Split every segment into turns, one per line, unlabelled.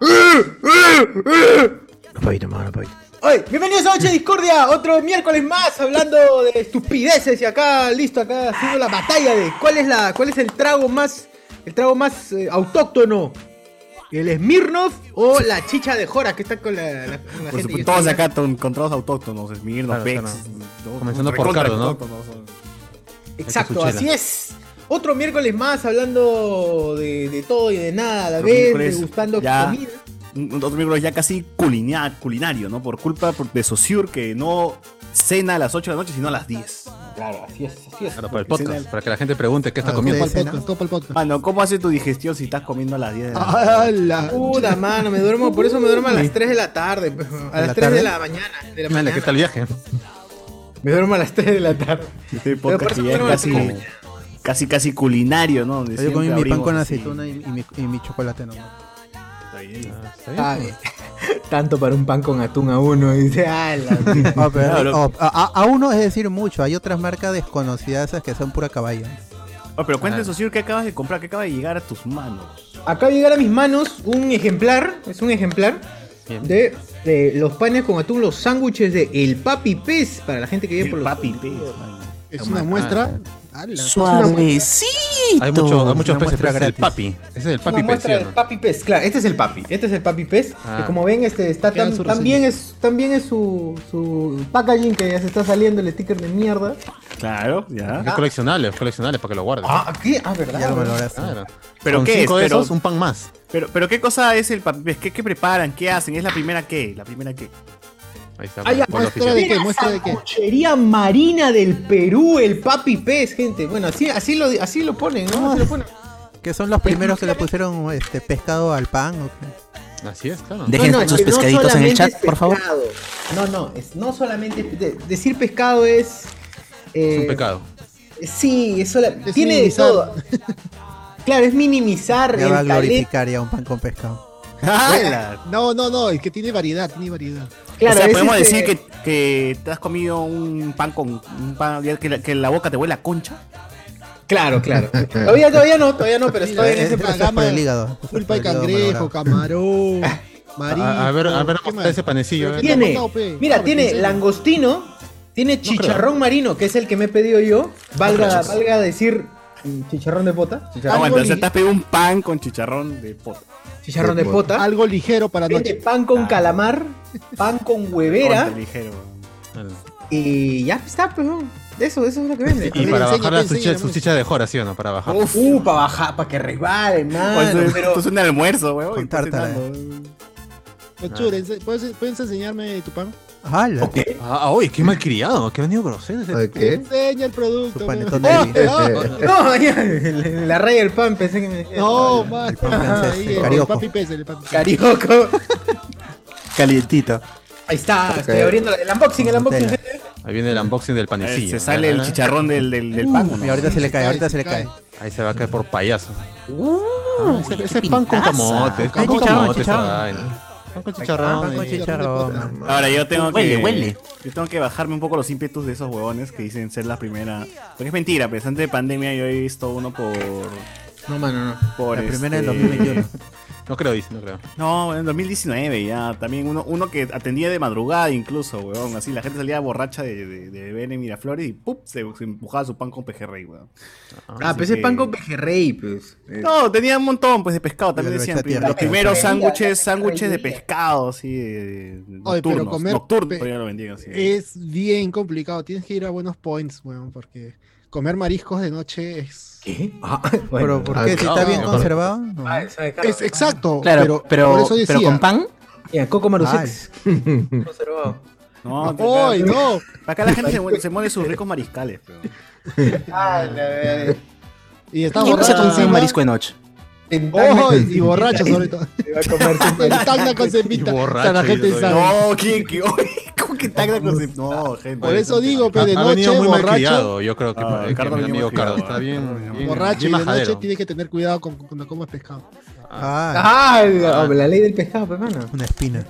¡Discordia!
Apaguito, mano, apaguito.
Hoy, bienvenidos a Oche Discordia, otro miércoles más hablando de estupideces y acá, listo, acá haciendo la batalla de cuál es la, cuál es el trago más, el trago más eh, autóctono, el Smirnoff o la chicha de Jora que está con la, la- con la
Por
gente.
supuesto, todos de acá con, con tragos autóctonos, Smirnoff,
Claro,
Bex. todos-
Comenzando por
recontra
Cardo, ¿no?
autóctonos.
Exacto,
Esta es su
así
chela.
es. Otro miércoles más hablando de, de todo y de nada, a la
Los
vez,
miércoles
gustando
ya-
comida.
Un- Otro miércoles ya casi culina- culinario, ¿no? Por culpa por- de Saussure que no cena a las 8 de la noche, sino a las 10.
Claro, así es, así es.
Claro, para el
Porque
podcast,
cena-
para que la gente pregunte qué está
Ah,
comiendo.
ustedes-
Topa el podcast, topa el podcast.
Mano, ¿cómo hace tu digestión si estás comiendo a las 10 de
Ah,
la
¡Hala!
noche?
Puta mano, me duermo, por eso me duermo a las 3 de la tarde, pe, a las 3
tarde?
de la mañana, de la
Mira, ¿Qué
mañana.
tal el viaje?
Me duermo a las 3 de la tarde.
Este
por
podcast
eso
que ya es
duermo a las
casi,
tres de la
casi, casi culinario, ¿no? Donde
Yo comí
siempre
mi pan
abrimos
con
así.
aceituna y, y mi, y mi chocolate nomás.
Está bien.
Ah, bien. Tanto para un pan con atún a uno, dice, ah, la mierda".
Ah, pero-
Claro.
oh, a, a- a uno es decir mucho, hay otras marcas desconocidas esas que son pura caballa.
Oh, pero cuéntanos,
Ah.
Saussure, ¿qué acabas de comprar? ¿Qué acaba de llegar a tus manos?
Acaba de llegar a mis manos un ejemplar, es un ejemplar
Bien.
de, de los panes con atún, los sándwiches de El Papi Pez, para la gente que vive por
El
los...
papi pez, mano.
Es
Toma,
Ah,
una muestra. ¡Hala!
Ah,
Suavecito.
Hay, mucho, hay
Una
muchos peces,
muestra
pero ese es el
gratis.
papi. Ese es el
Una
papi
muestra del
pensión.
Papi Pez, claro, este es el Papi, este es el Papi Pez,
Ah.
que como ven este está
Vean
tan,
su
tan
reseña.
bien es también es su, su packaging que ya se está saliendo el sticker de mierda.
Ah.
Claro, ya.
Es coleccionable, es coleccionable para que lo guardes.
Ah, ¿qué? Ah, verdad.
Ya lo
verdad.
valoraste.
Claro.
¿Pero
Con
qué
cinco
es?
de
Pero-
esos, un pan más.
Pero, pero ¿qué cosa es el papi pez? ¿Qué, qué preparan? ¿Qué hacen? ¿Es la primera qué? ¿La primera qué?
Ahí está.
Ay, ya,
ponlo
muestra
oficial.
de- qué? ¿Muestra de qué?
Sanguchería marina del Perú, el Papi Pez, gente. Bueno, así, así, lo, así lo ponen, ¿no? Así lo ponen.
Que son los primeros que le pusieron este pescado al pan. ¿o qué?
Así es, claro.
Dejen
No, no, es
sus
que no
pescaditos en el
solamente
chat,
es
por favor.
pescado. No, no, es, no solamente de- decir pescado es. eh,
Es un pecado.
Sí, es sola-
Es
tiene de
minimizar.
todo. claro, es minimizar
Ya
el
va a
talento.
glorificar ya un pan con pescado.
¡Hala!
No, no, no, es que tiene variedad, tiene variedad.
Claro,
o sea,
es
podemos
este-
decir que, que te has comido un pan con un pan que la, que la boca te huele a concha.
Claro, claro. todavía, todavía no, todavía no, pero estoy en
Eso
ese
es
programa.
por el hígado.
Pulpa de cangrejo, camarón, marisco.
A, a ver, a ver,
¿qué
mostra
más?
ese panecillo. a ver.
¿Qué
Tiene,
No, pe.
mira,
No,
tiene
en serio.
langostino, tiene chicharrón marino, que es el que me he pedido yo. Valga, valga decir mm, chicharrón de pota.
No,
Algo
aguanta, o sea,
li-
Ah, te has pedido un pan con chicharrón de pota.
Chicharrón de pota.
Algo ligero para
Tiene
noche. Ah.
pan con calamar, pan con
Contra
huevera
ligero.
y ya está, pues. ¿no? Eso, eso es lo que vende.
Y
ver,
para
enséñame,
bajar la
enséñame, pues.
sushi- su chicha de jora, ¿sí o no? Para bajar.
Uh, para bajar, para que resbale,
Oh, eso
mano.
es,
Pero
esto es un almuerzo, weón.
Con
estás
tártara.
cenando.
Chur, ense- ¿puedes, puedes enseñarme tu pan?
¡Hala!
Ah, uy, qué malcriado. Qué venido este grosero. ese-
¿Qué?
Enseña el
Su
producto.
panetón
weón.
de
Oh,
Este,
no, ya, la, la raya del pan, pensé que me decía.
No, más.
pan francés,
ahí,
el
el,
carioco.
papi pez, el papi pez.
Carioco.
Calientito.
Ahí está, estoy
Ok.
abriendo el unboxing, el unboxing.
Nutella.
gente.
Ahí viene el unboxing del
A ver,
panecillo.
se sale el
Ah,
chicharrón del, del,
Uh,
del pan.
Y ahorita se le cae, ahorita se le cae.
Ahí se va a caer por payaso.
Uh,
Ah, ese ese pan con camote. es Pan con
Chicharrón,
camote. esa
chicharrón.
vaina. Pan con
Ah,
chicharrón.
pan con
ahí.
chicharrón,
Puta
man.
Ahora yo tengo
Huele,
que.
huele.
Yo tengo que bajarme un poco los ímpetus de esos huevones que dicen ser la primera. Porque es mentira, pues antes de pandemia yo he visto uno por.
No, mano, no.
por
La primera del
este,
2021.
No creo, dice, no creo.
No, en 2019 ya. También uno, uno que atendía de madrugada incluso, weón. Así la gente salía borracha de, de, de beber en Miraflores y ¡pup! Se, se empujaba su pan con pejerrey, weón.
Ah,
Así
pues es
que-
pan con pejerrey, pues.
No, tenía un montón pues de pescado
Lo
también
de
decían.
Bechatía,
Los
Bechatía.
primeros
Bechatía,
sándwiches,
la
sándwiches de
Bechatía.
pescado, así de, de
Oye, pero
nocturnos,
comer
nocturnos,
pe-
por ahí lo vendían, así.
Es bien complicado, tienes que ir a buenos points, weón, porque comer mariscos de noche es...
¿Qué? Ah,
Pero ¿por qué? Si
claro,
está
Ah,
bien
claro.
conservado. no.
Es exacto,
Claro, pero,
por
pero,
eso decía...
con pan.
Coco
Marusex.
No, te-
¡Ay,
claro,
no!
Acá la gente se, mu- se muere sus ricos mariscales. pero-
Y está
¿Quién no se
borracho
come un
encima.
marisco de noche?
¡Oh! Y borracho sobre todo. El tanga con
Y
semita. O
borracho.
sea, la gente
yo soy.
sabe.
No, ¿quién? qué- oye, ¿Cómo que tagna con sem- No, gente.
Por eso digo,
Ha,
pero de
ha venido
noche,
muy
borracho,
malcriado, yo creo que,
Ah,
que
Cardo
mi
venido
amigo
muy
Cardo
criado,
está bien,
Cardo venido
bien-
borracho y
bien
de noche
majadero.
tienes que tener cuidado con, cuando comes pescado.
Ah,
Ah, la, la ley del pescado, pues, mano.
una espina.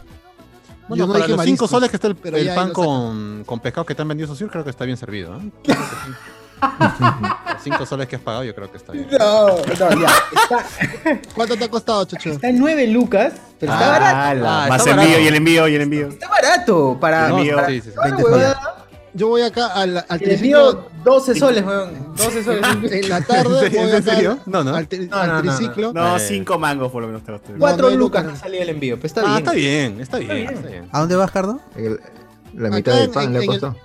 Bueno,
Yo no
para
dije
los 5
mariscos,
soles que está el,
pero
el
ya ahí
pan
lo sacan.
con, con pescado que te han vendido Sosur, creo que está bien servido. ¿eh? Los cinco soles que has pagado, yo creo que está bien.
No, no, ya. Está,
¿Cuánto te ha costado, Chocho?
está en 9 lucas, pero está barato.
la-
Ah,
más
está
envío
barato.
y el envío y el envío.
Está barato para.
mío.
para
Sí, sí, sí.
para
20
una huevada.
Yo voy acá al, al
El
triciclo
mío, 12 soles, weón. 12 soles.
en la tarde.
¿Es en
voy acá
serio? No, no.
Al, tri-
No, no,
al
no, no.
triciclo.
No,
Eh.
cinco mangos por lo menos te costó.
Bueno.
4
no, no,
lucas
no.
me salía el
Pues
envío, pero
pues,
está
Ah,
bien.
está bien, está bien, está bien.
¿A dónde vas, Cardo?
El- la
Acá
mitad
en-
del pan le
en
ha
el-
costado.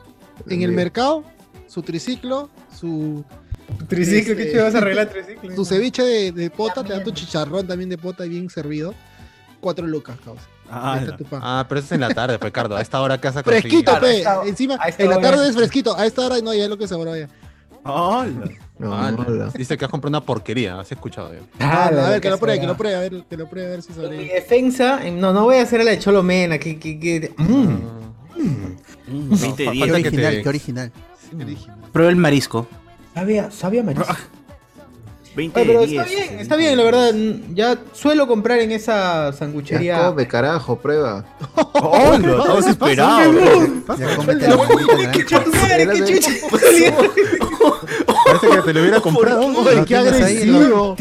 En el mercado, su triciclo, su,
Triciclo, ¿qué
Este-
te vas a arreglar triciclo?
su ceviche de, de pota, te dan tu chicharrón también de pota bien servido. Cuatro lucas, causa.
Ah,
Ahí está
la-
tu pan.
Ah, pero eso es en la tarde, Ricardo. A esta hora casa
Fresquito, pues.
Claro,
pe.
a esta-
Encima,
a esta
en la
hora.
tarde es fresquito. A esta hora no, ya es lo que se ahora ya.
Ah,
Hola.
No, hola.
Dice que has comprado una porquería, así he escuchado. eh. yo.
Ah,
a ver, que lo
se
pruebe,
va.
que lo pruebe, a ver, que lo pruebe, a ver si
Mi
sobrevive.
defensa, eh, no, no voy a hacer la de Cholomena, que, que, que- mm.
Veinte
Qué
falta
diez.
que te-
original, qué original.
Prueba el marisco.
Sabía, sabía marisco.
Veinte
Oye,
de
pero
diez,
está bien, está bien, la verdad. mm, Ya suelo comprar en esa sanguchería.
Ya come, carajo, prueba.
Oh,
Hola, todo desesperado.
Ya cómete
No,
la manita, la-
¡Qué chucha, tu madre, qué chucha!
Parece que te lo hubiera comprado.
lo
¡Qué
tienes ahí, lo-
agresivo!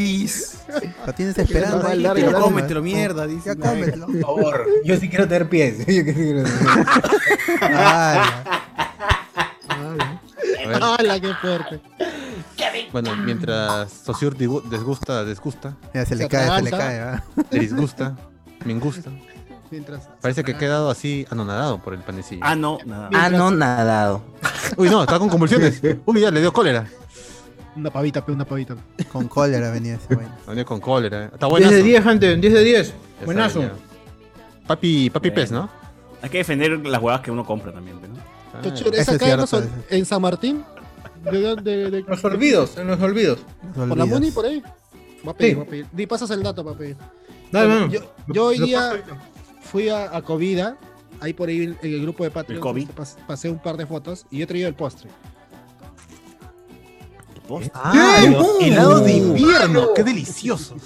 Lo tienes esperando.
Más
ahí,
larga,
que lo
larga.
comas.
Cómetelo, mierda, dice.
Ya cómetelo.
Por favor, yo sí quiero tener pies. Yo que sí quiero tener pies.
Ah,
¡Hala, qué fuerte!
Bueno, mientras Sociur digu- desgusta, desgusta,
mira, se le
Se
cae, se le
atraganta.
cae. ¿ah?
le disgusta, me gusta.
Mientras.
Parece que he quedado así anonadado por el panecillo.
Ah, no, nada.
Ah, no, nadado.
Uy, no, está con convulsiones. Uy, ya le dio cólera.
Una pavita, pe, una pavita.
Con cólera venía ese güey.
Le dio con cólera. Está
10
buenazo.
de 10, gente, 10 de 10.
Ya
Buenazo.
saben, ya. Papi, papi
Bien.
pez, ¿no?
Hay que defender las huevas que uno compra también, ¿no?
Ah,
Chocho, ¿es
Eso es
acá en,
cierto,
los-
eso.
en San Martín? ¿De dónde? De, de-
En los olvidos, en los olvidos.
¿Por la
olvidas.
Muni, por ahí? Va a pedir,
Sí.
va a pedir. Di, pasas el dato, va a pedir.
Dale,
Bueno,
mano.
yo, yo hoy
Lo
día
paso ahorita.
fui a, a Covida, ahí por ahí en el grupo de Patreon,
El COVID.
este, pas- pasé un par de fotos y yo he traído el postre.
Ah,
¿Qué?
los helados de
Uh.
invierno, qué deliciosos.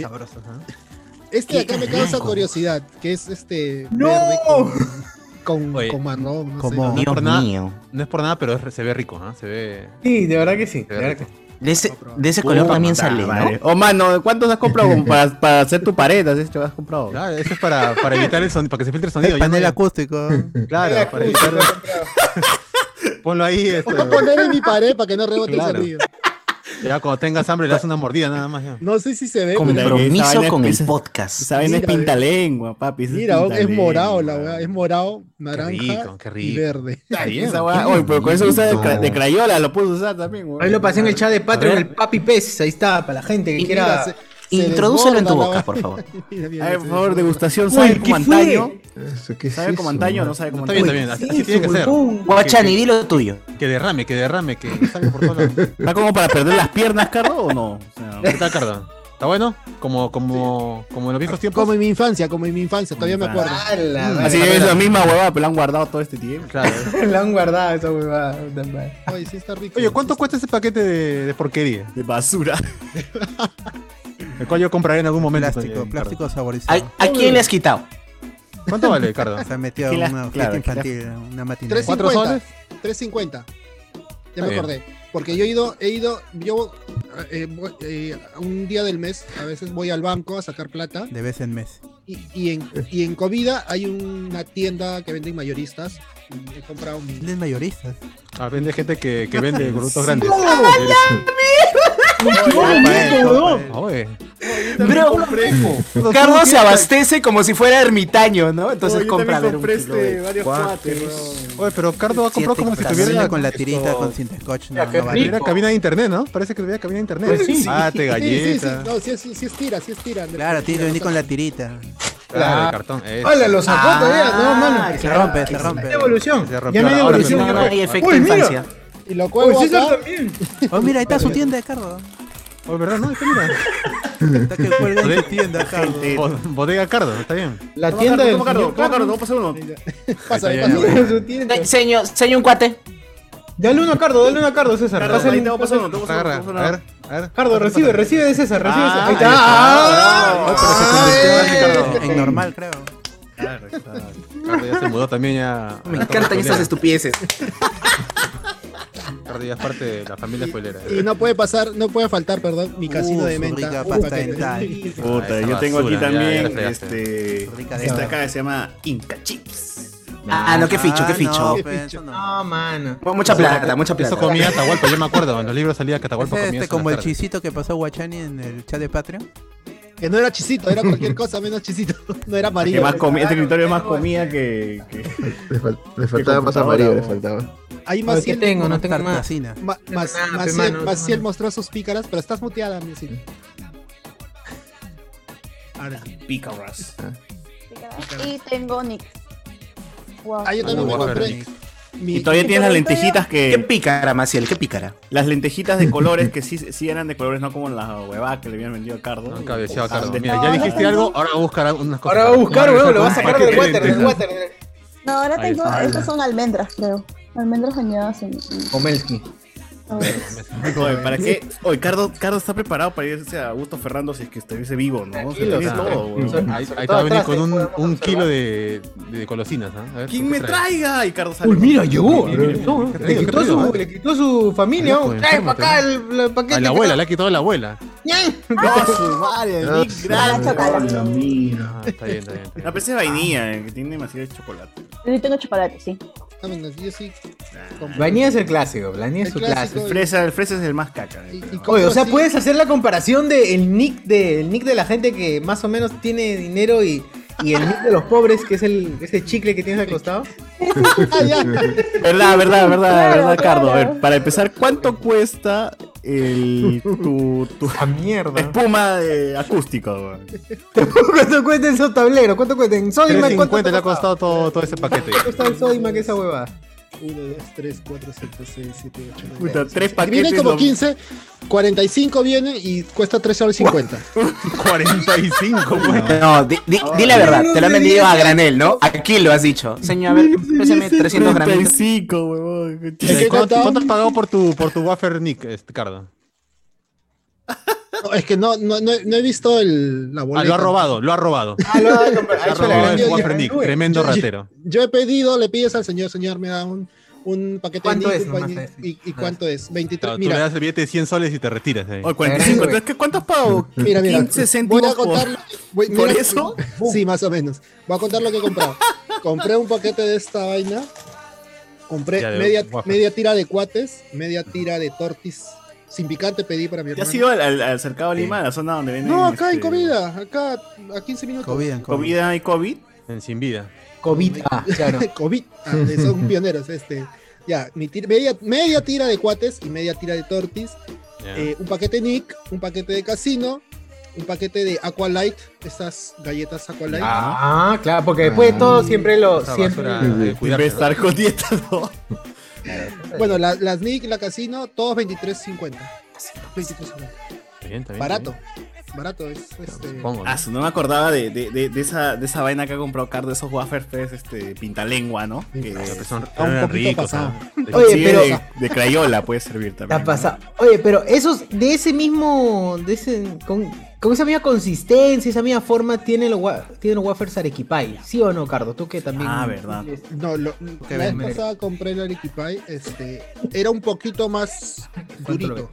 Sabrosos, ¿ah?
¿eh?
Este de acá me causa curiosidad, que es este
¡No!
verde con, con,
Oye,
con marrón, no
como-
sé.
por
Dios
nada.
mío.
No es por nada, pero es- se ve rico, ¿ah? Se ve.
Sí, de verdad que sí.
se
de
ve
verdad
rico.
que sí.
De ese, de ese
Puta
color
Ah,
también
madre.
sale, ¿no?
Oh, mano, ¿cuántos has comprado como para, para hacer tu pared? ¿Has hecho- has comprado?
Claro, Ah, eso es para, para evitar el sonido, para que se filtre el sonido.
Es
ya
panel
no-
acústico.
claro,
Mira,
para
justo,
evitar.
lo he comprado.
Ponlo ahí, este,
Voy a poner en mi pared para que no rebote
Claro.
el sonido.
ya cuando tengas hambre le das una mordida nada más. Ya.
No sé si se ve, pero
Esa
Compromiso
vaina
con
es-
el podcast.
Esa vaina es
Mira, ve.
pintalengua, papi. esa
mira, es
pintalengua.
morado la weá, es morado, naranja
rico, qué
y
rico.
verde.
Está bien.
Esa weá- oye, pero con eso usa de, cra-
bonito.
de crayola, lo puedes usar también, weón.
Ahí lo pasé en el chat de Patreon,
A ver.
el Papi Pez. Ahí está, para la gente que
Y
quiera.
mira, se- se
Introdúcelo en tu
desborda la
boca,
vaina.
por favor.
Mira, mira,
A ver, por
se
favor,
desborda.
degustación, ¿sabe
Uy,
como
¿qué fue?
antaño?
Eso, ¿qué es
¿Sabe como
eso?
antaño o no sabe
No,
como
está bien, está bien.
antaño?
Así, así tiene
pues,
que ser.
Guachani, di lo tuyo.
Que derrame, que derrame, que salga por todos lados.
¿Está como para perder las piernas, Cardo, o no? O sea,
¿Qué tal, Cardo? ¿Está bueno? Como, como, como en los viejos tiempos. Ah,
Como en mi infancia, como en mi infancia, todavía me acuerdo.
¡Hala!
así es la misma huevada, pero la han guardado todo este tiempo.
Claro.
La han guardado esa huevada. puta madre.
Oye, sí está rico.
Oye, ¿cuánto cuesta ese paquete de, de porquería?
De basura.
El cual yo compraré en algún momento.
Plástico,
eh,
plástico
¿A,
saborizado.
a quién le has quitado?
Cardo. ¿Cuánto vale, Cardo?
Se ha metido
Que
en
la-
una
claro,
fiesta
que la-
infantil, una matinada.
Tres
¿Cuatro
cincuenta.
soles?
350. Ya
Está
me
bien.
acordé. Porque yo he ido, he ido, yo eh, voy, eh, un día del mes, a veces voy al banco a sacar plata
De vez en mes.
y, y en, y en comida hay una tienda que venden mayoristas. y He comprado un,
Tienes mayoristas.
Ah, vende gente que, que vende productos grandes. Oye,
Bro, Carlos se abastece como si fuera ermitaño, ¿no? Entonces
Oye, yo también
compra de un
compré
kilo de-
este varios cuates, weón.
oye, pero Cardo va a comprar
Siete
como si
casas.
estuviera
con la
esto,
tirita, con cinta scotch, no,
Ya, qué
no vale.
Tuviera cabina de internet, ¿no? Parece que tuviera cabina de internet. Mate,
Sí, sí, sí,
galleta.
no, sí, sí, sí estira, sí estira.
Claro, tiene que venir con la tirita.
Claro, de cartón. eso.
¡Hala! Lo sacó
Ah,
todavía, no, mano.
Se rompe, se
No
rompe.
hay evolución.
Se
Ya
rompió
no hay
la- ahora
evolución.
se-
No, no hay
Uy,
efecto
mira.
infancia.
Y lo
Uy,
cuelgo
César
acá.
también.
Oh, mira, ahí está su tienda de Cardo.
Oye, Oh, ¿verdad? No, está mira.
Está que cuelga en
Joder.
su tienda, Cardo.
Gente.
Bo- Bodega Cardo, está bien.
La
Toma,
tienda
Cardo,
del
toma, Cardo,
señor
toma, Cardo,
Cardo.
vamos a hacer uno.
Pásame,
Ahí está,
pásame.
Su tienda.
Eh, Señor, señor, un cuate.
Dale uno a Cardo, dale uno a Cardo, César.
Cardo,
Pásale
ahí
un-
te vamos a pasar uno, te vamos a
Agarra,
pasar
a
uno.
ver, a ver.
Cardo, recibe, recibe de César, recibe de César. Ahí está.
Ah,
¡Ah!
pero se convirtió en
Ay.
Cardo.
En normal, creo.
Cardo ya se mudó también ya.
Me encantan esas estupideces.
Cardi es parte de la familia spoilera.
Y no puede pasar, no puede faltar, perdón, mi casino
Uh,
de
su
menta.
rica
un
pasta
paquete.
dental.
Puta,
Ah, esa
yo tengo aquí
basura, ya, ya la
también
fregaste.
este.
Rica de
Esta
verdad.
acá se llama Inca Chips.
Ah, no, qué ficho, qué
Ah,
ficho.
No, pe, eso no.
No, mano.
Mu- Mucha plata, mucha plata.
Eso comía Atahualpa, yo me acuerdo. En los libros salía que Atahualpa
Ese,
comía
este,
eso en
como
la
el
tarde.
chisito que pasó Guachani en el chat de Patreon.
Que no era chisito, era cualquier cosa menos chisito. No era
Que
amarillo.
más comía, este escritorio es más comía que. que-
Le, fal- le faltaba más amarillo, le faltaba.
Ahí
Oye,
más
¿Qué
Maciel,
tengo? No tengo más.
Tartacina.
ma-
No
Mas-
tengo nada, pe,
Maciel-
mano,
Maciel
mano.
mostró sus pícaras, pero estás muteada, Maciel. Ahora sí.
Picaras.
Ah.
Y tengo Nick. Wow.
Ah, yo también me
Guau,
compré.
Verónica.
mi-
Y todavía tienes las lentejitas
Qué
que.
pícara, Maciel, qué pícara.
Las lentejitas de colores que sí, sí eran de colores, no como las huevadas que le habían vendido a Cardo.
No, cabeceado,
Ah,
Cardo.
de-
Mira, ya dijiste algo, ahora voy a buscar unas cosas.
Ahora va a buscar,
Ahora
weón. Lo
voy
va a sacar del water, del water.
No, ahora
Ahí
tengo.
está.
Estas son almendras, creo. Almendras bañadas en. en-
Omelski.
a ver.
Oye, ¿para qué? Oye, Cardo, Cardo está preparado para irse a Augusto Ferrando si es que estuviese vivo, ¿no? Se
Tranquilo,
tiene
tranquilo.
todo, weón.
Soy-
Ahí,
Sobre
ahí te
todo
va a venir
atrás, eh.
con
ahí
un,
podemos
un
observar.
kilo de, de golosinas. ¿ah? A ver,
¿Quién
¿qué
me
traes?
traiga? Y Cardo sale.
Uy, mira, llegó.
Mira, mira.
No,
qué
Le
rico,
quitó
qué rico,
su,
¿eh?
le quitó su familia.
Loco,
weón. Trae para
enfermo,
acá el, el paquete.
A la abuela, le ha quitado a la abuela.
No, su madre, el Big
Ah,
Grande.
chocolate.
Ah, está bien, está bien. está
La
bien.
PC es vainilla, eh, que tiene demasiado chocolate.
Yo tengo chocolate, sí.
Ah, venga, Yo sí. compré.
Bañía es el clásico. Bañía es
El
su
clásico.
clásico.
Fresa, el fresa es el más caca. eh,
Y-
pero-
y
Oye, o sea,
Sí.
puedes hacer la comparación de el nick de el nick de la gente que más o menos tiene dinero y, y el nick de los pobres, que es el ese chicle que tienes al costado.
Ah, ya.
Verdad, verdad, verdad,
Claro,
verdad, Cardo. A
claro.
ver, para empezar, ¿cuánto cuesta el, tu, tu
¡A mierda!
espuma de acústica? weón?
¿Cuánto cuesta esos tableros? ¿Cuánto cuesta en Sodimac? ¿Cuánto
350 le ha costado todo, todo ese paquete.
cuesta el Sodimac esa huevada?
1, 2, 3, 4, 5, 6, 7, 8, 9.
Puta, tres paquetes.
Viene eh, como
lo-
15, 45 viene y cuesta 3 horas 50.
45, weón.
No, di, di- di la verdad, te lo han vendido a granel, ¿no? Aquí lo has dicho. Señor, a ver, préstame 300 gramitos.
35, huevón.
Es que
¿Cuánto,
no-
cuánto has pagado por tu, por tu wafer Nick, este, Cardo?
No, es que no, no, no, no he visto el, la
Ah,
boleta.
lo ha robado, lo ha robado.
Ah, lo ha comprado.
Ha
Ha hecho la
robado
gran-
el
yo-
wafer Nick, tremendo
yo- yo-
ratero.
Yo he pedido, le pides al señor, señor, me da un, un paquete
¿Cuánto
de
es
Nick,
nomás
un pañi-
eso?
y, y
Ah.
cuánto es? 23.
Claro, tú le
mira,
das el billete de 100 soles y te retiras. eh.
Oye, 45.
Ay, güey.
Entonces, ¿cuánto has pagado?
mira, mira.
15
Voy a
céntimos por-
contar. lo que- voy-
por
mira,
eso.
Sí, más o menos. Voy a contar lo que he comprado. compré un paquete de esta vaina. Compré
Ya, de
media,
waffles.
media tira de cuates, media tira de tortis. Sin picante pedí para mi
¿Ya
hermano.
has ido al, al, al cercado de Lima, a la zona donde venden.
No, acá en
este,
comida. Acá a 15 minutos.
Covidan, Covidan.
Comida y COVID.
En sin vida.
COVID. Ah, claro.
COVID. Ah, eh, son pioneros, este. Ya, mi tira- media, media tira de cuates y media tira de tortis.
Ya.
eh, un paquete Nick, un paquete de casino, un paquete de Aqualite, estas galletas Aqualite.
Ah, claro, porque después de todo siempre lo
Esa
siempre
basura, eh,
En vez de
cuidarse,
estar con dieta, no.
Eh. Bueno, la- las Nick, la casino, todos 23.50. 23.50.
¿no? Bien, está bien,
Barato.
está
Barato es este.
bien. Supongo. ¿no?
Ah, su- no me acordaba de, de, de, de esa, de esa vaina que ha comprado Cardo, esos wafers, pues, este, pintalengua, ¿no? Que-
Pero son
un
eran
poquito
ricos.
pasado.
ah.
Oye,
Sí,
pero-
de, de crayola puede servir también.
Está pasado. Oye, pero esos de ese mismo de ese con, con esa misma consistencia, esa misma forma tienen los wa- tienen los wafers arequipay, ¿sí o no, Cardo? Tú que también
Ah, verdad.
No, lo,
Qué
la
bien, mire.
vez pasada compré el Arequipay, este, era un poquito más
¿Cuánto lo
durito.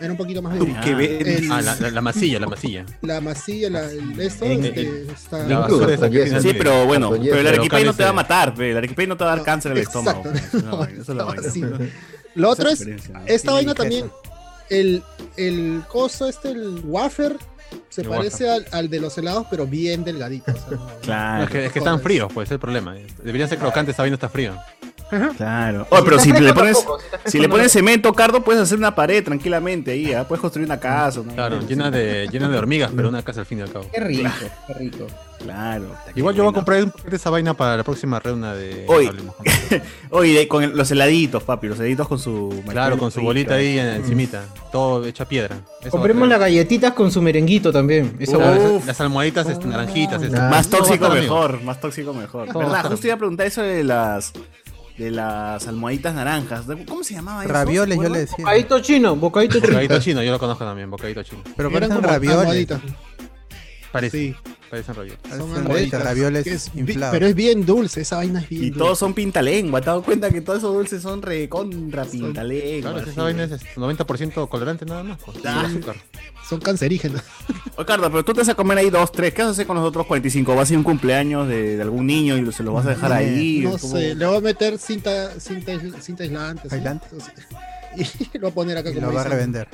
Era un poquito más
Tú
durito.
que ves.
El-
Ah, la, la- la masilla, la masilla.
la masilla, la, el, esto,
En-
este,
en-
está.
La basura de
Oye,
sacrificio.
Sí, pero bueno,
Oye,
pero el
pero
arequipay no te va a
cállese.
matar, pe, el arequipay no te va a dar cáncer al estómago.
Exacto.
pe, es una vaina, eso es la
No,
vaina.
sí.
Esa
Lo otro es,
experiencia, ¿no?
esta
Sí,
vaina
queso.
también, el, el coso este, el wafer, se
El
parece al, al de los helados, pero bien delgadito. o sea, no-
No, es,
Claro,
que, es que están fríos, pues es el problema. Deberían ser crocantes, esta vaina está frío.
claro. Oye, pero si le pones, si le pones cemento, Cardo, puedes hacer una pared tranquilamente ahí, ¿ah? puedes construir una casa. una
Claro,
vaina
llena
así.
de, llena de hormigas, pero una casa al fin y al cabo.
Qué rico, qué rico.
Claro.
Igual yo voy a
Bueno.
comprar un paquete de esa vaina para la próxima reunión de.
Hoy.
Hablemos.
Oye, de- con el- los heladitos, papi, los heladitos con su.
Claro, con su bolita ahí en- encimita. Todo hecho a piedra. Eso
Compremos
va
las
a traer.
galletitas con su merenguito también. Esa
Claro,
huevada.
esas-
Uf.
las almohaditas este, naranjitas. estas.
Más
No,
tóxico
basta, amigo.
mejor, más tóxico mejor.
Todo
¿Verdad?
basta.
Justo iba a preguntar eso de las de las almohaditas naranjas. ¿Cómo se llamaba eso?
Ravioles, yo le
les
decía.
Bocadito chino, bocadito chino.
Bocadito chino, yo lo conozco también, bocadito chino.
Pero
Eran
parecen
como
ravioles.
almohaditas.
Parece.
Sí.
Parecen rollo.
Son
Son de
albóndigas,
ravioles
que es bi-
inflados.
Pero es bien dulce, esa vaina es bien
Y
dulce.
todos son pintalengua, ¿te has dado cuenta que todos esos dulces son recontra pintalengua?
Claro, si
así,
esa vaina
¿no?
es este, 90% colorante nada más. pues,
Ah.
puro azúcar.
Son cancerígenos.
Ricardo, pero tú te vas a comer ahí dos, tres. ¿Qué vas a hacer con los otros 45? ¿Vas a ir a un cumpleaños de, de algún niño y se los vas a dejar ahí?
No
¿Cómo?
sé, le voy a meter cinta, cinta, isl- cinta aislante. así.
Aislante.
Y lo voy a poner acá
Y
como
lo va a
dicen.
revender.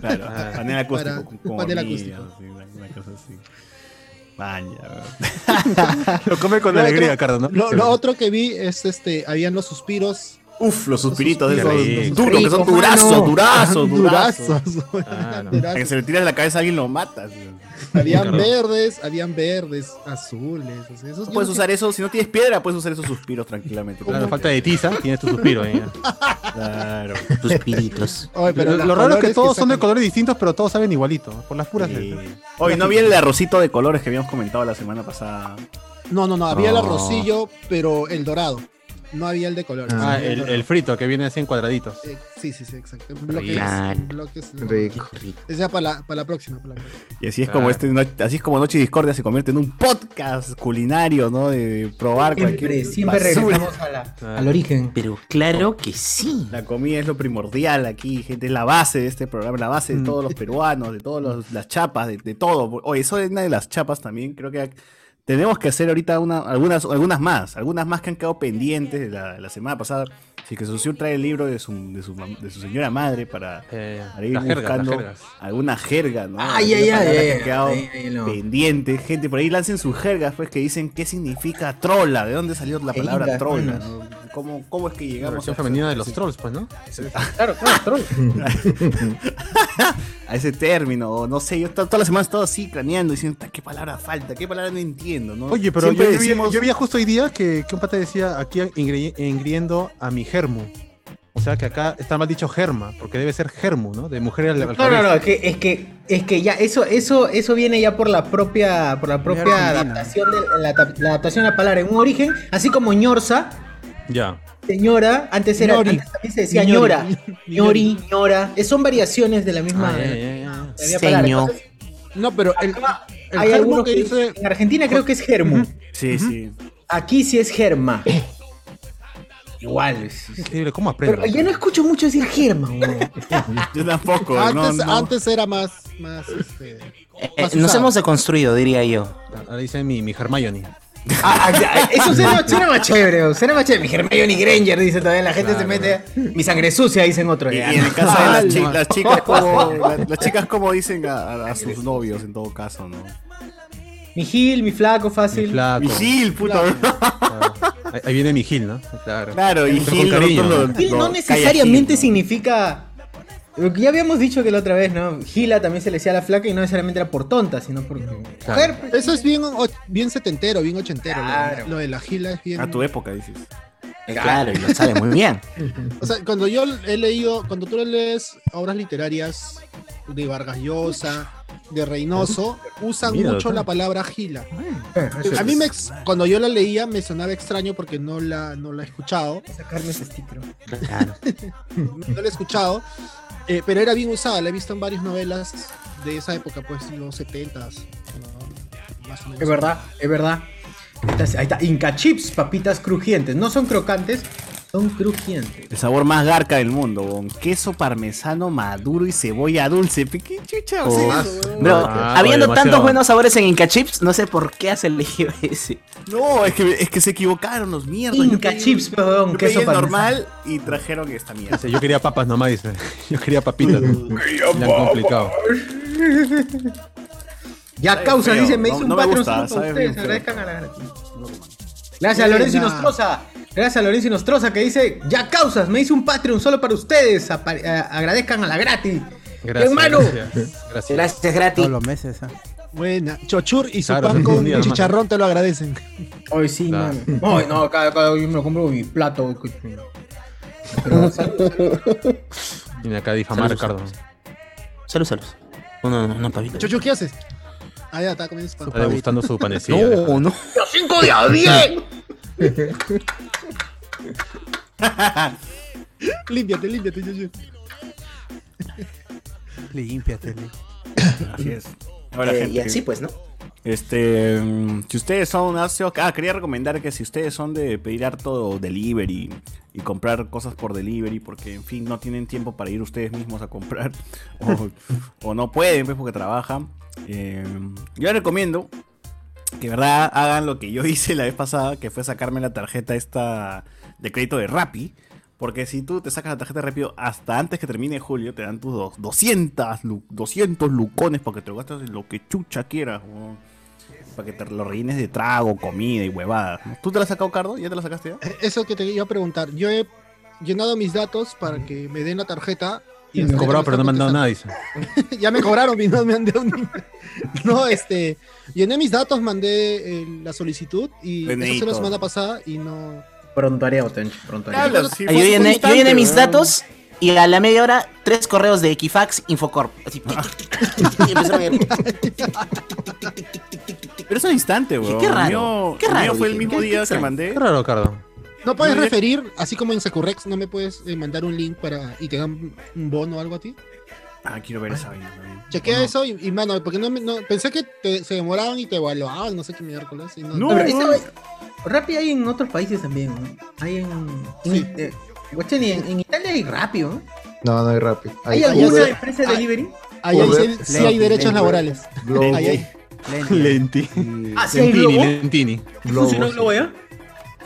Claro, panel acústico.
Para-
con- con
panel
hormigas,
acústico.
así, una, una cosa así. Vaya,
Lo come con
Lo otro-
alegría, Cardo, ¿no?
Lo, lo otro que vi es este, habían los suspiros.
Uf, los suspiritos de
suspiros,
esos.
los
Duros, que son
Ricos,
durazos,
mano.
durazos, durazos.
Durazos.
Ah, no.
A que
Durazos.
se le tiras la cabeza a alguien lo matas.
Habían
Claro.
verdes, habían verdes, azules. o sea, esos
No puedes
yo-
usar eso, si no tienes piedra, puedes usar esos suspiros tranquilamente.
Claro, falta de tiza, tienes tu suspiro. ahí, ya.
Claro.
Tus piritos.
Oye, pero
Lo,
las
lo raro es
colores
que todos son de
sacan-
colores distintos, pero todos saben igualito. Por las puras.
Sí.
letras.
Hoy no viene el arrocito de colores que habíamos comentado la semana pasada.
No, no, no, había el
Ah.
No.
arrocillo, pero el dorado. No había el de color.
Ah,
Sí,
el,
dorado.
el frito que viene así en cuadraditos.
Eh, Sí, sí, sí, exacto. En bloques.
Rico.
en bloques no.
Rico.
Esa para la, para la próxima. para la próxima.
Y así es
Claro.
como este, no- así es como Noche Discordia se convierte en un podcast culinario, ¿no? De probar
Siempre,
cualquier
siempre
basura.
regresamos a la- al origen.
Pero claro que sí.
La comida es lo primordial aquí, gente, es la base de este programa, la base
Mm.
de todos los peruanos, de todas las chapas, de, de todo. Oye, eso es una de las chapas también, creo que tenemos que hacer ahorita una, algunas, algunas más, algunas más que han quedado pendientes de la, la semana pasada. Así que Susur trae el libro de su, de su, mam- de su señora madre para,
Eh,
para ir
las jergas, las
buscando
jergas.
alguna jerga, ¿no?
Ay, ay,
Algunas
ay,
palabras
ay,
que han
ay,
quedado
ay, ay, no.
pendientes, gente, por ahí lancen sus jergas, pues, que dicen qué significa trola, de dónde salió la
Qué
palabra
lindas,
trola,
manos.
¿no? ¿Cómo, ¿Cómo es que
La
llegamos
versión
ese-
femenina de los
ese-
trolls, pues, ¿no?
Claro, claro, troll.
a ese término, o no sé, yo to- todas las semanas todo así craneando, diciendo, "Ta, ¿qué palabra falta? ¿Qué palabra no entiendo? ¿no?
Oye, pero yo,
Siempre
yo vi-
decimos-
yo vi justo hoy día que, que un pata decía aquí ingre- engriendo a mi germu. O sea que acá está mal dicho germa, porque debe ser germu, ¿no? De mujer al, al
No, no,
revés.
no, es que, es que, es que ya eso, eso, eso viene ya por la propia, por la propia
Argentina.
adaptación de la, ta- la adaptación a la palabra en un origen, así como ñorza,
Ya.
señora, antes era,
Ñori.
antes también se decía
Ñori. eh.
ñora, ñori, ñora, es- son variaciones de la misma,
Ah,
de
ya, ya, ya.
la misma palabra.
Seño.
Entonces,
No, pero el,
acá
el
hay
germo
algunos
que
que
dice-
en Argentina creo que es germu,
Sí, sí.
aquí sí es germa. Igual. es-
Increíble, ¿cómo aprendo?
Pero ya no escucho mucho decir germa, weón.
Yo tampoco. no,
antes,
no.
antes era más. más este,
Eh, eh,
más
nos
usado.
hemos deconstruido, diría yo.
Ahora Ah, dice mi, mi Hermione.
Ah, ah, ah, Eso suena, suena más chévere, bro, suena más chévere. Mi Hermione Granger, dice también, la gente se mete. Mi sangre sucia, dicen otros.
Y, y
Ya,
en
no.
el caso de las, chi- las chicas, como, la- las, chicas como dicen a, a- a sus novios, en todo caso, ¿no?
Mi Gil, mi flaco, fácil.
Mi flaco.
Y Gil, puta.
claro. Ahí, ahí viene mi Gil, ¿no? Claro.
Claro, y
Pero con
Gil,
cariño,
nosotros
¿no?
lo-
Gil
lo-
no
calla
necesariamente
Gil, ¿no?
significa. Lo que ya habíamos dicho que la otra vez, ¿no? Gila también se le decía a la flaca y no necesariamente era por tonta, sino por. Mujer, pues. Ah,
Eso es bien, o- bien setentero, bien ochentero. lo de-
Claro.
Lo, de la gila es bien.
A tu época, dices.
Eh, Claro, y lo sabe muy bien.
O sea, cuando yo he leído, cuando tú lees obras literarias de Vargas Llosa, de Reynoso, usan
Mira,
mucho
doctor.
la palabra gila. A mí me, ex- cuando yo la leía me sonaba extraño porque no la, no la he escuchado,
Sacarme ese sticker.
Claro.
no la he escuchado, eh, pero era bien usada, la he visto en varias novelas de esa época, pues los 70s. ¿no? Más o menos.
Es verdad, es verdad. Ahí está, ahí está, Inca chips, papitas crujientes. No son crocantes, son crujientes.
El sabor más garca del mundo, con queso parmesano maduro y cebolla dulce. ¿Qué chucha? hace
Oh,
eso, weón?
Bro,
Ah,
habiendo
demasiado.
tantos buenos sabores en Inca Chips, no sé por qué has elegido ese.
No, es que, es que se equivocaron los mierdas. Yo
Inca
pedí-
chips, pues, weón,
Yo
queso
pedí el
parmesano.
normal y trajeron esta mierda.
Dice, Yo quería papas nomás, dice. Yo quería papitas. ¿no? Le han complicado.
Ya
Sabe
causa,
feo,
dice, me
no-
hizo un
no me
patrón solo para
gusta, sabe
ustedes.
bien feo.
Agradezcan a la gratis. Gracias a Lorenzo
Buena.
Inostroza. Gracias a Lorenzo Inostroza que dice, ya causas, me hice un Patreon solo para ustedes. Apa- a- agradezcan a la gratis. Hermano.
Oh,
Gracias. gracias.
Gracias gratis.
Todos los meses. ¿ah?
Buena. Chochur y su
Claro,
pan
un día
con
nomás.
chicharrón te lo agradecen.
Hoy sí,
Claro.
mano. Ay, no, cada, cada yo me lo compro mi plato. Pero, salud, salud.
Viene acá a difamar,
Saludos.
Ricardo.
Salud, salud. No, no, no, no, pavito.
Chochur, ¿qué haces? Ah, ya, está comiendo su pan.
Está degustando su panecillo.
No, no.
Límpiate, límpiate, Chochur.
Límpiate. Lee.
Así es. Ahora,
Eh,
gente,
y Eh, así pues, ¿no?
Este, mm, si ustedes son, ah, sí, ah, quería recomendar que si ustedes son de pedir harto delivery y comprar cosas por delivery, porque en fin no tienen tiempo para ir ustedes mismos a comprar o, o no pueden, pues porque trabajan, eh, yo les recomiendo que de verdad hagan lo que yo hice la vez pasada, que fue sacarme la tarjeta esta de crédito de Rappi. Porque si tú te sacas la tarjeta de Rappi hasta antes que termine julio, te dan tus dos- 200, lu- 200 lucones para que te lo gastes en lo que chucha quieras, weón. Para que te lo rellenes de trago, comida y huevadas. ¿no? ¿Tú te la has sacado, Cardo? ¿Ya te la sacaste ya?
Eh, Eso que te iba a preguntar. Yo he llenado mis datos para que me den la tarjeta.
Y
hasta
me
que me
cobrado, Mm. pero no me han
están
dado nada, dice.
ya me cobraron y no me han dado ni... No, este, llené mis datos, mandé eh, la solicitud y eso
DNI
fue la
todo.
semana pasada y no...
Prontuareo, Tench, prontuareo.
Hablas, sí,
Ah,
fue
yo, llené, yo
constante,
llené mis
weón.
datos y a la media hora, tres correos de Equifax, Infocorp. Así, tic,
Ah.
tic, tic, tic, tic, y empecé a ver.
Pero eso es instante, weón.
qué raro,
El mío-
qué
el
raro,
mío fue el
dije,
mismo
qué- qué
día que
extraño.
mandé.
Qué raro, Cardo.
No puedes
No, ya-
referir, así como en Securex, no me puedes eh, mandar un link para y te dan un bono o algo a ti.
Ah, quiero ver esa vaina. weón.
Chequea
No.
eso y, y, mano, porque no, me- no- pensé que te- se demoraban y te evaluaban, no sé qué miércoles. y no-
No,
No, pero
weón.
esa vaina- Rappi hay en otros países también. ¿no? Hay en. en-
Sí.
eh, guachani, en, en Italia hay Rappi, ¿no?
No, no hay rápido.
¿Hay
Ahí-
alguna
Uber.
empresa de
Ah.
delivery?
Ahí hay-
Uber,
sí, sí hay
Lenti,
derechos
Lenti.
laborales.
Globo,
Ahí hay.
Lenti.
Ah, sí, hay
Lentini,
Globo.
Lentini.
¿Funciona
Globo,
Globo
sí.
ya?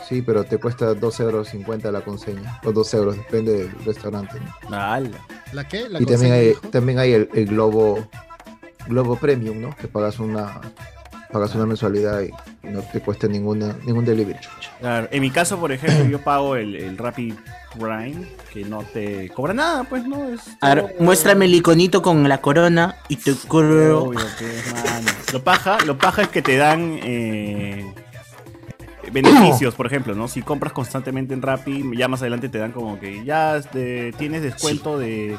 Sí, pero te cuesta 2,50 euros la conseña. O 2 euros, depende del restaurante. ¿no?
Ala.
¿La qué? ¿La
Y también
consejo,
hay,
dijo?
también hay el, el Globo Globo Premium, ¿no? Que pagas una pagas una mensualidad y y no te cuesta ninguna, ningún delivery.
Claro, en mi caso, por ejemplo, yo pago el, el Rappi Prime, que no te cobra nada, pues no es.
A ver,
todo-
muéstrame el iconito con la corona y te corro.
Obvio que es, mano. Lo paja, lo paja es que te dan eh, beneficios, por ejemplo, ¿no? Si compras constantemente en Rappi, ya más adelante te dan como que ya este, tienes descuento de,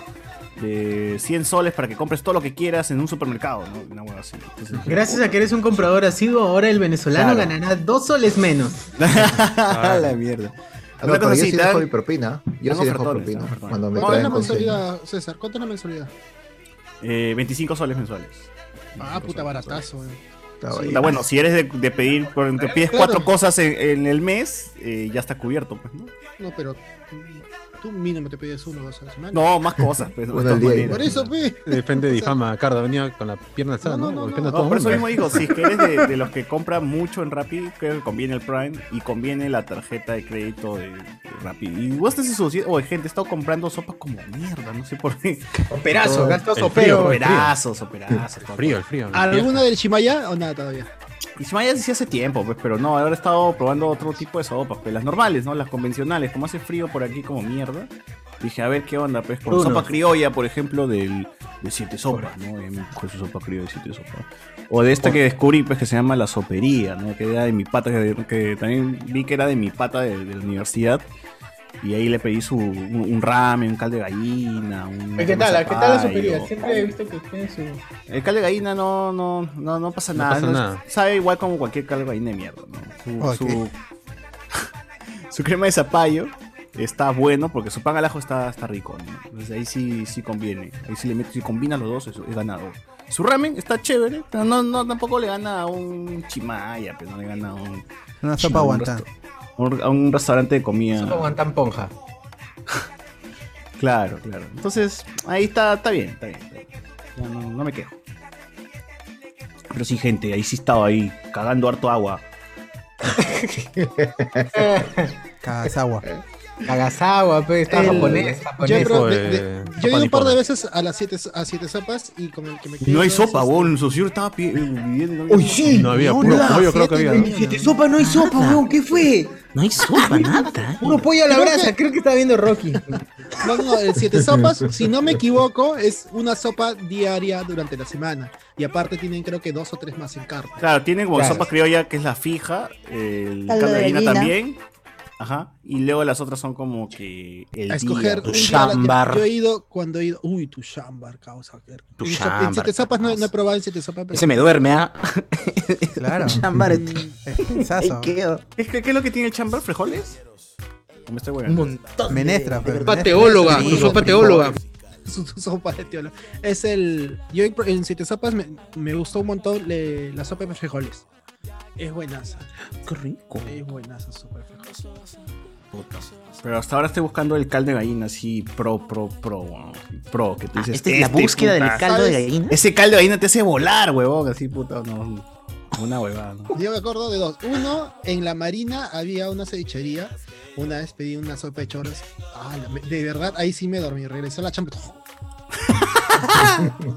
de 100 soles para que compres todo lo que quieras en un supermercado, ¿no? Una hueva así. Entonces,
Gracias a que eres un comprador asiduo, ahora el venezolano
Claro.
ganará dos soles menos.
a la mierda.
Ah,
Una
no, pero
cosa
yo sí
así, te
dejo
dan-
mi propina. Yo
dan
sí dejo
ofertones,
propina
dan ofertones.
cuando me
¿Cuánto es
traen
la
conseña.
mensualidad, César? ¿Cuánto es la mensualidad?
Eh, 25 soles mensuales.
Ah, puta, baratazo. eh.
Estaba ahí.
Puta, bueno, si eres de, de pedir, por- te pides
Claro.
cuatro cosas en, en el mes, eh, ya está cubierto, pues, ¿no?
No, pero mm, tú mínimo te pides uno dos a la semana.
No, más cosas, pues, de
Una
todas
al día,
maneras.
Por eso, pe.
Depende de difama. Cardo venía con la pierna alzada,
No,
¿no?
no, no,
Golpeando a
no.
todo
No, por eso
el
mismo
mundo.
digo, si es que eres de, de los que compran mucho en Rappi, creo que conviene el Prime y conviene la tarjeta de crédito de, de Rappi. Y vos te asocias, oye gente, he estado comprando sopa como mierda, no sé por qué.
Operazo, gastos
el frío,
sopeo.
el
Operazos, operazos.
El frío, el frío. la
¿Alguna del Shimaya o nada todavía?
Y si vaya sí hace tiempo, pues, pero no, ahora he estado probando otro tipo de sopas, pues las normales, ¿no? Las convencionales, como hace frío por aquí como mierda. Dije, a ver qué onda, pues, con
Uno.
sopa criolla, por ejemplo, del, de siete sopas, ¿no? Em, Con su sopa criolla de siete sopas. O de esta que descubrí, pues, que se llama la sopería, ¿no? Que era de mi pata, que, que también vi que era de mi pata de, de la universidad. Y ahí le pedí su, un, un ramen, un caldo de gallina, un...
¿Qué tal? ¿Qué tal la
zapallo.
superioridad? Siempre he visto que tiene su.
El caldo de gallina no, no, no, no pasa
No
nada.
pasa
no es-
nada.
sabe igual como cualquier caldo de gallina de mierda. ¿no? Su,
Ok.
su- su crema de zapallo está bueno porque su pan al ajo está, está rico. ¿no? Entonces ahí sí, sí conviene. Ahí sí le metes, si combinas los dos es, es ganador. Su ramen está chévere, pero no, no, tampoco le gana a un chimaya, pero no le gana a un,
Una sopa aguantada.
un- a un restaurante de comida.
Sopa guantán ponja.
Claro, claro. Entonces, ahí está, está bien, está bien. está bien. Ya no, no me quejo. Pero sí, gente, ahí sí estaba ahí, cagando harto agua.
Cagasagua.
Kagasawa, pe, está
El-
japonés,
Yo, he
japonés.
probado- de-
de-
de-
sopa
yo he ido un par
nipona.
de veces a las siete, a siete zapas y con el que me quedé
No hay
dos,
sopa,
este,
weón. El socio estaba pi- eh, pidiendo.
Uy, sí.
No había,
No,
puro
nada,
pollo creo que había.
siete,
¿no?
siete sopa, no hay sopa, weón, ¿qué fue?
No hay sopa, nada.
Puro pollo a la brasa, creo que está viendo Rocky.
No, no, el siete sopas, si no me equivoco, es una sopa diaria durante la semana. Y aparte tienen creo que dos o tres más en carta.
Claro, tiene como
Claro.
sopa criolla, que es la fija, el
Caldo
caldo de
de
gallina
gallina.
también. Ajá. Y luego las otras son como que el
A escoger
día.
un día a la-
chambar.
Yo he ido cuando he ido. Uy, tu chambar, causa.
Tu
En so- En
chambar,
siete zapas no,
causa.
no he probado en siete zapas, pero
Ese me duerme, ¿ah?
Claro.
Chambar. es-
Es pensazo.
¿Qué?
¿Es que- ¿Qué es lo que tiene el chamber? ¿Frijoles? ¿O Me estoy
Un
huevando?
montón. de-
Menestra,
de-
pero
Sopa teóloga, sopa teóloga.
su, su sopa de tiola. Es el. Yo en, en Siete Sopas me, me gustó un montón le- la sopa de frijoles. Es buenaza.
Qué rico.
Es buenaza sopa de frijoles.
Puta. Pero hasta ahora estoy buscando el caldo de gallina así pro, pro, pro, weón. pro, que tú dices.
Esta Ah, es la
este,
búsqueda
puta.
del caldo de
¿Sabes?
gallina.
Ese caldo de gallina te hace volar, huevón, así puta, no. Una huevada, ¿no?
Yo me acuerdo de dos. Uno, en la marina había una cevichería. Una vez pedí una sopa de choros. Ah, la me- de verdad, ahí sí me dormí. Regresé a la chamba.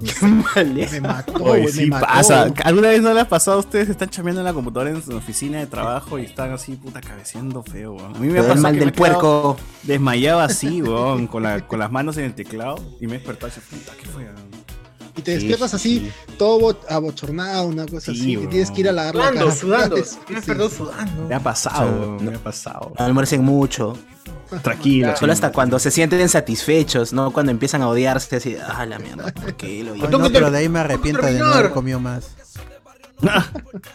Qué mal, ¿eh?
Me mató,
Oye,
güey,
sí
me mató.
pasa. ¿Alguna vez no le ha pasado a ustedes? Están chambeando en la computadora en su oficina de trabajo y están así, puta, cabeceando feo, weón. A mí me ha
El
pasado
mal
que me
del
he quedado
puerco.
Desmayado así, weón, con, la- con las manos en el teclado y me he despertado así, puta, ¿qué fue? weón?
Y te
Sí,
despiertas
sí,
así,
sí.
todo bo- abochornado, una cosa
Sí,
así.
weón.
Y tienes que ir a lavar la
Sudando,
cara.
sudando.
Sí,
Me
sí.
perdón sudando.
Me ha pasado,
Sí.
weón, me ha pasado.
No almuercen mucho.
Tranquilo.
Solo hasta cuando se sienten satisfechos, no cuando empiezan a odiarse así, ah, la mierda, ¿por qué lo
Ay,
hice?
no,
Tócate-
pero de ahí me arrepiento de no haber
terminar.
comido más.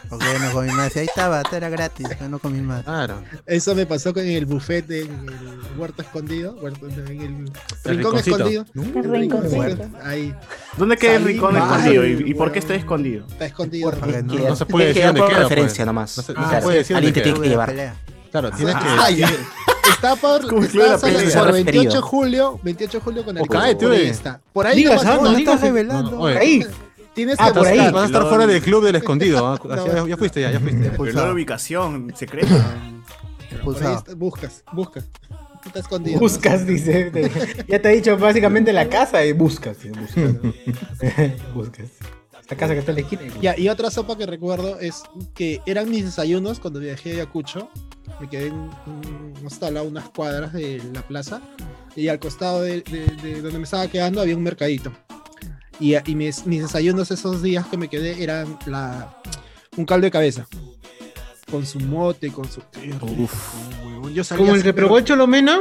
Porque no comí más. Y ahí estaba, era gratis, pero no comí más.
Claro.
Eso me pasó con el buffet en el huerto escondido. huerto- en el rincón
rinconcito.
escondido.
Qué
El
rinconcito.
rinconcito. Ahí,
¿Dónde queda el
Salí
rincón
mal,
escondido? ¿Y, y
weón.
por qué estoy escondido?
está escondido.
Porque no-
No, no se
Tienes
puede
que
decir
llevar
dónde
por
queda. pues.
referencia nomás.
No se, no
Ah,
se puede decir
Alguien
dónde
te
queda.
tiene que llevar. Ah,
Pelea.
Claro, tienes que.
Ay, está por,
Como el
está
club de la
sobre-
pelea.
por
Referido.
28 de julio, 28 de julio con el
O cae,
por
tío,
ahí
eh.
está. Por ahí
Digas,
"Oh,
nomás,
ah,
no,
no,
no,
digas,
tienes-
No, no,
Por
oye,
ahí.
tienes que
Ah, por ahí.
buscar.
Vas a estar fuera del club del escondido. ¿ah? Así- ya, ya fuiste, ya, ya fuiste.
Pero la ubicación secreta.
Por ahí
Expulsado.
está- buscas, buscas. Está escondido.
Buscas, dice. Ya te he dicho básicamente la casa y buscas. sí, Buscas. buscas. La casa que está en la esquina. y buscas.
Ya, y otra sopa que recuerdo es que eran mis desayunos cuando viajé a Ayacucho. Me quedé en un hostal a unas cuadras de la plaza. Y al costado de, de- de donde me estaba quedando había un mercadito. Y, y mis, mis desayunos esos días que me quedé eran la, un caldo de cabeza. Con su mote, con su... qué rico, huevón. Yo salía
Como el
así,
que probó el Cholomeno.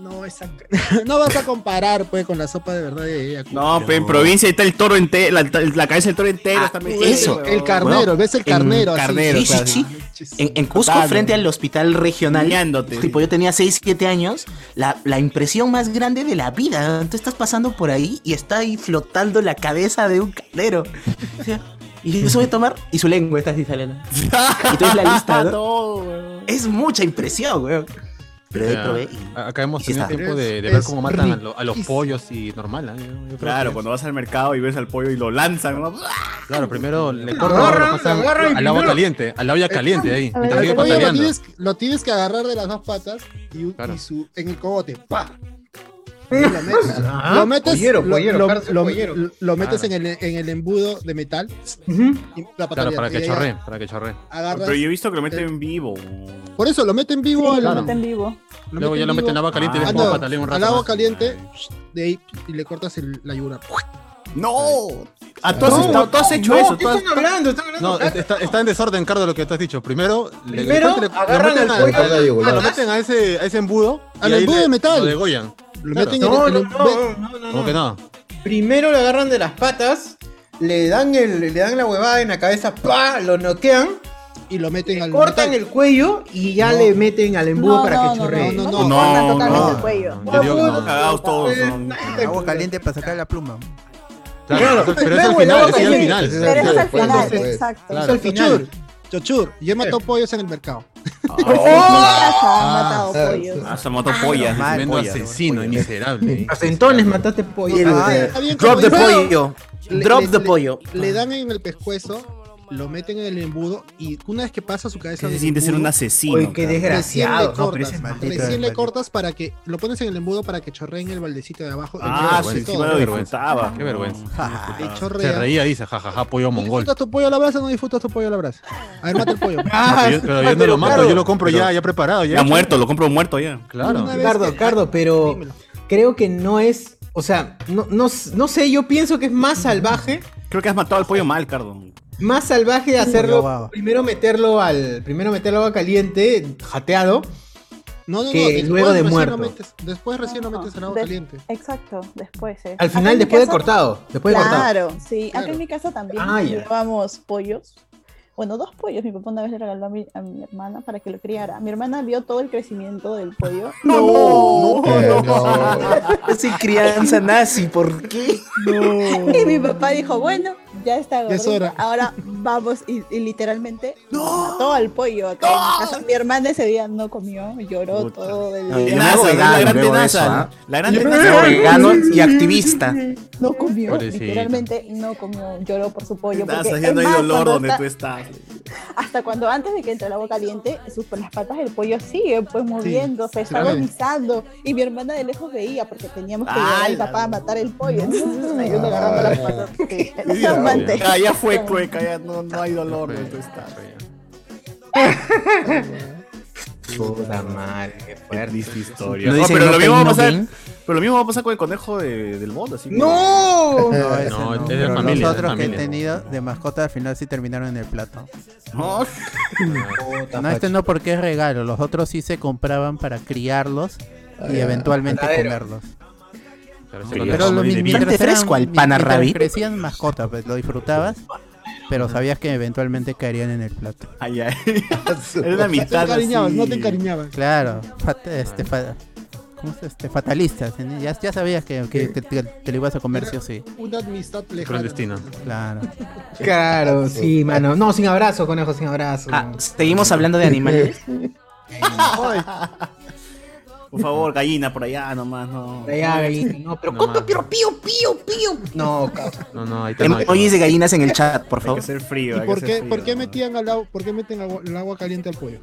No, esa- no vas a comparar pues con la sopa de verdad de Ayacucho.
No, pe, en provincia ahí está el toro entero, la, la cabeza del toro entero.
Ah,
está metida,
eso.
weón.
El carnero, ves el
en
carnero. así.
carnero,
Sí, sí,
claro.
sí. En, en Cusco,
Total,
frente
weón.
al hospital regional,
Niñándote,
tipo,
sí.
yo tenía 6, 7 años, la, la impresión más grande de la vida. Tú estás pasando por ahí y está ahí flotando la cabeza de un caldero. O sea, Y eso voy a tomar, y su lengua está así saliendo. Y tú ves la lista, ¿no?
No, weón.
Es mucha impresión, weón. Pero de ahí
Ya.
probé y-
A- Acá hemos
y sí
tenido
está.
tiempo de, de
Es-
ver cómo matan a,
es
lo- a los
riquísimo.
pollos y normal. ¿ah? Yo- yo creo
Claro,
que-
cuando vas al mercado y ves al pollo y lo lanzan, ¿no?
Claro, primero le cortan,
agarran,
lo
lo
pasan
agarran y
al agua
primero-
caliente, al
Eh,
agua caliente ahí.
A
y
ver,
te sigue
Al pollo lo
pataleando.
tienes, lo tienes que agarrar de las dos patas y, un-
Claro.
y su, en el cogote. ¡Pa! Y Lo metes,
Ah,
lo metes,
pollero,
lo-
pollero,
lo-
cárcel,
lo-
pollero.
lo metes
Claro.
en, el, en el embudo de metal y la
Claro,
patalea.
para
Y
que
ahí
chorre, para que chorre.
agarras-
Pero yo he visto que lo meten en vivo. weón.
por eso lo meten
Sí,
vivo al,
lo
claro.
meten vivo.
lo
Luego ya lo
vivo
meten al agua caliente y ves
Ah,
cómo
no,
patalea un rato.
al agua
más.
caliente de ahí, y le cortas el- la yugura.
¡No! Ah, tú has,
No,
estado- tú has hecho
No,
eso.
¿qué
tú has-
están hablando? Están hablando
No,
acá.
es- está, está en desorden, Cardo, lo que tú has dicho. Primero, le- le
Primero,
cortan- le- lo
agarran
meten
al
al-
pollo
lo-
de las
lo- lo
patas.
meten a ese, a ese embudo. y
Al
ahí
embudo
le-
de metal.
Lo degollan.
Lo
Claro.
meten en
No,
el,
no,
en el- ve-
no, no, no,
¿Cómo
no.
que no?
Primero lo agarran de las patas, le dan, el, le dan la huevada en la cabeza, ¡pa! lo noquean,
y lo meten al
cortan
metal.
el cuello y ya
No.
le meten al embudo
No,
para
no,
que
no,
chorree.
no,
No,
no, cortan
no,
totalmente
no.
el cuello.
Yo digo que no.
Cagados todos, ¿no?
Agua caliente para sacar la pluma.
Claro,
Claro.
pero es al
Luego el
final,
agua
es al
caliente.
final.
Pero eso es al
Después,
final,
después.
exacto.
Claro.
al final.
Chochur, yo he matado pollos en el mercado.
Ah, han matado
ah,
pollos.
Ah, se mató pollas.
mal,
dice,
Tremendo
pollas.
asesino y miserable.
A centones mataste pollo.
Ah,
Eh,
Está bien
Drop the
complicado.
pollo.
Le-
Drop
le-
the
le-
pollo.
Le dan en el pescuezo, lo meten en el embudo y una vez que pasa su cabeza.
¿Qué se
del
siente ser un
embudo,
asesino?
Oye, qué
cara?
Recién le
desgraciado. No, pero
cortas,
ese
maldito
recién le
animal.
cortas para que lo pones en el embudo para que chorree en el baldecito de abajo.
Ah,
el
sí,
pollo,
sí,
todo.
me lo
Qué vergüenza.
disfrutaba.
Qué vergüenza.
Ahí
Ah, Se
chorrea.
reía, dice, jajaja, pollo
¿Tú
mongol.
¿Disfrutas tu pollo a la brasa o no disfrutas tu pollo a la brasa? A ver, mata el pollo.
Ah,
Pero yo, pero yo no lo mato,
claro.
yo lo compro ya, ya preparado. Ya,
Ya
hecho.
muerto, lo compro muerto ya.
Claro.
Una vez
Cardo,
que-
Ah,
Cardo, pero
Dímelo.
creo que no es. O sea, no, no, no sé, yo pienso que es más salvaje.
Creo que has matado al pollo mal, Cardo.
Más salvaje de
Pollo
hacerlo.
guau.
Primero meterlo al. Primero meterlo al agua caliente, jateado.
No, no, no.
que
después
luego de
recién
muerto.
lo metes- después recién lo
No,
metes en agua
de-
caliente.
Exacto, después. eh.
Al
Acá
final,
en mi
después de
casa-
cortado. Después de cortado.
Claro, sí. Acá
Claro.
en mi casa también
Ah, ya.
llevábamos pollos, bueno, dos pollos. Mi papá una vez le regaló a mi, a mi hermana para que lo criara. Mi hermana vio todo el crecimiento del pollo.
No, Eh, no,
no.
Es crianza nazi, ¿por qué?
Y mi papá dijo, bueno, ya está
Ya es
gordita,
hora.
Ahora vamos y, y literalmente mató al pollo. acá en mi casa. Mi hermana ese día no comió, lloró
Puta.
todo el
Ay,
día.
me hago
Tenaza,
vegano
la gran
luego de
tenaza,
eso, ¿ah?
La gran tenaza.
Soy vegano y activista.
No comió,
Pobrecito.
literalmente no comió, lloró por su pollo. Porque,
Tenaza, ya
es
no hay
más,
dolor
cuando
donde
está-
tú estás.
hasta cuando antes de que entre el agua caliente, sus, las patas del pollo siguen pues moviéndose, está
claro.
agonizando. Y mi hermana de lejos veía porque teníamos que
Ah,
llevar al
la
papá a matar el pollo. Entonces ahí uno agarrando las patas. Sí, era traumante.
Ah, Ya, ya fue cueca, ya no, no hay dolor donde tú estás.
Puta madre, qué fuerte.
Triste historia.
No
No,
dice
pero,
no
lo mismo va
pain,
a
no
pasar,
gain.
pero lo mismo va a pasar con el conejo de- del mundo. Así que-
¡No!
No, ese no,
No, es de
pero
familia, es de
los otros que he
familia.
tenido de mascota al final sí terminaron en el plato.
No,
No, este no porque es regalo, los otros sí se compraban para criarlos
Ah,
y eventualmente comerlos. Pero lo, mi- mientras
Bastante fresco al pana
mientras
rabbit.
crecían mascotas, pues lo disfrutabas, pero sabías que eventualmente caerían en el plato.
Ay, ay. Era una
No te
mitad así.
encariñabas, no te encariñabas.
Claro, fat- este, fa- ¿cómo se- este, fatalistas, ¿eh? ya, ya sabías que, que te, te- te lo ibas a comer sí o sí.
Una amistad lejana.
Clandestino.
Claro.
Claro,
Ah.
sí, mano. No, sin abrazo, conejo, sin abrazo.
Ah, seguimos hablando de animales.
Por favor, gallina, por allá nomás, no.
Por allá, gallina. No, pero ¿cuánto quiero?
Pío, pío, pío.
No, cabrón. Em,
No, no, ahí
Em,
está. no, ahí está,
Emojis de gallinas en el chat, por
Hay
favor.
que ser frío.
¿Y
hay
por
que
qué,
ser
por qué
frío.
metían al agua, por qué meten agua- el agua caliente al pollo?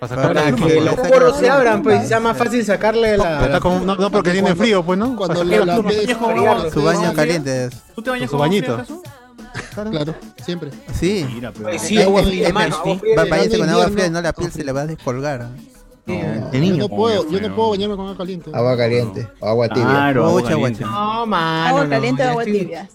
Para sacar
Para
la pluma,
que
pues.
los poros se abran, pues y sea más fácil sacarle la.
Está como- no, no, porque tiene frío, pues, ¿no?
Cuando
Para
le
sacar la
la
pluma.
ves-
Enfriarlo.
Su baño caliente es-
¿Tú te bañas
Su
con agua fría,
bañito.
acaso?
Claro, siempre.
Sí.
Mira, pero.
Ay, sí, agua fría, mano, agua fría.
Va- Váyase con agua
invierno,
fría, no la piel se le va a descolgar.
No,
De
Yo
niño.
no puedo,
coño,
yo
feo.
no puedo bañarme con agua caliente.
Agua caliente, agua tibia.
Claro, agua
Mucha
caliente.
guachina.
No, mano.
Agua
no,
caliente o
ya
agua
estoy-
tibia.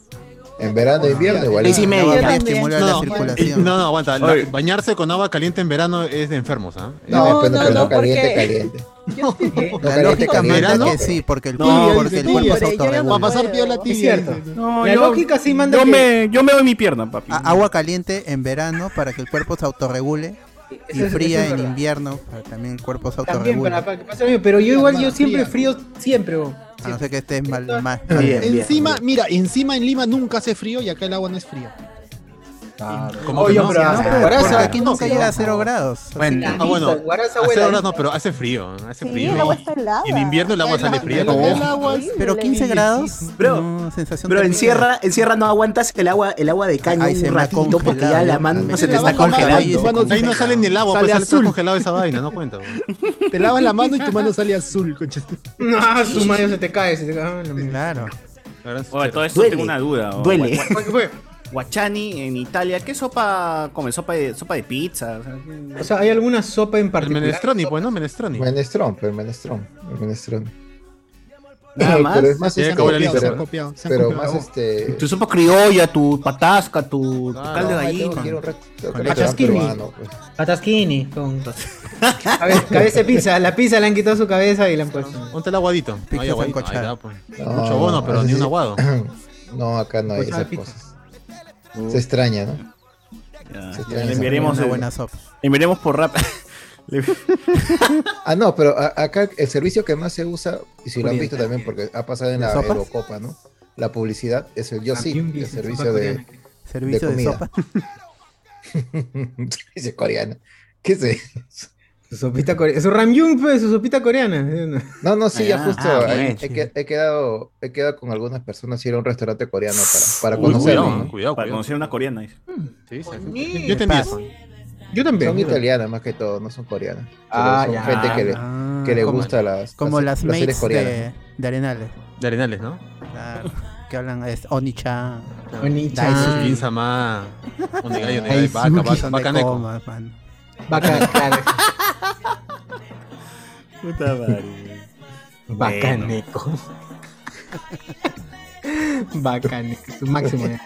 En verano, invierno, igual.
Seis y
El agua
Yo
media.
fría
también.
estimula
No,
la
no,
Y-
circulación.
No, no, aguanta. la-
Oye.
bañarse con agua caliente en verano es de enfermos, ¿ah? Es de-
No,
No,
pero
no,
pero
no,
no caliente,
porque-
caliente.
Yo sí-
No
La
caliente,
lógica manda
caliente.
que sí, porque el,
No,
cuerpo-
dice
porque el
tibia,
cuerpo se
pero yo ya
autorregula.
Va a pasar
puedo.
piola
Es
tibia.
cierto.
dice.
No,
La
yo,
lógica sí manda
yo
que-
me, Eh, yo me doy mi pierna, papi.
A- Agua caliente en verano para que el cuerpo se autorregule y
Eso es-
fría
eso es
en
verdad.
invierno para que también el cuerpo se
También
autorregule.
para, para que pase lo mismo. Pero yo igual, yo siempre frío, siempre. bro.
A no ser que estés mal, mal.
Bien, bien.
Encima, mira, encima en Lima nunca hace frío y acá el agua no es fría.
como
Oye,
que no,
pero
¿no?
a-
Pero-
a
Porque
Guaraza-
aquí nunca llega a cero grados.
Bueno,
Ah, bueno,
En Guaraza,
hace
huele.
horas no, pero hace frío, hace
Sí,
frío.
el agua está helada.
Y en invierno el agua sale fría.
El,
como-
el agua es
Pero 15 grados,
Bro,
no, sensación
Bro, en
térmica.
sierra, en sierra no aguantas el agua, el agua de caña
Ahí se
un
me ha
ratito porque ya
congelado,
la
ya.
mano
Ahí
se
me
te
lava
está
la mano,
congelando.
cuando-
Ahí no sale ni el agua,
Sale
pues sale todo
azul.
congelado esa vaina, no cuenta. güey.
Te lavas la mano y tu mano sale azul, concha.
No, su madre se te cae. Se te cae. Ah, la mierda.
Claro.
La verdad es
Oye, todo esto
Duele.
tengo una duda. o-
Duele.
gua-
¿Por qué fue?
Guachani en Italia, ¿qué sopa come? ¿Sopa de, sopa de pizza? O sea,
O sea, ¿hay alguna sopa en
El
particular?
menestroni, pues, ¿no? Menestroni.
Menestrón, pero menestrón. El menestrón.
Nada más.
Pero es más,
Tiene
este,
que haber
Copiado, se han
pero,
copiado, se han
pero
copiado.
más este.
Tu sopa criolla, tu patasca, tu, tu
Claro.
caldo de
Ay, tengo que ir
gallina.
un rato- tengo que
Con
ir a un
chasquini.
peruano, pues.
Pataschini con. A ver, cabeza de pizza. La pizza le han quitado su cabeza y la han puesto.
Ponte el aguadito. No hay
Pizza
aguadito. Ahí
sancochada.
está, pues.
No,
Mucho bono, pero
ese
ni un
sí.
aguado.
No, acá no hay
Pues, ah,
esas
pizza.
cosas. Se extraña, ¿no?
Ya,
Se
ya
extraña
Le
esa
enviaremos,
una
el-
buena sopa.
le enviaremos por rap. Le-
Ah, no, pero a- acá el servicio que más se usa, y si lo han
Coreano.
visto también, porque ha pasado en
¿De
la
sopas?
Eurocopa, ¿no? La publicidad es el
Ah,
Yo Sí,
También
el
dicen sopa
servicio de,
coreana.
Servicio de,
comida.
sopa.
Dice coreana. ¿Qué sé?
Su sopita coreana. Su ramyun, pues, su sopita coreana.
No, no, sí, ya
Ah,
justo
ah,
ahí
bueno,
he, que- he quedado, he quedado con algunas personas ir a un restaurante coreano para, para
Uy,
conocerlo.
cuidado, eh,
¿no?
cuidado,
para
cuidado.
conocer una coreana. dice.
Mm.
Sí, sí,
Bonito.
Pues
sí. Yo entendí eso.
Yo también.
Son italianas más que todo, no son coreanas. Pero
Ah,
son
ya.
gente que le,
Ah,
que le
como,
gusta las,
como las,
series
mates
coreanas.
de, de Arenales.
De arenales, ¿no?
Claro. que hablan es Onichan.
Oni-chan.
Daisuke.
Sí.
Pinza más. Un
Ah,
gallo, nega de vaca,
Daisuke,
vaca,
son de
vaca neco.
comas, man.
Bacán, claro.
Puta madre.
Bacaneco. Bacaneco. Su máximo. eh.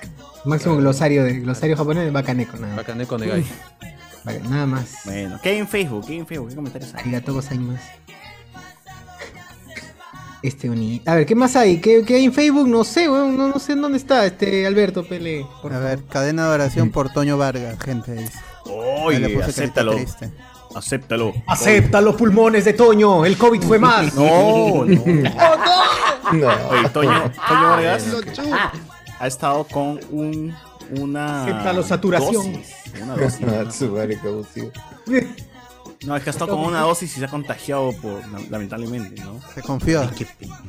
Su máximo glosario de glosario japonés de bacaneco. Nada más.
Vaca neco, nega de-
Baca- Nada más.
Bueno, ¿qué hay en Facebook? ¿Qué hay en Facebook? ¿Qué comentarios hay?
Arigato gozaimasu. Este oni. A ver, ¿qué más hay? ¿Qué, qué hay en Facebook? No sé, weón. No, no sé en dónde está este Alberto Pele. Mm.
A ver, cadena de oración por Toño Vargas, gente. dice.
Oye,
le puse carita
acéptalo.
triste.
Acéptalo.
Acepta los pulmones de Toño, el COVID fue más.
No, no.
No.
Oye, Toño, Toño Vargas
Ah,
ha estado con un, una.
Acéptalo, saturación.
dosis, una dosis.
Ah, su madre, qué abusivo.
No, es que ha estado con una dosis y se ha contagiado, por, lamentablemente, ¿no?
Se confió.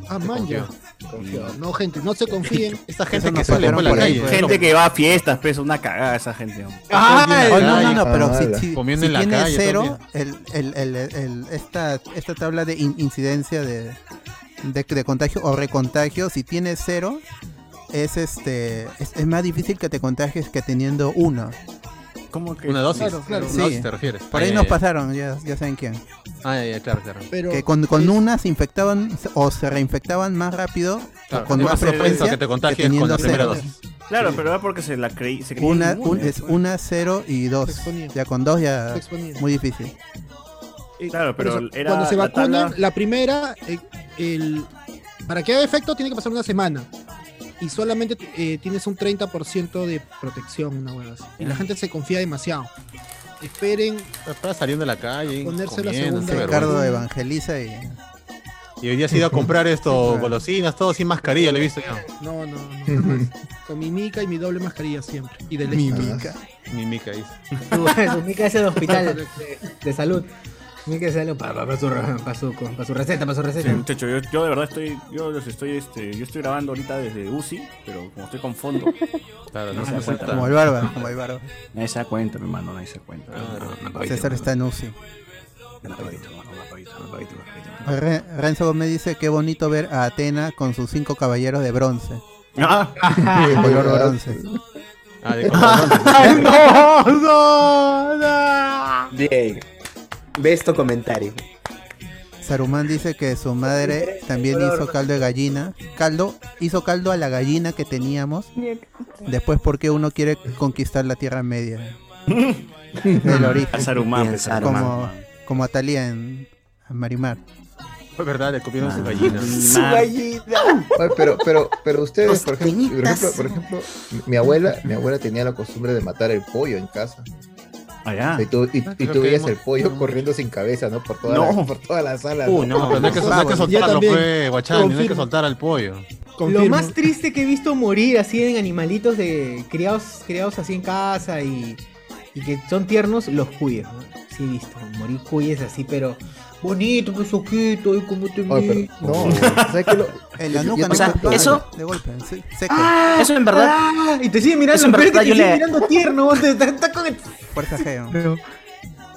ah, man, ya. No, gente, no se confíen.
Esta
Eso
gente que
nos
sale por
sacaron
la
por ahí,
calle.
pues.
Gente que va a fiestas, pero es una cagada esa gente. hombre.
Oh,
¡Ay!
no, no, no,
Ay,
pero si,
mala.
si-
Comiendo
si
en la
tiene
calle
cero, el, el, el, el- esta, esta tabla de in- incidencia de, de, de contagio o recontagio, si tiene cero, es este es, es más difícil que te contagies que teniendo uno.
¿Cómo que?
Una dosis.
Claro, claro.
Una
Sí.
dosis te refieres.
Por ahí
Ah,
nos
ya,
pasaron, ya, ya saben quién.
ya. Ah, ya, ya, claro, claro.
Pero
Que con, con
es-
una se infectaban se- o se reinfectaban más rápido, pues,
Claro,
con
es
más
propenso
frecuencia
que te contagies
teniendo
con la primera
cero.
dosis.
Claro, pero era porque se la creí. Se creía
una,
inmune,
un-
pues.
es una, cero y
Se
dos.
exponía.
Ya con dos ya
Se exponía.
muy difícil.
Claro, pero
Por eso,
era.
cuando se
la
vacunan, la,
tabla-
primera, eh, el- para que haga efecto, tiene que pasar una semana. Y solamente eh, tienes un 30% de protección, una hueva así.
Ah.
Y la gente se confía demasiado. Esperen,
Estaba saliendo a la calle,
Ponerse la
comiendo,
segunda.
qué vergüenza.
Ricardo evangeliza
eh.
y
Y hoy día se iba a comprar esto, golosinas, todo sin mascarilla, lo he visto ya.
no, no, no, jamás. Con mi mica y mi doble mascarilla siempre. Y de ley.
mimica.
Mi mica dice.
Su mica es el hospital de, de salud. Su mica es el para, para, su, para, su, para su receta, para su
Sí,
receta.
muchacho, yo, yo de verdad estoy, yo los estoy, este, yo estoy grabando ahorita desde UCI, pero como estoy con fondo,
Claro,
No
no
se
se
da cuenta.
acepta.
Como el barba, como el barba.
nadie se da cuenta, mi hermano, nadie se da cuenta.
César está en UCI.
Un apaguito, un apaguito, un apaguito, un apaguito.
Re- Renzo Gómez dice qué bonito ver a Atena con sus cinco caballeros de bronce.
Ah,
Color bronce.
Ah, de comprar-
Bien. Ve esto comentario.
Sarumán dice que su madre también hizo caldo de gallina. Caldo, hizo caldo a la gallina que teníamos. Después porque uno quiere conquistar la Tierra Media. Del origen.
Sarumán,
Bien,
pues,
Sarumán.
Como,
Sarumán.
como Talía en en Marimar.
Fue verdad, le copiaron sus gallinas.
Su gallina.
Ay, pero, pero, pero ustedes,
Los
por ejemplo, por ejemplo,
tenitas.
por ejemplo, mi abuela, mi abuela tenía la costumbre de matar el pollo en casa.
Allá.
Y tú, y,
Ah,
y
creo
tú
que
veías
hemos-
el pollo corriendo sin cabeza, ¿no? Por toda,
No.
la, por toda la sala.
Uh,
¿no?
no.
Pero no hay que, no hay que soltarlo, fue, guachán, no hay que soltar al pollo.
Lo
Confirmo.
más triste que he visto morir así en animalitos de criados, criados así en casa y, y que son tiernos, los cuyes. ¿no? Sí he visto, morir cuyes así, pero bonito, pues oquito, y como te
Ay, pero,
miro.
no, ¿sabes qué? Lo,
En la
yo- yo tengo
nuca, ¿no?
O sea,
un plan.
eso-
De golpe, sí, seco.
Eso en verdad.
Ah, y te sigue mirando,
Eso en
pero es que
verdad
te
yo
sigue
le-
mirando tierno, vos te- estás estás con el...
Fuerza geo.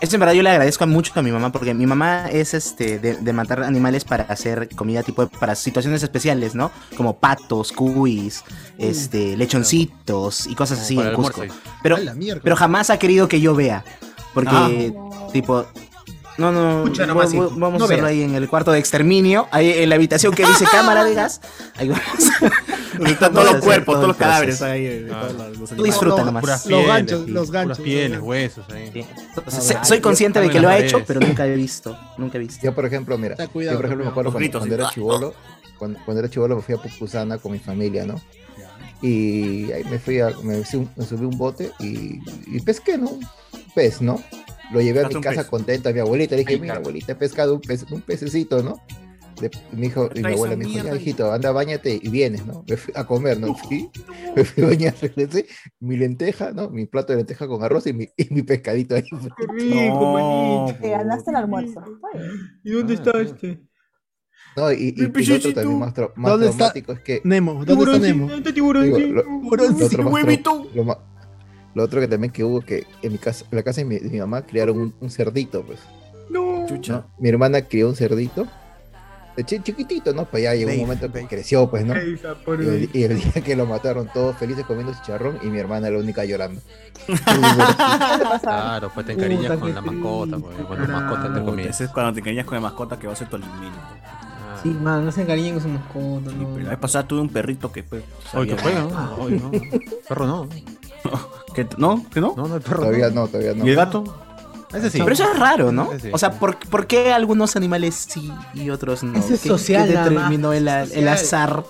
Eso en verdad yo le agradezco mucho a mi mamá porque mi mamá es este de, de matar animales para hacer comida tipo para situaciones especiales, ¿no? Como patos, cuis, este, lechoncitos y cosas así
para
en
el
Cusco.
almuerzo.
Pero,
A la mierda.
pero jamás ha querido que yo vea. Porque,
Ah.
tipo, no, no,
Escucha
va-
nomás,
va-
hijo,
vamos a
no
hacerlo
veas.
ahí en el cuarto de exterminio, ahí en la habitación que dice cámara de gas. Ahí vamos.
Donde están
Vamos a
todos los
hacer
cuerpos,
todo
todos los
el
cadáveres
proceso.
ahí. eh,
Ah.
todos los- los
Tú
animales.
disfruta
No,
nomás.
puras
Los
pieles,
ganchos, los
puras
ganchos, los
pieles,
ganchos.
huesos ahí.
Entonces,
Ah,
sé-
bueno.
soy consciente de
Están
que
en
lo
las
ha hecho,
paredes.
pero nunca he visto, nunca he visto.
Yo, por ejemplo, mira,
Ten cuidado,
yo, por ejemplo, me acuerdo
ten
cuando,
cuidado.
cuando era
Los
chivolo, cuando, cuando era chivolo me fui a Pucusana con mi familia, ¿no? Y ahí me fui a, me, subí un- me subí un bote y, y pesqué, ¿no? Un pez, ¿no? Lo llevé a
Pescaste
mi
un
casa
pez.
contento a mi abuelita, le dije,
Ahí
mira,
está.
abuelita, he pescado un, pez, un pececito, ¿no? De, y me dijo, y mi
Traes
abuela
esa
me dijo, ya,
mierda.
hijito, anda, bañate y vienes, ¿no? Me fui a comer, ¿no? Fui- me fui a bañar, regresé, mi lenteja, ¿no? Mi plato de lenteja con arroz y mi, y mi pescadito ahí.
No, pues.
Te ganaste el almuerzo. Está bien.
¿Y dónde
Ah.
está este?
No, y, y,
Mi
y lo otro
pechito.
también más, tra- más
¿Dónde está?
traumático es que
Nemo, ¿dónde está
Tiburoncito,
Nemo?
¿dónde está tiburoncito?
Digo, lo- lo otro, más
huevito.
tra- lo ma- lo otro que también que hubo que en mi casa, en la casa de mi, de mi mamá criaron un, un cerdito, pues.
Chucha.
Mi hermana crió un cerdito. de chi- chiquitito, ¿no? Pues ya llegó un
Babe,
momento que
babe.
creció, pues, ¿no?
Ay, hija, por
Y el,
Dios.
y el día que lo mataron, todos felices comiendo chicharrón y mi hermana la única llorando.
¿Qué pasa?
Claro, pues te encariñas
Puta,
con
qué
la mascota,
triste,
pues, con tu mascota entre
Puta,
comillas.
Ah, Ese es cuando te engañas con la mascota que va a ser tu alimento.
Ah.
Sí, man, no se encariñen con su mascota,
Sí, pero La vez
no.
pasada tuve un perrito que pues,
Oye,
sabía-
que juega, ¿no? Oye, no. Perro no.
que ¿No? ¿Que no?
No, no, el perro
todavía no, todavía no.
¿Y el gato?
Ese sí.
Pero eso es raro, ¿no?
Sí, sí.
O sea, ¿por, por qué algunos animales sí y otros no?
Eso es
¿Qué-
social,
qué
nada más.
determinó el,
Eso es
el
social.
azar?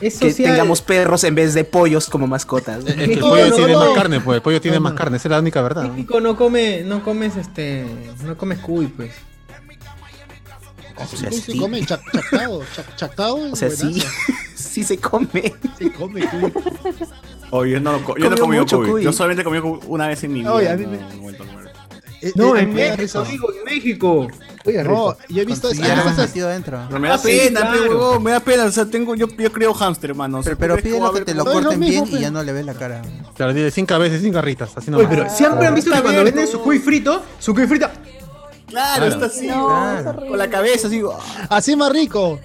Es
que
social.
tengamos perros en vez de pollos como mascotas.
Es que el
No,
pollo
no,
tiene
no.
más carne, pues. El pollo tiene
No,
más
no.
carne, esa es la única verdad. ¿no?
Típico, no come, no comes este, no comes cuy, pues.
O sea,
Uy,
sí.
se come chac- chactado, chac- chactado es
O sea, sí,
buenazo.
sí se come.
Se come, tú.
Oh, yo no, co- yo no he
Comió
comido
mucho
cuy.
cuy.
Yo solamente he comido cuy una vez en mi vida.
Oye, a mí
no
me-
he vuelto a comer.
Eh,
No,
eh,
en
me da
México,
risa.
amigo, en México.
Oye,
No,
rico.
yo Oh, he visto
Ya lo
esas-
has
esas-
metido dentro.
Pero me da
Ah, sí,
pena, pe,
claro.
huevón, me da pena. O sea, tengo, yo, yo creo hámster, hermano.
Pero, pero pídelo que te lo
No, es lo
corten
mismo,
bien y
pe.
ya no le ves la cara.
Claro, dile cinco veces, cinco garritas, así
Oye,
nomás.
pero siempre han visto que cuando venden su cuy frito, su cuy frito.
Claro, está así.
No,
claro.
es horrible.
Con la cabeza, así.
Así más rico.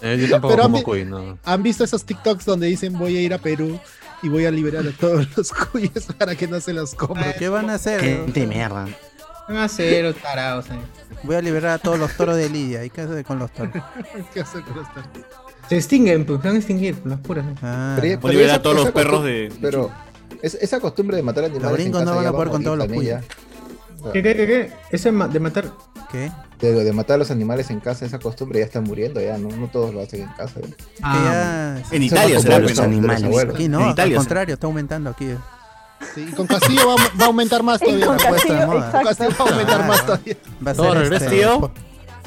Eh, yo tampoco
Pero a
como
mí-
cuy, no.
¿Han visto esos TikToks donde dicen voy a ir a Perú y voy a liberar a todos los cuyes para que no se los coman?
¿Pero qué van a hacer?
Gente de mierda.
Van
Ah,
a ser los tarados. eh.
Voy a liberar a todos los toros de Lidia. ¿Y qué hacer con los toros?
¿Qué hacer con los tar-
Se extinguen, pues, se van a extinguir, las puras. ¿no?
Ah,
Pero ya-
Voy a
pero
liberar
esa-
a todos los
esa
perros
costum-
de- de
Pero es- esa costumbre de matar animales. en
gringos
casa
no van
ya
a
va
poder con
morir
todos los
también ya.
¿Qué, qué, qué, qué? Eso es ma- de matar.
¿qué?
De, de matar a los animales en casa, esa costumbre ya está muriendo, ya no, no todos lo hacen en casa. ¿eh? ya.
Ah,
Ah, Que ya-
En
Son
Italia
los
será,
abuelos,
pues.
¿no? De los
animales.
abuelos.
Aquí no,
En
al
Italia,
contrario, está aumentando aquí.
Sí, y con Castillo va, a- va a aumentar más todavía.
Con
puesta de
Castillo,
moda.
Con Castillo va a aumentar más todavía.
Ah. Va a
Todo
ser
regresa,
este,
tío.
po-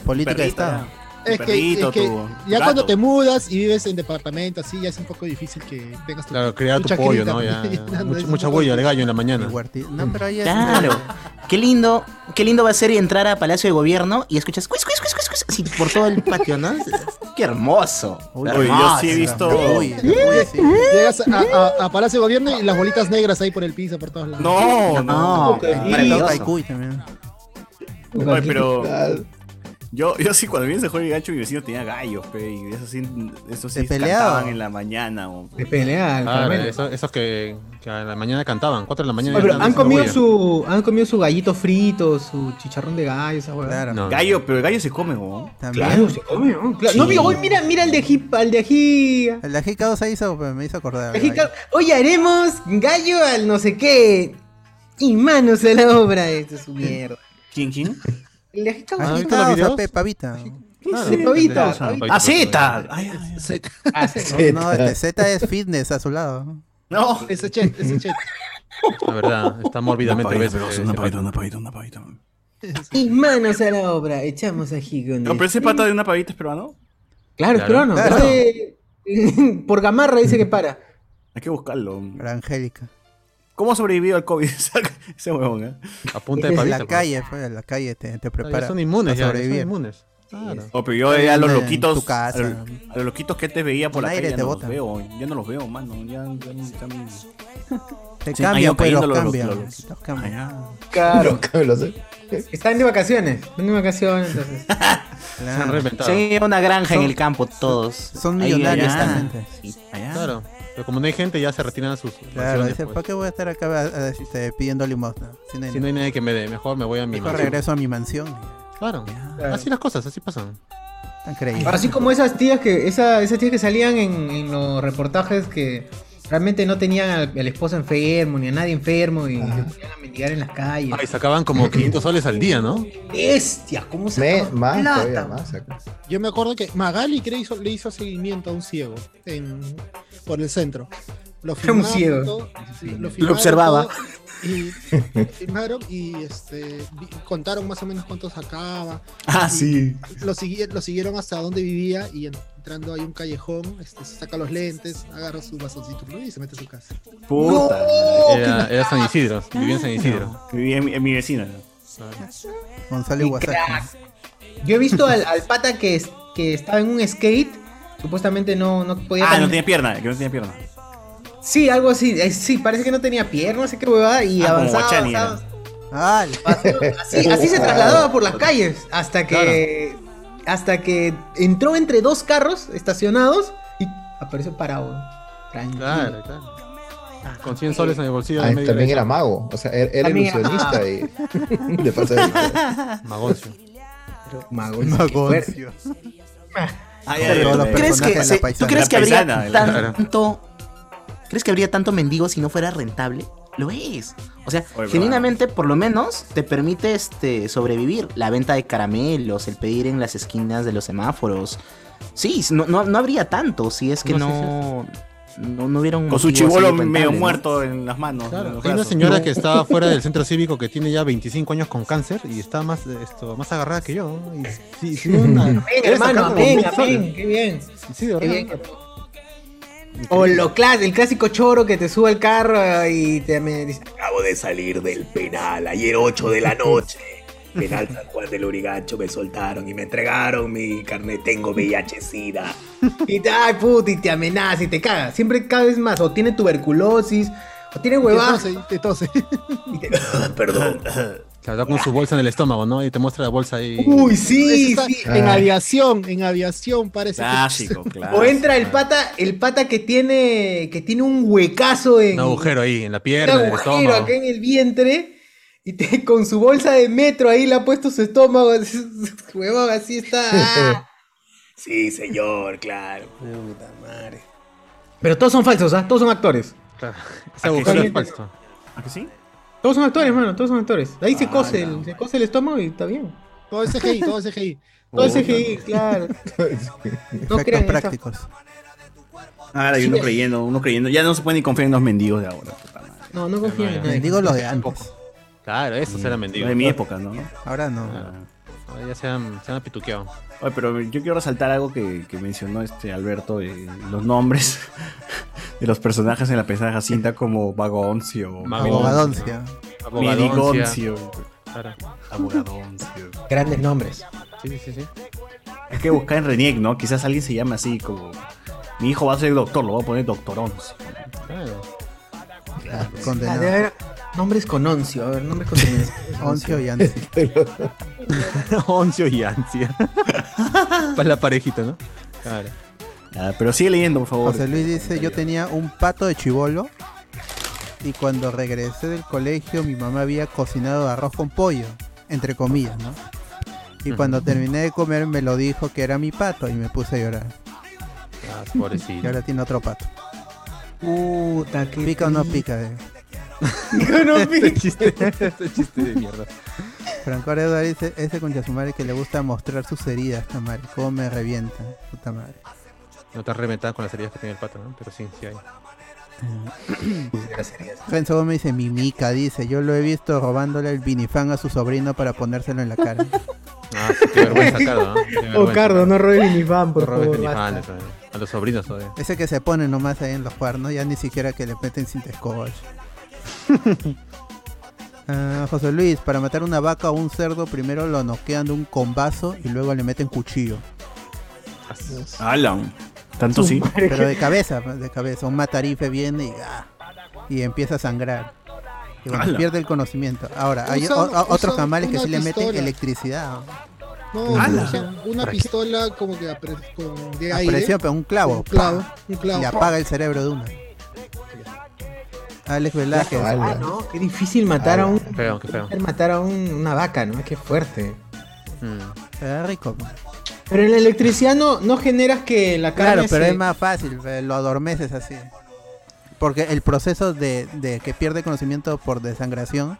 política de
Perrito,
Estado.
tu
Es que,
perrito,
es que
tu
ya
gato.
cuando te mudas y vives en departamento, así ya es un poco difícil que tengas tu.
Claro, criar tu
Mucha
pollo,
grita,
¿no? Ya,
sí, no, no,
mucha,
es-
mucha huella, le gallo en la mañana. Mm.
Y huerti- No, pero ahí es-
Claro. Qué lindo, qué lindo va a ser entrar a Palacio de Gobierno y escuchas cuis, cuis, cuis, cuis, cuis, así por todo el patio, ¿no? Qué hermoso.
Uy,
Oye, yo sí he visto.
Uy, uy, sí.
Llegas a, a- a Palacio de Gobierno y las bolitas negras ahí por el piso, por todos lados.
No, no.
No, maravilloso.
Taikui también.
Oye, pero yo, yo sí, cuando vine se juega el gancho, mi vecino tenía gallos, pe, y esos sí, esos sí
¿Te peleaba?
cantaban en la mañana. o-
De pelea,
Ah,
al
esos, esos que, que a la mañana cantaban, 4 de la mañana.
Oye, pero
ya
han
estaban
comido
haciendo
su han comido su gallito frito, su chicharrón de gallo, esa huevada.
Claro.
bulla. No,
Gallo, pero el gallo se come, weón.
También.
Claro, se come, ¿no? Claro. No,
Sí.
mira, oye, mira, mira el de ají, al de ají. al
El de Ajicado se hizo, pues, me hizo acordar.
de ají cal- Hoy haremos gallo al no sé qué. Y manos a la obra,
este
esto es su mierda.
¿Quién, quién?
El de ají cal-
Ah, ¿han visto
Ajicado,
los
o sea,
videos?
pe- pavita.
Claro,
Sí,
¿no?
pavito.
Claro, son
Pavito.
pavitos.
¡Ah, Zeta! Ay, ay, ay.
Ese-
No, este Z es fitness a su lado.
No.
Ese chet, ese chet.
La verdad, está mórbidamente obeso, ese pato.
una pavita, una pavita.
Y manos a la obra, echamos ají con
No, pero
esto.
ese pata de una pavita es peruano.
Claro,
Claro.
pero no.
Claro.
este- Por gamarra dice que para.
Hay que buscarlo.
La Angélica.
¿Cómo sobrevivió al COVID esa- ese huevón? eh?
A punta de
En
pavita.
la
pues.
calle, pues, en la calle te, te
Claro, ya
prepara.
Son
para
inmunes, ya, ya son
sobrevivir.
inmunes. Claro.
Oh, pero yo ya a los
En- en
loquitos.
tu casa.
A, los, a los loquitos que te veía por
Un
la
aire
calle ya
te
no
bota.
los veo. Ya no los veo, mano. Ya, ya, no- ya no-
Te
Sí, han
cambian,
ido
pues,
cayendo
los
los-
cambian.
los- los-
Los cambian.
Allá.
Claro.
Nunca me lo sé.
Están de vacaciones. Están de vacaciones, entonces.
Se han
Claro.
reventado.
Sí, una granja en el campo, todos.
son
Ahí,
millonarios
allá.
también.
Sí, allá.
Ah. Claro. Pero como no hay gente, ya se retiran a sus
Claro,
mansiones.
dice,
pues.
¿para qué voy a estar acá ah, este, pidiendo limosna? Si no hay
Si no hay nadie que me dé, mejor me voy a mi
Mejor
mansión.
regreso a mi mansión.
Claro. Así las cosas, así pasan.
Tan creíble.
Así como esas tías que esa, esas tías que salían en, en los reportajes que realmente no tenían al, al esposo enfermo ni a nadie enfermo y se ponían a mendigar en las calles.
Ay, sacaban como 500 soles al día, ¿no?
¡Bestia! ¿Cómo se
Me,
acaba la
Ah,
más
plata?
todavía, más. acá.
Yo me acuerdo que Magali creo hizo- le hizo seguimiento a un ciego en, por el centro. Lo filmaron y
ciego.
todo, lo, filmaron
Lo observaba.
todo, Y filmaron y este, vi- contaron más o menos cuánto sacaba.
Ah, sí.
Lo, sigui- lo siguieron hasta donde vivía y entrando ahí un callejón, este, se saca los lentes, agarra su bazoncito y se mete a su casa.
Puta.
Era, era San Isidro, vivía en San Isidro.
Vivía en, mi- en mi vecina. Ah,
Gonzalo Iguazaki.
Yo he visto al, al pata que, es- que estaba en un skate, supuestamente no, no podía
Ah, no
caminar.
tenía pierna, que no tenía pierna.
Sí, algo así. eh, sí, parece que no tenía piernas, no sé qué huevada, y
Ah, como
avanzaba,
Guachani era.
avanzaba.
Ah, el-
Así, así se trasladaba por las calles hasta que hasta que entró entre dos carros estacionados y apareció parado. Tranquilo.
Claro, claro. Con 100 soles en el bolsillo
Ah,
de medio
también
derecho.
era mago, o sea, era, era
También era-
ilusionista y de paso era-
Magocio.
Mago.
Magoncio.
Ah,
Todos los
¿Tú crees
personajes
que,
de
se-
la
¿tú
paisana.
crees que
La
habría
paisana, de
la-
tanto crees que habría tanto mendigo si no fuera rentable? Lo es. O sea,
Oye,
genuinamente por lo menos te permite este sobrevivir la venta de caramelos, el pedir en las esquinas de los semáforos. Sí, no, no, no habría tanto si es que
No,
no, no, no hubiera un
Con su
motivo así
chivolo
de
medio
rentable, ¿no?
muerto en las manos. en los
Hay una
brazos.
señora que está fuera del centro cívico que tiene ya 25 años con cáncer y está más esto más agarrada que yo. ¿no? Y, sí, sí, una-
Amén,
debe sacar
hermano,
como
amén,
mil
amén, qué bien.
soles. Sí, de
Qué
verdad.
bien. O lo clas- el clásico choro que te sube al carro eh, y te me dice,
Acabo de salir del penal, ayer 8 de la noche. Penal San Juan del Urigancho me soltaron y me entregaron mi carnet. Tengo VIH-Sida.
y te, ay puta, y te amenaza y te caga. Siempre cada vez más, o tiene tuberculosis, o tiene huevadas.
Te tose, te tose.
Ah,
Perdón.
Claro, con su bolsa en el estómago, ¿no? Y te muestra la bolsa ahí.
Uy, sí,
Eso está
sí.
En
Ah.
aviación, en aviación parece.
Clásico, claro.
O entra el pata, el pata que tiene, que tiene un huecazo en,
Un agujero ahí en la
un
pierna, en el
agujero
estómago.
acá en el vientre. Y te- con su bolsa de metro ahí le ha puesto su estómago. Huevón, así está. ah.
Sí, señor, claro.
Puta madre. Pero todos son falsos, ¿ah? Todos son actores.
Claro. Ese agujero
sí?
es falso.
¿A que sí?
Todos son actores, mano, todos son actores. Ahí se
Ah,
cose,
la
el, se cose el estómago y está bien.
Todo es CGI, todo es CGI.
Todo es CGI, claro. No
Efectos
crean en esa-
prácticos.
Ahora Ah, hay uno creyendo, uno creyendo. Ya no se puede ni confiar en los mendigos de ahora. puta madre.
No, no confían en
No,
nadie.
Digo los de antes.
Claro, esos eran mendigos.
De mi época, ¿no?
Ahora no.
Ah.
Ahora Ya se han, se han pituqueado.
Oye, pero yo quiero resaltar algo que, que mencionó este Alberto, de los nombres de los personajes en la pesada Jacinta como Vagoncio,
Mago-
Abogadoncia.
Abogadoncia.
Mirigoncio,
Claro.
Abogadoncio.
Grandes nombres.
Sí, sí, sí, sí.
Hay que buscar en Reniec, ¿no? Quizás alguien se llame así como... Mi hijo va a ser doctor, lo voy a poner doctoroncio.
Claro.
ah,
Ah, debe
Condenado.
haber nombres con oncio, a ver, nombres con oncio.
Oncio y antes.
Oncio y ansia. Para la parejita, ¿no? Claro.
Ah, pero sigue leyendo, por favor.
José Luis dice, yo tenía un pato de chivolo y cuando regresé del colegio mi mamá había cocinado arroz con pollo, entre comillas, ¿no? Y cuando terminé de comer me lo dijo que era mi pato y me puse a llorar.
Ah,
Y
pobrecito.
ahora tiene otro pato.
Puta, que.
¿Pica o no pica? eh?
Pica o no
Este
pica.
chiste, este chiste de mierda.
Franco Arredondo dice, ese concha su madre que le gusta mostrar sus heridas, puta madre. Cómo me revienta, puta madre.
No te has reventado con las heridas que tiene el pato, ¿no? Pero sí, sí hay.
Renzo Gómez dice, mimica, dice, yo lo he visto robándole el vinifán a su sobrino para ponérselo en la cara.
Ah, sí, qué vergüenza, Cardo, ¿no? Qué
Oh,
vergüenza,
Cardo, no robes mi fan,
No
por
robes
favor.
ni
basta.
fans, ¿no? A los sobrinos todavía.
Ese que se pone nomás ahí en los cuernos, ya ni siquiera que le meten cinta escoba. Ah, José Luis, para matar una vaca o un cerdo, primero lo noquean de un combazo y luego le meten cuchillo.
Alan. Tanto sí.
Pero de cabeza, de cabeza. Un matarife viene y, ah, y empieza a sangrar. Y bueno,
Ala.
pierde el conocimiento. Ahora, hay
Usan-
o- o- otros
usan
camales que
una
sí le meten
pistola.
electricidad.
No,
Ah,
¡Hala!
o sea, una pistola como que a pre- con, de
A
aire.
presión, pero un clavo.
un clavo,
¡pah!
un
Le
clavo.
apaga el cerebro de una. Alex Velázquez.
Ala.
Ah, no, qué difícil matar a un.
Qué feo, qué feo.
Matar a un- una vaca, ¿no? Qué fuerte.
Mm.
Era rico. pues.
Pero en la electricidad no, no generas que la carne
Claro, pero
se-
es más fácil, eh, lo adormeces así. Porque el proceso de, de que pierde conocimiento por desangración,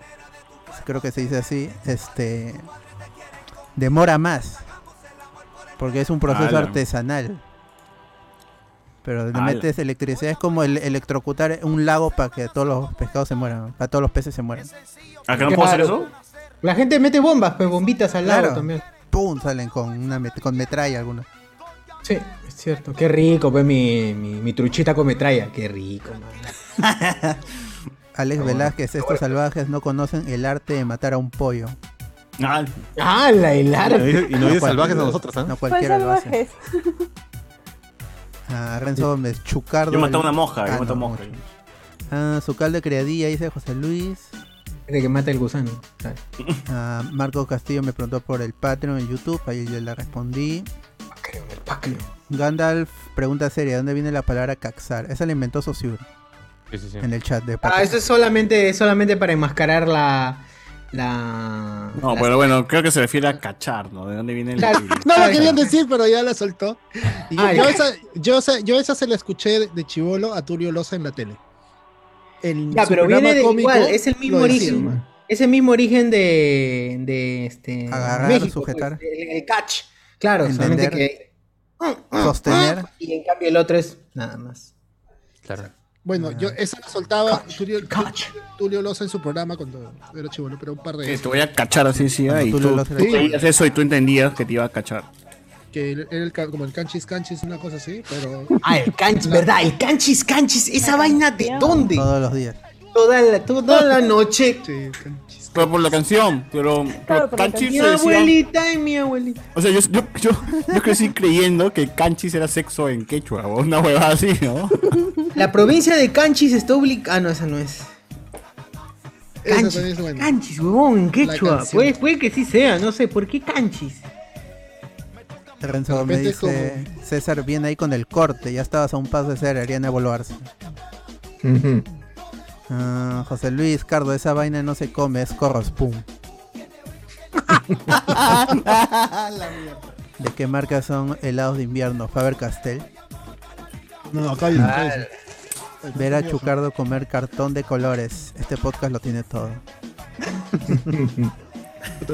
creo que se dice así, este demora más. Porque es un proceso
Ala.
artesanal. Pero le
Ala.
metes electricidad, es como el electrocutar un lago para que todos los pescados se mueran, para todos los peces se mueran.
¿Acá no puedo hacer eso?
La gente mete bombas, pues bombitas al lado
Claro.
también.
¡Pum! Salen con una met- con metralla alguna.
Sí, es cierto. Qué rico, pues mi, mi, mi truchita con metralla. Qué rico, man.
Alex Velázquez, estos salvajes no conocen el arte de matar a un pollo.
Ah,
¡Ah, la
Y no
hilar!
dice- Y no dices
cual-
salvajes a nosotros, ¿ah?
No
¿Cuál
cualquiera lo
salvajes?
hace. Ah, Renzo Gómez, Chucardo.
yo maté a
el-
una mosca, yo
Ah,
maté
no,
a una mosca.
mucho. Ah, su caldo de criadilla, dice José Luis.
De que mata el gusano. Ah,
Ah, Marco Castillo me preguntó por el Patreon en YouTube, ahí yo le respondí.
creo, el pácleo.
Gandalf, pregunta seria, ¿dónde viene la palabra caxar? Esa la inventó Sosur
Sí, sí, sí.
en el chat de
Ah,
Patreon.
eso es solamente, solamente para enmascarar la. La.
No,
pues,
la-
pero bueno, creo que se refiere a cachar, ¿no? ¿De dónde viene el...?
Claro.
el-
No
Ay,
lo querían decir, pero ya la soltó. Y yo,
Ay.
yo esa, yo, esa, yo esa se la escuché de chivolo a Tulio Loza en la tele. En
Ya,
su
pero
programa
viene de
cómico
igual, es el mismo
lo decía,
origen.
man.
Es el mismo origen de. de este.
Agarrar,
México,
sujetar.
pues, el, el catch. Claro,
Entender.
solamente que. ah,
sostener.
Y en cambio el otro es nada más.
Claro.
Bueno,
Ah.
yo esa la soltaba Tulio, Tulio Loza en su programa cuando era chivolo, pero un par de
Sí, te voy a cachar así, sí, ah, y tú,
Tú lo-
tú veías eso y tú entendías que te iba a cachar.
que era el, ca- como el canchis canchis, una cosa así, pero
Ah, el canchis, ¿verdad? El canchis, canchis. ¿Esa vaina de dónde?
todos los días.
Toda la, toda la noche.
sí, canchis.
Pero por la canción, pero, pero
por la
Canchis
Mi
se decía-
abuelita y mi abuelita.
O sea, yo, yo, yo, yo crecí creyendo que Canchis era sexo en quechua, o una huevada así, ¿no?
La provincia de Canchis está obligada. Ah, no, esa no es.
Esa
Canchis,
también es buena.
canchis huevón, en quechua.
canción.
Puede, puede que sí sea, no sé, ¿por qué canchis?
Renzo
De
me
repente
dice, César viene ahí con el corte, ya estabas a un paso de ser Ariana Boluarte.
Ujú.
Ah, José Luis, Cardo, esa vaina no se come, es corros, pum. ¿De qué marca son helados de invierno? Faber Castell.
No, acá hay eh. acá hay-
Ver a Chucardo comer cartón de colores. Este podcast lo tiene todo.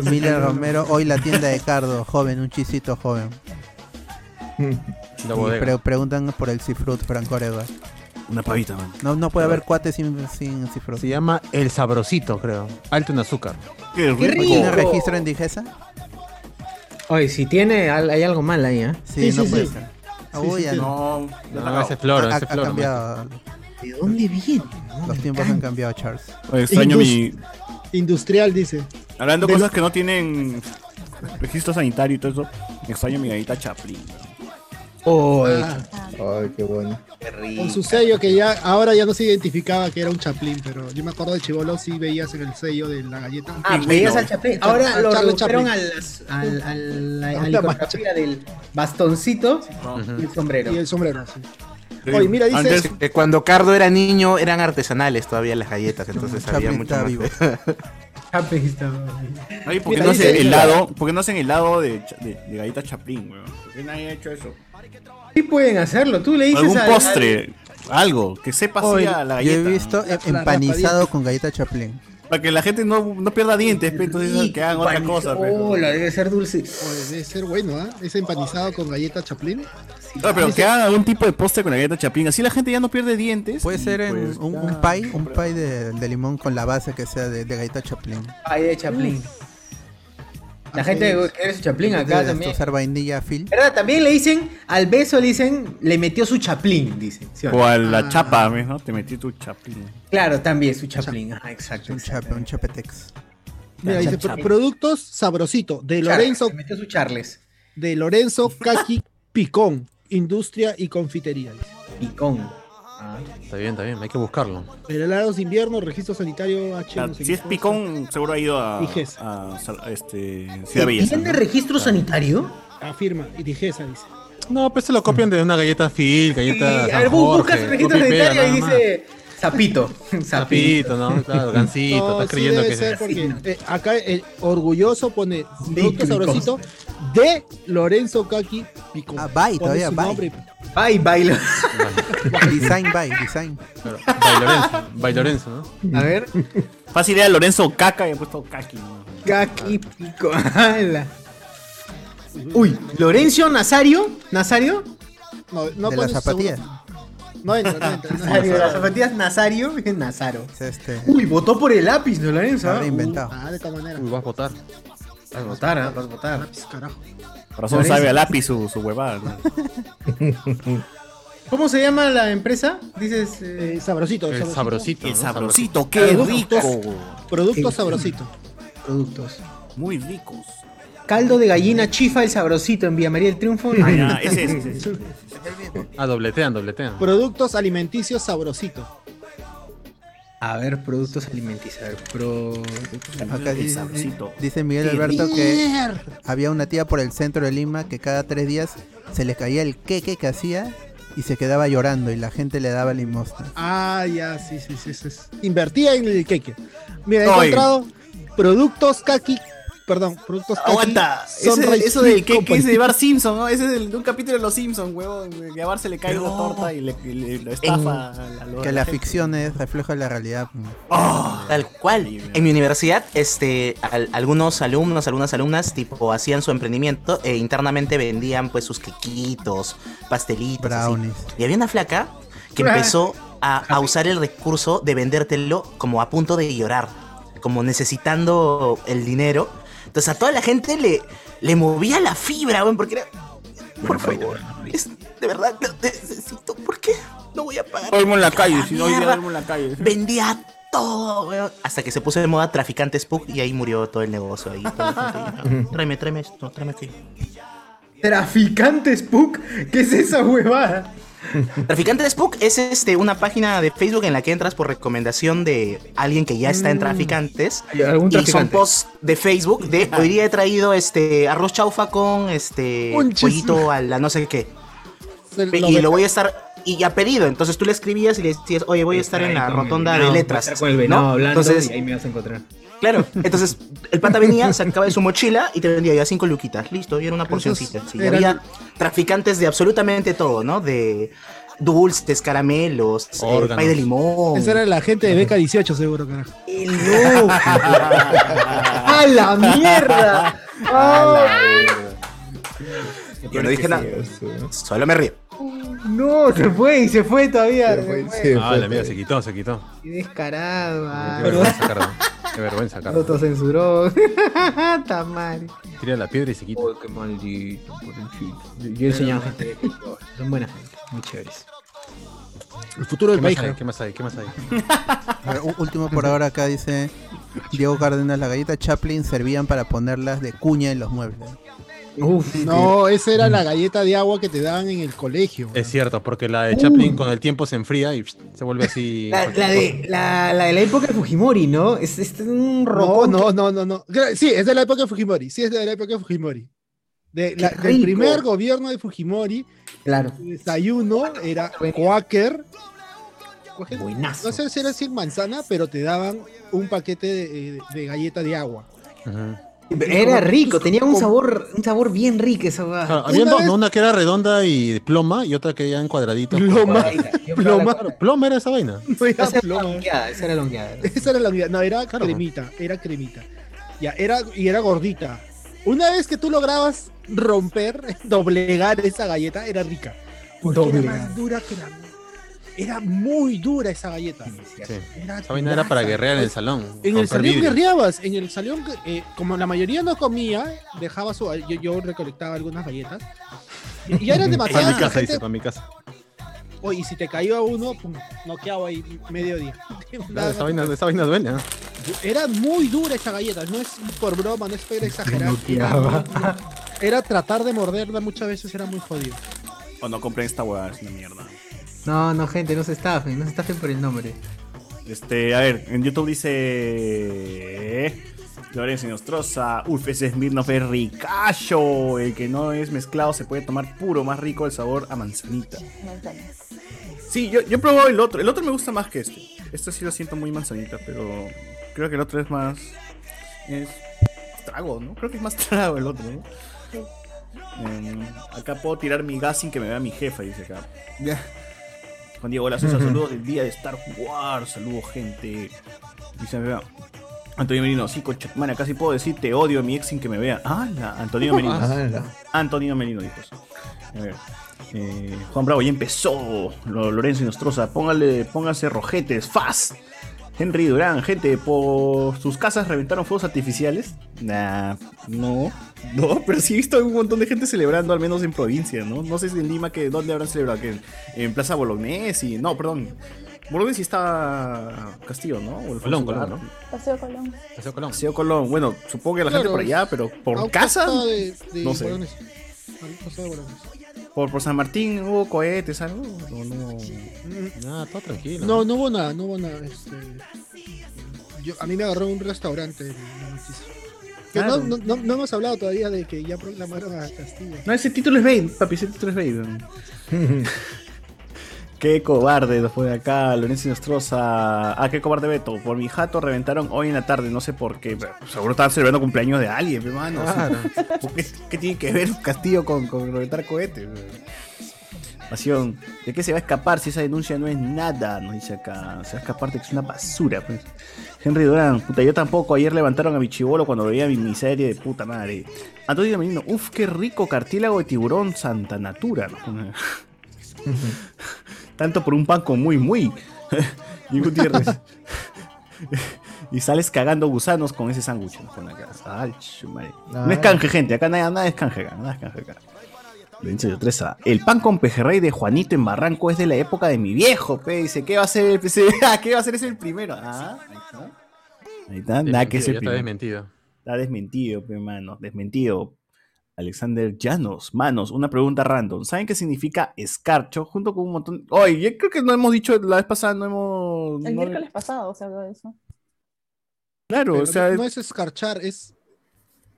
Miller Romero, hoy la tienda de Cardo, joven, un chisito joven.
La
Y
bodega.
pre- preguntan por el Cifrut, Franco Oreva.
Una pavita, man.
No, no puede haber cuate sin, sin Cifrut.
Se llama El Sabrosito, creo. Alto en azúcar.
Qué
¡Qué
rico.
¿Tiene
rico!
registro en Digesa?
Oye, si tiene, al- hay algo mal ahí, ¿eh?
Sí,
Sí,
no
sí,
puede
sí.
ser. Ah, uy, ya no.
No,
No,
no,
ese es
Ha,
floro,
ha-
ese es
ha
floro.
cambiado.
¿De dónde viene?
Los tiempos han cambiado, Charles.
Oye, Extraño mi.
Industrial dice.
Hablando
de
cosas que no tienen registro sanitario y todo eso, extraño mi gallita Chaplin.
Oh,
ah,
Ay, qué bueno.
con su sello que ya ahora ya no se identificaba que era un chaplín, pero yo me acuerdo de Chivolo sí veías en el sello de la galleta.
Ah, veías al Chaplin. Ahora
Al
lo
Charles
redujeron
Chaplin.
al, al, al, a
Ahorita
la
más
iconografía del bastoncito y el sombrero.
Y el sombrero, sí. Oye, mira, dice
Antes-
Que Cuando Cardo era niño eran artesanales todavía las galletas, entonces había
Chaplin
mucho
está
más-
vivo.
Chaplin está-
Ay, ¿por qué
Mira,
no
dice-
hacen helado? ¿Por qué no hacen helado de, cha- de, de gallita Chaplin, weón? ¿Por qué nadie ha hecho eso?
Sí pueden hacerlo. Tú le dices
Algún
al-
postre, algo, que sepa así a la
Yo
galleta.
he visto em- empanizado con galleta Chaplin.
Para que la gente no, no pierda dientes, pe, entonces ah,
Sí,
que hagan otra cosa. pues. pe.
Hola, debe ser dulce.
Oye, debe ser bueno, ¿ah? Es empanizado con galleta chaplín.
No, pero que hagan algún tipo de postre con la galleta Chaplin. Así la gente ya no pierde dientes.
Puede
y,
ser en
pues,
un,
ya
un pie, un
compra-
pie de, de limón con la base que sea de, de galleta Chaplin.
Ay, de Chaplin. La
Mm.
Así
gente
Ah,
Ah,
es.
que quiere su Chaplin
En vez
acá
de
también.
Usar vainilla Phil.
¿Verdad? También le dicen, al beso le dicen, le metió su Chaplin, dicen. ¿sí o no?
O a la chapa, ¿ves, ¿no? Te metí tu Chaplin.
Claro, también su Chaplin. Ajá, exacto.
Un,
exacto.
chape, un chapetex.
Mira, dice "Pro- productos sabrosito de
Charles,
Lorenzo
le metió su Charles.
de Lorenzo Kaki Picón, Industria y Confitería. dice.
Picón.
Ah.
Está bien, está bien, hay que buscarlo.
Pero helados de invierno, registro sanitario H.
Ah,
no sé
si
qué
es
cosa.
picón, seguro ha ido a,
Dijes.
a sal- a este, Ciudad Belleza.
¿Tiene
¿no? Ah.
registro sanitario?
Afirma, y Digesa dice.
No, pues se lo copian de una galleta Phil, galleta.
Sí,
San
a ver, bu-
Jorge,
buscas el registro
copia y pega,
sanitario y
nada más.
dice Zapito. Zapito.
Zapito, ¿no? Claro, gancito,
No,
estás
sí
creyendo
debe
que
ser
se.
porque eh, acá el orgulloso pone producto
Picón.
sabrosito de Lorenzo Kaki Picón.
Ah, bye,
Pone
todavía
su
bye.
nombre.
Bye, baila.
Design by, design.
Claro, by Lorenzo, by Lorenzo, ¿no?
A ver.
Fácil idea Lorenzo Caca y he puesto Kaki. ¿no?
Kaki Pico. ala. Uy, Lorenzo Nazario. ¿Nazario?
No, no
de las
pone su
zapatillas.
segundo- No entra, no entra. no
Nazario,
entra.
las zapatillas Nazario es Nazaro.
Es este.
Uy, votó por el lápiz, ¿no, Lorenzo?
Habrá inventado.
Ah, de esta manera.
Uy, vas a ¿eh? votar.
Vas a votar, ¿ah? Vas a votar.
Lápiz, carajo.
Por razón sabe a lápiz su, su huevada. ¿no?
¿Cómo se llama la empresa? Dices. eh,
Eh, sabrosito,
El sabrosito.
Qué
¿no?
sabrosito, qué rico.
Producto
Sí.
sabrosito.
Eh, productos.
Muy ricos.
Caldo de gallina chifa el sabrosito en Villa María del Triunfo.
Ah, ya, ese, ese, ese.
Ah, dobletean, dobletean.
Productos alimenticios sabrosito.
A ver, productos alimenticios. A ver, pro-
Acá
El
dice,
sabrosito.
dice Miguel Alberto que había una tía por el centro de Lima que cada tres días se le caía el queque que hacía y se quedaba llorando y la gente le daba limosna.
Ah, ya, sí, sí, sí. sí, sí. Invertía en el queque. Mira, he
Ay.
encontrado productos kaki perdón, productos
Aguanta,
Kaji,
eso,
Sunrise
eso
Tea
del que, que
Company.
es
pues.
de Bar Simpson, ¿no? Ese es el- de un capítulo de Los Simpson, huevón. Que a Bar se le cae una torta y le, y le- lo estafa a la- a la
Que la
gente.
ficción es, refleja la realidad.
Tal cual. En mi universidad, este, al- algunos alumnos, algunas alumnas, tipo, hacían su emprendimiento e internamente vendían, pues, sus quequitos, pastelitos, así.
Brownies.
Y había una flaca que
Brownies.
empezó a, a usar el recurso de vendértelo como a punto de llorar, como necesitando el dinero. Entonces a toda la gente le, le movía la fibra, weón, porque era... Por favor, es- de verdad, lo necesito, ¿por qué? No voy a pagar.
Duermo en la calle, si no, hoy día
Mierda.
duermo en la calle.
Vendía todo, weón. Hasta que se puso de moda traficante Spook y ahí murió todo el negocio. Ahí, toda la gente. tráeme, tráeme esto, tráeme aquello.
Traficante Spook, ¿qué es esa huevada?
Traficante de Spook es este, una página de Facebook en la que entras por recomendación de alguien que ya está en
Mm.
traficantes.
Y algún
y son
traficante.
posts de Facebook de hoy día he traído este arroz chaufa con este
Conches.
pollito a la no sé qué.
Se
Pe-
lo
y
ve-
lo voy a estar y ya pedido. Entonces tú le escribías y le decías, oye, voy a estar en la rotonda de letras.
con el venado
¿no?
hablando
Entonces,
y ahí me vas a encontrar.
claro, entonces el pata venía, sacaba de su mochila y te vendía ya cinco luquitas. Listo, y era una porcioncita. Sí, y
eran-
Había traficantes de absolutamente todo, ¿no? De dulces, caramelos, eh,
Órganos.
pay de limón.
Esa era la gente de Beca 18, seguro, carajo.
¡A la mierda! Ah,
Yo no dije nada. Solo me río.
No, se fue y se fue todavía. Se fue.
Ah, la mía se quitó, se quitó.
Qué descarado, ah.
Qué vergüenza, Cardo. Qué vergüenza,
Lo
Cardo.
autocensuró. Está mal.
Tira la piedra y se quita.
Oh, qué maldito. Yo he enseñado gente.
eh,
Son buenas, muy chéveres.
El futuro del
¿Qué
país.
más hay?
¿eh? ¿Qué más hay? ¿Qué más hay?
A ver, ú- último por ahora acá dice Diego Cárdenas, la galleta Chaplin servían para ponerlas de cuña en los muebles.
No,
eh.
esa era la galleta de agua que te daban en el colegio.
Es cierto, porque la de Chaplin con el tiempo se enfría y se vuelve así.
La, la de, la, la de la época de Fujimori, ¿no? Es, es un
No,
robot.
no, no, no, no. Gra- Sí, es de la época de Fujimori. Sí, es de la época de Fujimori. De la- del
rico.
primer gobierno de Fujimori,
Claro.
el desayuno era Quaker. Quaker,
Buenazo.
No sé si era sin manzana, pero te daban un paquete de, de- de galleta de agua.
Era rico, tenía un sabor, un sabor bien rico esa huevada.
Claro, había dos, ¿no? una que era redonda y de ploma y otra que era en cuadraditos.
Ploma.
ploma. Ploma era esa vaina.
No era
Esa era
ploma.
longeada, esa era longeada.
Esa era la unidad. No, era cremita, era cremita. Ya, era, y era gordita. Una vez que tú lograbas romper, doblegar esa galleta, era rica. Porque
Doblegar.
era más dura que la. Era muy dura esa galleta.
Sí.
Era
Esa vaina era para
duraza.
guerrear en el salón.
En el
romper
salón
vidrios.
guerreabas, en el salón, eh, como la mayoría no comía, dejaba su. Yo, yo recolectaba algunas galletas. Y, y eran demasiadas.
Para mi
la
casa,
gente-
dice, para mi casa.
Oye, y si te caía uno, pum, noqueaba ahí mediodía.
Claro, esa, vaina, esa vaina duele. ¿eh?
Era muy dura esa galleta, no es por broma, no es para exagerar. Era, era tratar de morderla muchas veces, era muy jodido.
O no compré esta huevada, es una mierda.
No, no, gente, no se estafen, no se estafen por el nombre.
Este, a ver, en YouTube dice. Lorenzo Nostroza, uff, ese Smirnoff es ricacho. El que no es mezclado se puede tomar puro, más rico el sabor a manzanita. Sí, yo, yo he probado el otro. El otro me gusta más que este. Este sí lo siento muy manzanita, pero creo que el otro es más. Es trago, ¿no? Creo que es más trago el otro, ¿no? Em, acá puedo tirar mi gas sin que me vea mi jefa, dice acá. Juan Diego Hola, César,
Ujú.
saludos del día de Star Wars, saludos gente. Dice, vea. Antonio Merino, sí, cochumana, casi puedo decir te odio a mi ex sin que me vea. Ah, la Antonio Merino.
Ala.
Antonio Merino dijo eso. A ver. Eh, Juan Bravo, ya empezó. Lo- Lorenzo y Nostroza, póngale, pónganse rojetes, fast. Henry Durán, gente, por sus casas reventaron fuegos artificiales. Nah, no. No, pero sí he visto un montón de gente celebrando, al menos en provincia, ¿no? No sé si en Lima, que, ¿dónde habrán celebrado? Que en, en Plaza Bolognesi y. No, perdón. Bolognesi está Castillo, ¿no? O el
Colón,
Fonsular.
Colón,
Paseo Colón.
Paseo Colón.
Paseo Colón. Bueno, supongo que la gente
Claro,
por allá, pero
A un
por casa.
costado de- de
no sé.
Bolones. A un costado de Bolones.
Por, por San Martín hubo cohetes, algo. No, no.
Nada, todo tranquilo.
No, no hubo nada, no hubo nada. este, yo- a mí me agarró un restaurante la noticia. Que no-
Claro.
no, no- no hemos hablado todavía de que ya proclamaron a Castilla.
No, ese título es Bane, papi, ese título es Bane. Qué cobarde, nos pone acá Lorenzo Nostroza. Ah, qué cobarde Beto. Por mi jato reventaron hoy en la tarde, no sé por qué. pero seguro estaban celebrando cumpleaños de alguien, hermano.
Claro.
¿Qué, qué tiene que ver un castillo con, con reventar cohetes? bro? Pasión, ¿de qué se va a escapar si esa denuncia no es nada? Nos dice acá. Se va a escapar de que es una basura, pues. Henry Durán, puta, yo tampoco. Ayer levantaron a mi chivolo cuando veía mi miseria de puta madre. Antonio Dominino, uff, qué rico cartílago de tiburón Santa Natura. nos pone. Tanto por un pan con muy, muy. y Gutiérrez. y sales cagando gusanos con ese sándwich. nos pone acá. Ay, su madre. No es canje, gente. Acá nada, nada es canje. acá, Nada es canje. acá. Lorenzo de Otreza, El pan con pejerrey de Juanito en Barranco es de la época de mi viejo. Pe. Dice, ¿qué va a ser el PC? Ah, ¿Qué va a ser ese el primero? Ah, ahí está. Ahí está. Nada
Desmentido,
que es el
ya está
primero.
desmentido.
Está desmentido, pe, mano. Desmentido. Alexander Llanos, manos, una pregunta random. ¿Saben qué significa escarcho? Junto con un montón. Oye, yo creo que no hemos dicho la vez pasada, no hemos.
El
no-
miércoles pasado se habló de eso.
Claro,
Pero
o sea.
no, no es escarchar, es.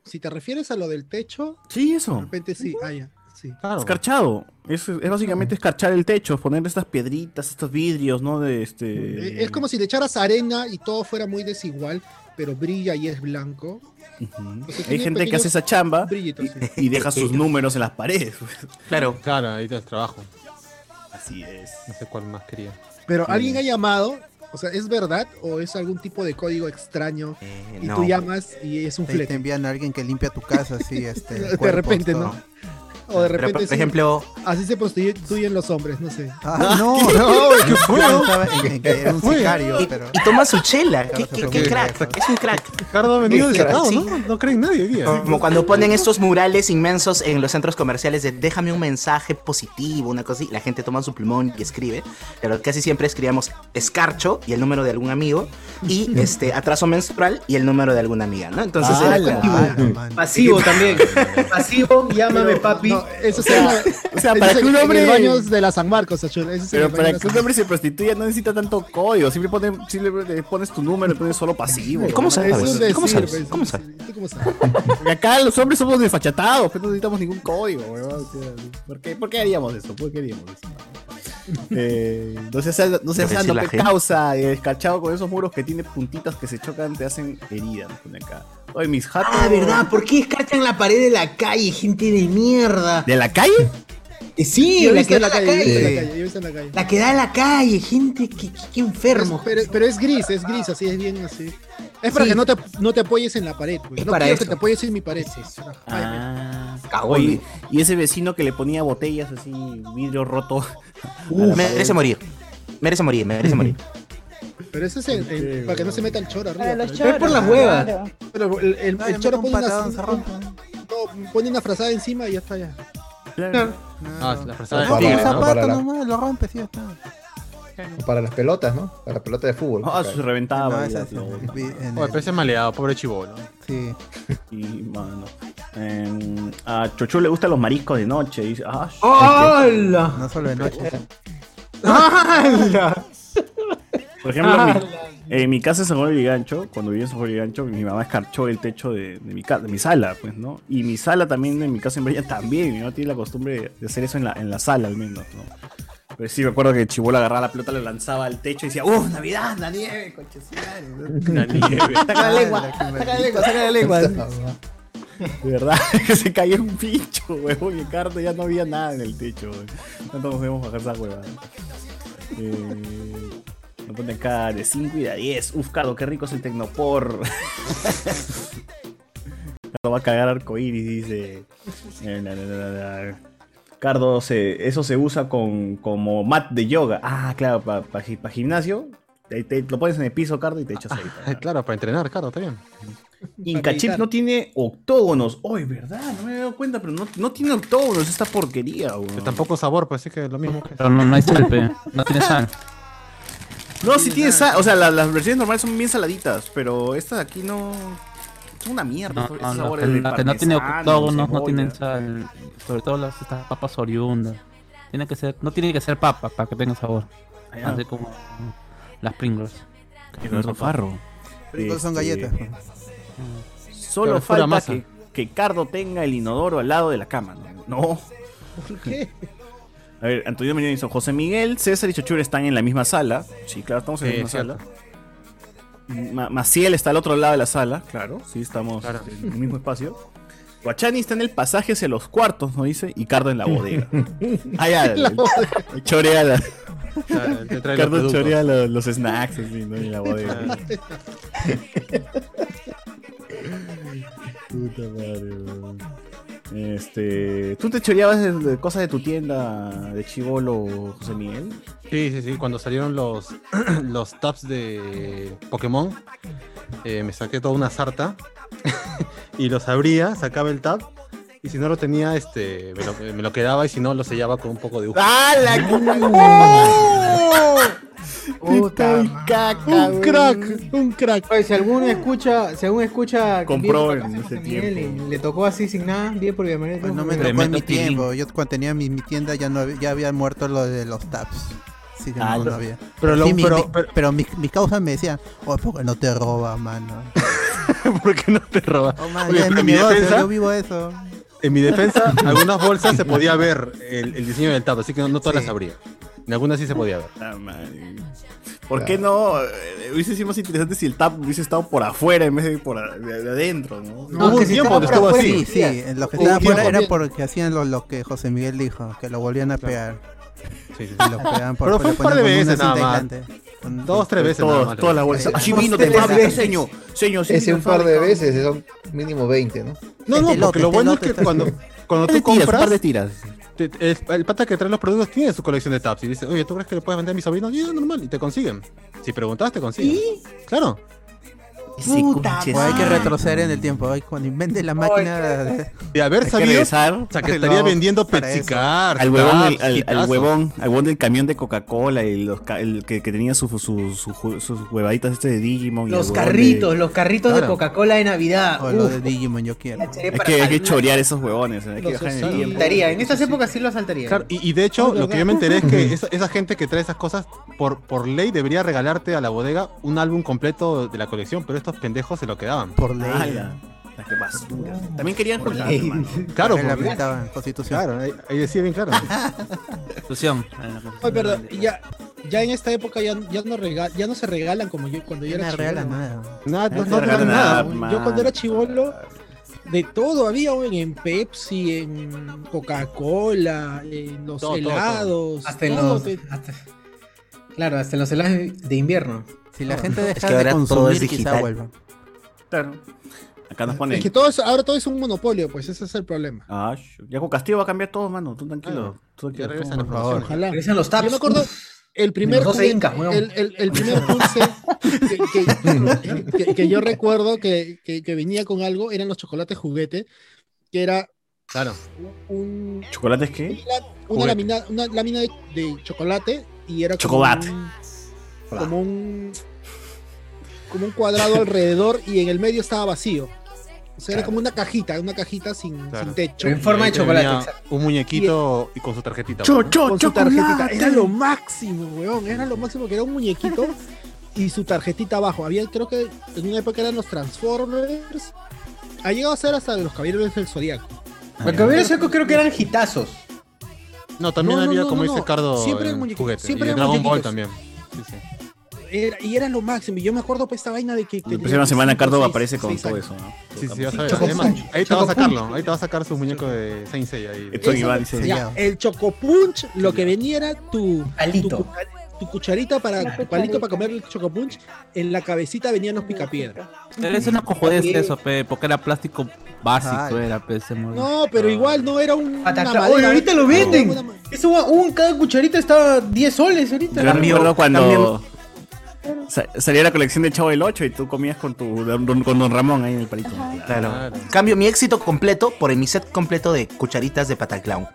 Si te refieres a lo del techo,
Sí,
de
eso.
repente sí, ah, ya, sí.
Escarchado. Es, es básicamente escarchar el techo, poner estas piedritas, estos vidrios, ¿no? De
Eh,
este.
Es como si le echaras arena y todo fuera muy desigual, pero brilla y es blanco.
Ujú.
Porque
Hay
tiene
gente que hace
pequeños
esa chamba
brillitos, sí.
y deja sus números en las paredes.
Claro.
Claro, ahí está el trabajo.
Así es.
No sé cuál más quería.
Pero alguien ha llamado, o sea, ¿es verdad o es algún tipo de código extraño?
Eh,
y
no.
tú llamas y es un
Te, te
flete.
envían a alguien que limpia tu casa, así, este.
De
cuerpos,
repente,
todo.
¿no? O de
Pero,
repente.
por
sí, Ah,
ejemplo-
Así se prostituyen los hombres, no sé.
Ah, no, no, ¿qué fue? Estaba en- en que era un
Fue.
sicario,
Y,
pero.
y toma su chela. ¿Qué,
se
qué-
fue
qué
muy
crack? Es un crack.
Ricardo ha venido
Sí,
desatado,
sí.
¿no? No cree en nadie hoy día.
Como cuando ponen estos murales inmensos en los centros comerciales de déjame un mensaje positivo, una cosa así. La gente toma su plumón y escribe. Pero casi siempre escribíamos escarcho y el número de algún amigo. Y
Mm.
este atraso menstrual y el número de alguna amiga, ¿no? Entonces
Ah,
era
¡Hala!
como- ah.
Pasivo también. Pasivo, llámame papi.
No, eso
O sea,
se llama-
o sea,
eso
para
se
que un
llama en
hombre-
el baños de la San Marcos, Achul, eso se
Pero
llama en el
para
baño
que
de
un hombre se prostituya no necesita tanto código. Siempre, pone, siempre le pones tu número y pones solo pasivo.
Eh, ¿Cómo
se
la San Marcos. Es un
sabes? ¿Cómo
decir,
sabes?
pues,
¿Cómo sabes?
¿tú cómo sabes?
Acá los hombres somos desfachatados, pues no necesitamos ningún código, weón. O sea, ¿Por qué, por qué haríamos eso? ¿Por qué haríamos eso? Eh, no seas sano- no seas
Lo que dice
sano,
la
que
gente.
causa, eh, escarchado con esos muros que tiene puntitas que se chocan, te hacen heridas. pues, nos pone acá. Oye, mis jatos.
Ah, ¿verdad? ¿Por qué escarchan la pared de la calle, gente de mierda?
¿De la calle?
Eh, Sí,
Yo he
la
visto
que
en
da
la calle, yo he visto en la calle, yo he visto en la calle.
La que da en la calle, gente, qué, qué- qué enfermo.
Pero, pero es gris, es gris, así es bien así. Es para
Sí.
que no te, no te apoyes en la pared, güey.
Es
No
para
quiero que
eso.
te apoyes en mi pared. Carajo, ay,
Ah, Oye, y ese vecino que le ponía botellas así, vidrio roto. a la pared.
Merece morir. Merece morir, merece morir.
Pero eso es en- en- para que no se meta el choro arriba.
Para los
pero-
choros.
por las huevas.
claro.
Pero el, el-
Ah,
el
le
choro
meto un
pone una,
patadón, se rompe.
no, pone una frazada encima y ya está ya.
Claro.
Ah, la frazada
Ah,
de
con
tigre,
un
¿no?
zapato
Para la-
nomás, lo rompes, sí, ya
Ah,
está.
O Para las pelotas, ¿no? Para la pelota de fútbol.
Ah, se reventaba.
No,
y
esa es
lo botaba.
en
Oye, pero
el-
ese es maleado, pobre chivolo.
Sí.
Y mano. em, a Chochu le gustan los mariscos de noche. Dice, ah,
¡Hala!
No solo de noche.
¡Hala!
Por ejemplo, mi- en mi casa en San Juan de Gancho, cuando vivía en San Juan de Gancho, mi mamá escarchó el techo de, de mi, ca- de mi sala, pues, ¿no? Y mi sala también, en mi casa en Brella también. Mi mamá tiene la costumbre de hacer eso en la, en la sala, al menos, ¿no? Pero sí, me acuerdo que Chibola agarraba la pelota, la lanzaba al techo y decía, ¡Uh, Navidad, la nieve, cochecial! La nieve. Saca la lengua,
Ah, la que
saca
me-
la lengua, saca la lengua.
Ah,
De verdad, que se cayó un pincho, huevón, y Cardo ya no había nada en el techo, weón. Tanto nos debemos bajar esa huevada. Eh, nos ponen acá de 5 y de 10. Uf, Cardo, qué rico es el tecnopor. Cardo va a cagar arcoíris, dice. Eh, na, na, na, na, na. Cardo, se- eso se usa con, como mat de yoga. Ah, claro, para gimnasio. Te, te- lo pones en el piso, Cardo, y te echas ahí.
Ay, Ah, claro, para entrenar, claro, está bien.
Inca Chip no tiene octógonos. Hoy, ¿verdad? No me había dado cuenta, pero no, no tiene octógonos esta porquería, weón.
Pero tampoco sabor, pues sí que es lo mismo que.
Pero no, no hay sal, pe. No tiene sal.
No, si tiene sal. O sea, la- las versiones normales son bien saladitas, pero estas de aquí no. Son una mierda.
No,
estos
no, no,
sabores
que,
de
no- que no tiene
parmesano,
octógonos, no
cebolla.
tienen sal. Sobre todo las, estas papas oriundas. Tiene que ser, no tiene que ser papa para que tenga sabor.
Ah, ya.
Así como las Pringles.
Eduardo Farro.
Pringles son
Este,
galletas. pues.
Solo
Pero es pura
falta
masa.
que, que Cardo tenga el inodoro al lado de la cama. No.
¿Por qué?
A ver, Antonio Menison, José Miguel, César y Chochur están en la misma sala. Sí, claro, estamos en la
Eh,
Sí,
misma
cierto.
sala. Ma- Maciel está al otro lado de la sala, claro. Sí, estamos en el mismo espacio. Guachani está en el pasaje hacia los cuartos, nos dice, y Cardo en la bodega. Ah, ya,
La
el- el chorea la-
te trae los
Cardo
productos. Ah.
chorea lo- los snacks en fin, ¿no? en la bodega. Puta madre, weón. Este. ¿Tú te choreabas de, de cosas de tu tienda de chivolo, José Miguel?
Sí, sí, sí. Cuando salieron los, los tabs de Pokémon, eh, me saqué toda una sarta y los abría, sacaba el tab. Y si no lo tenía, este, me, lo, me lo quedaba y si no, lo sellaba con un poco de ujo.
¡Ah, la
¡Oh! Puta
caca,
un crack, un crack. Oye, si alguno escucha, si alguno escucha que
Compró
viene
en
por acá
ese
Miguel y le tocó así sin nada, bien por bienvenir.
No me tocó en mi tiempo. Yo cuando tenía mi, mi tienda ya no había- ya había muerto lo de los taps. Sí, ya
Ah,
no,
lo-
no había.
pero lo-
Sí, mi-
pero-
mi- pero mis mis causas me decían, oh, ¿por qué no te roba, mano?
¿Por qué no te roba?
Oh, man,
Oye,
ya es
pero
mi
en mi
negocio,
defensa-
yo vivo eso.
En mi defensa, en algunas bolsas se podía ver el, el diseño del tab, así que no, no todas las abría. En algunas sí se podía ver.
¿Por qué no? Eh, Hubiese sido más interesante si el tap hubiese estado por afuera en vez de por a- de- de adentro, ¿no?
No, que si
que
estaba fuera- Sí, sí, en lo que
Hubo
estaba
un
fuera
tiempo.
era porque hacían lo, lo que José Miguel dijo, que lo volvían a pegar.
Sí, sí,
Y lo pegaban por
Pero fue
le
un par de
ponían con
veces
una
nada más.
cinta aislante. Con-
Dos, tres veces.
Todas-
nada más.
todas las bolsas. Así vino, te
Eh, Tres
pago,
veces.
señor, señor, sí,
Ese
la
un par de
fábrica.
veces, son mínimo 20, ¿no?
No,
Este
Este
no, porque lo bueno es que cuando, cuando tú compras. te- te- el, el pata que trae los productos tiene su colección de tabs y dice, oye, ¿tú crees que le puedes vender a mis sobrinos? Y es normal, y te consiguen. Si preguntas, te consiguen. Claro.
Puta O hay que retroceder en el tiempo. Ay, cuando invente la máquina de,
De haber
Hay que
sabido, o
regresar.
sea, que estaría
No,
vendiendo
para eso.
Pepsicar.
Al huevón,
tabs,
del- al, al
quitazo.
huevón, al huevón del camión de Coca-Cola, el, los ca- el que, que tenía su- su- su- ju- sus huevaditas este de Digimon. y
Los
el huevón
carritos,
de-
los carritos de
Claro.
Coca-cola de Navidad.
o lo
Uf,
de Digimon, yo quiero.
Hay que, hay que chorear esos huevones, hay que
los
bajar en el tiempo.
saltaría. En esas épocas sí los saltaría.
Claro, y, y de hecho, lo que yo me enteré es que esa, esa gente que trae esas cosas, por, por ley, debería regalarte a la bodega un álbum completo de la colección, pero estos pendejos se lo quedaban.
Por
ley.
Ah,
qué basura. También querían
Por
juntar.
ley.
mano.
Claro, por ley.
Reglamentaban, constitución.
Claro, ahí, ahí decía bien claro.
Constitución.
Oye, pero ya, ya en esta época ya, ya, no rega- ya no se regalan como yo cuando yo
Ya
era
no regalan
chibolo.
nada.
Nada,
no,
no
te
te
regalan
regalan
nada.
nada,
güey.
man.
Yo cuando era chivolo, de todo había, güey, en Pepsi, en Coca-Cola, en los
Todo, todo,
helados.
Hasta en
todo
los-
te-
Claro, hasta en los helados de invierno.
Si la gente
deja
deja de consumir, quizá vuelva.
Claro. Acá nos ponen.
Es que todo es- ahora todo es un monopolio, pues ese es el problema.
Ah, sh- ya con Castillo va a cambiar todo, mano. Tú tranquilo. Tú tranquilo,
regresan
tú,
las
por favor.
promociones.
Ojalá.
Regresan los taps.
Yo me acuerdo el primer
Los doce
juguete-
incas, weón.
el, el- el primer dulce que, que- que- que yo recuerdo que, que- que venía con algo eran los chocolates juguete, que era
Claro.
un
¿Chocolates qué?
una
Juguete.
lámina, una lámina de, de chocolate y era como
Chocolate.
un- como un como un cuadrado alrededor y en el medio estaba vacío. O sea, era como una cajita, una cajita sin,
Claro.
sin techo.
Y ahí te venía Un muñequito y con su tarjetita.
Cho,
pues, ¿no?
cho,
Con su
chocolate.
tarjetita.
Era lo máximo, weón. Era lo máximo que era un muñequito y su tarjetita abajo. Había, creo que en una época eran los Transformers. Ha llegado a ser hasta los Caballeros del Zodíaco.
Los caballeros secos creo que eran gitazos.
No, también
No, no,
había,
no,
como
no,
dice
no.
Cardo,
Siempre
en
eran muñequitos,
juguete.
siempre
y
eran
Dragon Ball
muñequitos.
también. Sí, sí.
Era- y era lo máximo. Y yo me acuerdo pues esta vaina de que.
La
tenía
próxima semana
cinco,
Cardo
seis-
aparece con
seis
todo
años.
eso, ¿no?
Sí, sí, ya
Sí,
sabes.
Choco
Además,
Punch.
ahí te va a
Choco
sacarlo. Ahí te va a sacar su muñeco de Saint Seiya. ahí.
Esto
Ese-
Iván dice-
ya, el chocopunch, lo que venía era tu
Palito.
tu, cucha- tu cucharita para tu palito para comer el chocopunch, en la cabecita venían los picapiedra.
Pero es una cojudez eso, pe, porque era plástico básico,
Ay.
era, pe, ese modelo.
No, pero
Ah,
igual no era un una
Patacla-
madera,
Oye, ahorita lo
no,
venden.
una-
Eso, un, cada cucharita está 10 soles ahorita.
Yo recuerdo cuando sa- salía la colección de Chavo del 8 y tú comías con tu con Don Ramón ahí en el palito.
Claro. Cambio mi éxito completo por mi set completo de cucharitas de pataclown.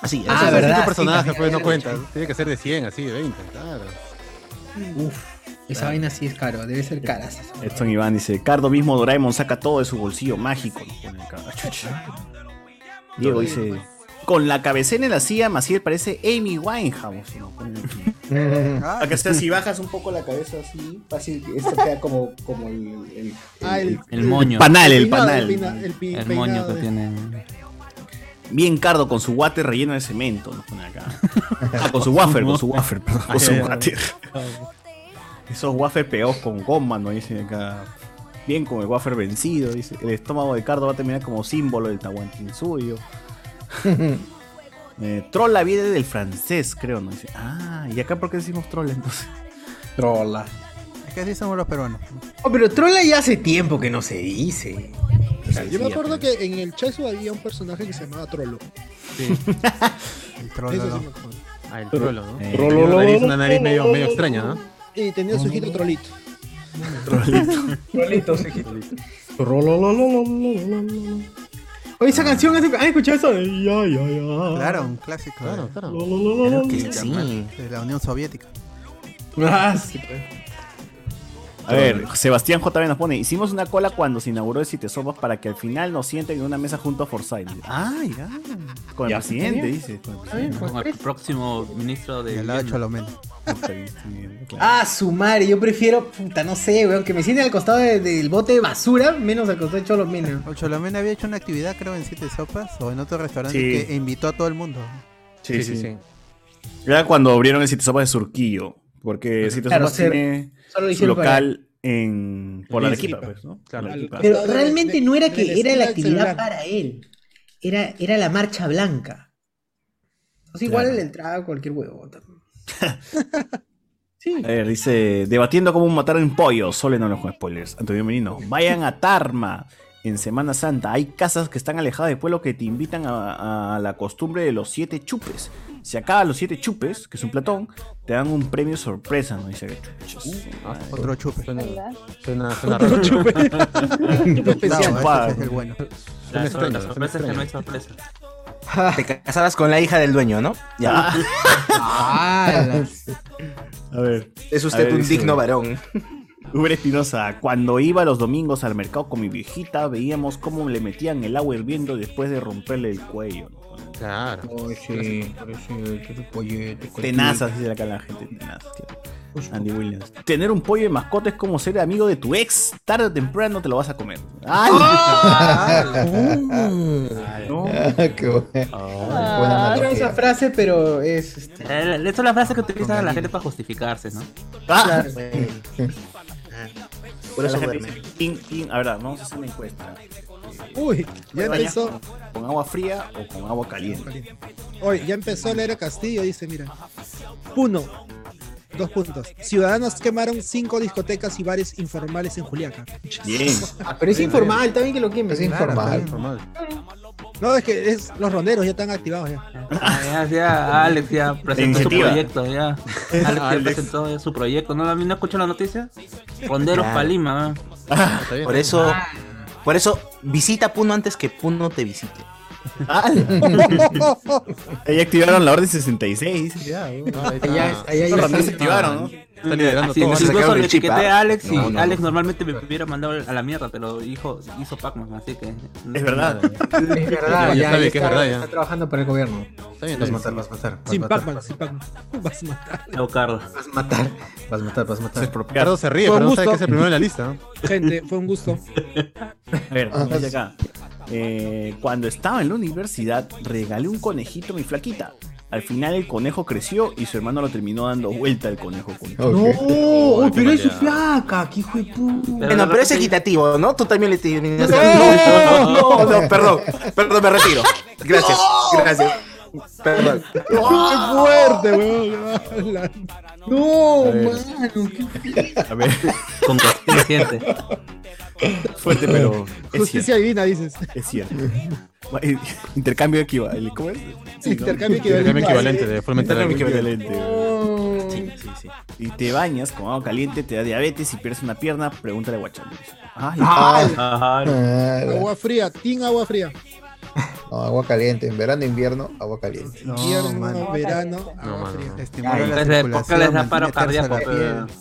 Así,
Ah,
así.
verdad.
Sí,
Tu personaje,
también
pues no
había
cuenta. Tiene que ser de 100, así, de 20. Claro.
Uf, esa vaina sí es caro, debe ser cara. sí.
Esto Iván dice, Cardo mismo Doraemon saca todo de su bolsillo mágico. Nos pone acá. Ah, chucha. Diego dice, con la cabecera en la silla, Maciel parece Amy Winehouse. Nos pone aquí.
Ah,
Acá
Acá está, si
bajas un poco la cabeza así, fácil, Ah, esto queda como, como el, el,
Ah, el-
El moño.
Panal, el
peinado,
panal.
peina- el pi-
El
peinado eh.
moño que
de-
tiene.
Bien cardo con su water relleno de cemento. nos pone acá. Ah, con su wafer, con su wafer, perdón,
Ah,
con su water. Esos wafer pegados con goma, nos dicen acá. Bien con el wafer vencido, dice. El estómago de Cardo va a terminar como símbolo del Tahuantinsuyo. Eh, trola viene del francés, creo, ¿no? Dice, ah, ¿y acá por qué decimos trola entonces? Trola.
Es que así somos los peruanos.
Oh, pero trola ya hace tiempo que no se dice. O sea,
Yo me
sí,
acuerdo que en el Chesu había un personaje que se llamaba Trollo.
El
Eso sí
trolo.
me acuerdo.
Ah, el trolo, ¿no?
Eh,
Tenía una nariz, una nariz medio,
Trololo.
medio extraña, ¿no?
Y tenía su hijito Trolito.
Trolito.
Trolito, su
Oye, esa canción, hace- ¿han escuchado eso? Ay, ay, ay, ay.
Claro, un clásico.
Claro,
de-
claro.
Lo, lo, lo, lo, lo.
Creo que sí.
De la Unión Soviética.
Ah, sí, pues.
A ver, Sebastián JB nos pone, hicimos una cola cuando se inauguró el Sitio Sopas para que al final nos sienten en una mesa junto a Forsyth. Ah, ya. Con el
Ya.
presidente, dice. Con el presidente.
Con el próximo ministro de.
Al lado de
Vivienda.
Cholomel.
Ah, su madre, yo prefiero, puta, no sé, weón, que me sienten al costado de- del bote de basura, menos al costado de Cholomena.
O Cholomel había hecho una actividad, creo, en Siete Sopas o en otro restaurante
Sí.
que invitó a todo el mundo.
Sí, sí, sí. Era cuando abrieron el Sitio Sopas de Surquillo, porque el Sitio
Claro,
Sopas
cero.
tiene
Solo lo
su
hicieron
local en... por la Arequipa,
Arequipa.
pues, ¿no?
Claro.
Por Arequipa.
Pero realmente no era
de la
que era
esquina
la
del
actividad
celular.
para él, era, era la marcha blanca. Es igual
Claro.
le entraba cualquier huevo.
A ver, Eh, dice, debatiendo cómo matar un pollo, Sole no nos con spoilers. Antonio Menino, vayan a Tarma en Semana Santa. Hay casas que están alejadas del pueblo que te invitan a, a la costumbre de los siete chupes. Si acaba los siete chupes, que es un platón, te dan un premio sorpresa, ¿no? Dice chuches.
Otro chupe.
Uh, ah, Suena, suena, suena
Otro
raro.
chupe. Chupe
especial.
Chupada.
es el bueno.
Suena
La
extraño, suena
sorpresa es que
extraño.
no hay sorpresa.
Te casabas con la hija del dueño, ¿no? Ya.
A ver.
Es usted
A ver,
un
dice-
digno varón.
Uber Espinosa, cuando iba los domingos al mercado con mi viejita, veíamos cómo le metían el agua hirviendo después de romperle el cuello. ¿no?
Claro.
Tenazas, dice acá la gente. Tenazas, tío. Andy Williams. Tener un pollo de mascota es como ser amigo de tu ex. Tarde o temprano te lo vas a comer. ¡Ay!
Ah,
No.
Qué bueno.
Ah, era esa frase, pero es. este,
Eh, Esa es la frase que utiliza la gente para justificarse, ¿no? Ah.
Ah.
claro.
Por
La
eso
gente
duerme.
dice, "Tin, tin". A ver, vamos a hacer una encuesta.
Uy, ya
¿Te bañas
empezó.
con- ¿Con agua fría o con agua caliente?
Oye, ya empezó el era Castillo, dice, mira. Puno. Dos puntos. Ciudadanos quemaron cinco discotecas y bares informales en Juliaca.
Bien.
Ah, pero es informal, está bien que lo quemen.
Es
Claro.
informal.
No, es que es, los ronderos ya están activados ya.
Ah, Ya, ya, Alex ya presentó su
Iniciativa.
proyecto, ya. Alex, ya
Alex.
presentó ya su proyecto. ¿No, ¿No escuchó la noticia? Ronderos
Claro.
para Lima, ¿no?
Por eso, por eso, visita a Puno antes que Puno te visite.
Ah.
Ahí activaron la orden 66. dice, Ya,
Allá, allá,
Los
allá
ronderos se
está.
activaron, ¿no?
Está liberando
Así,
todo.
me
se
incluso
sacaron
le
el chip,
etiqueté
¿ah?
a Alex y
No, no,
Alex normalmente me hubiera mandado a la mierda, pero hijo, hizo Pac-Man, así que.
Es verdad.
Es verdad,
Ya sabe
ya, ya
que es
está,
verdad, ya.
está trabajando para el gobierno.
Está bien,
Vas a
está
matar, vas a matar. Vas
Sin
a matar,
Pac-Man, sin Pac-Man. Vas a matar.
No, Carlos.
Vas a matar. Vas a matar, vas a matar.
bien. Ricardo se ríe,
Con
pero no sabe
gusto.
que es el primero en la lista.
Gente, fue un gusto.
A ver,
Ah.
dice acá. Eh, cuando estaba en la universidad, regalé un conejito a mi flaquita. Al final el conejo creció y su hermano lo terminó dando vuelta al conejo. con-
Oh.
No,
Ok.
uy, pero es su
maldad.
flaca, que hijo de puta.
Bueno, pero es equitativo, ¿no? Tú también le terminaste.
No,
No, no, perdón. Perdón, me retiro. Gracias, gracias. Perdón.
¡Qué fuerte, weón!
¡Ah! No, mano, qué
A ver,
Con castigo, gente.
fuerte, pero es cierto.
Justicia divina, dices.
Es cierto. Va, eh, Intercambio equivalente. ¿Cómo es?
Intercambio
Intercambio
equivalente.
equivalente de forma
Intercambio
interna.
equivalente. Sí, sí, sí. Y te bañas con agua caliente, te da diabetes y pierdes una pierna, pregúntale a Guachani.
Ah.
Ay,
Ajá.
Ah,
Agua fría, tin agua fría.
no, agua caliente. En verano, invierno, agua caliente.
No,
Invierno,
mano.
verano,
No,
agua
mano.
fría.
Estimula la
Después de época les da
circulación,
paro
mantiene tersa
cardíaco.
la
pero-
piel,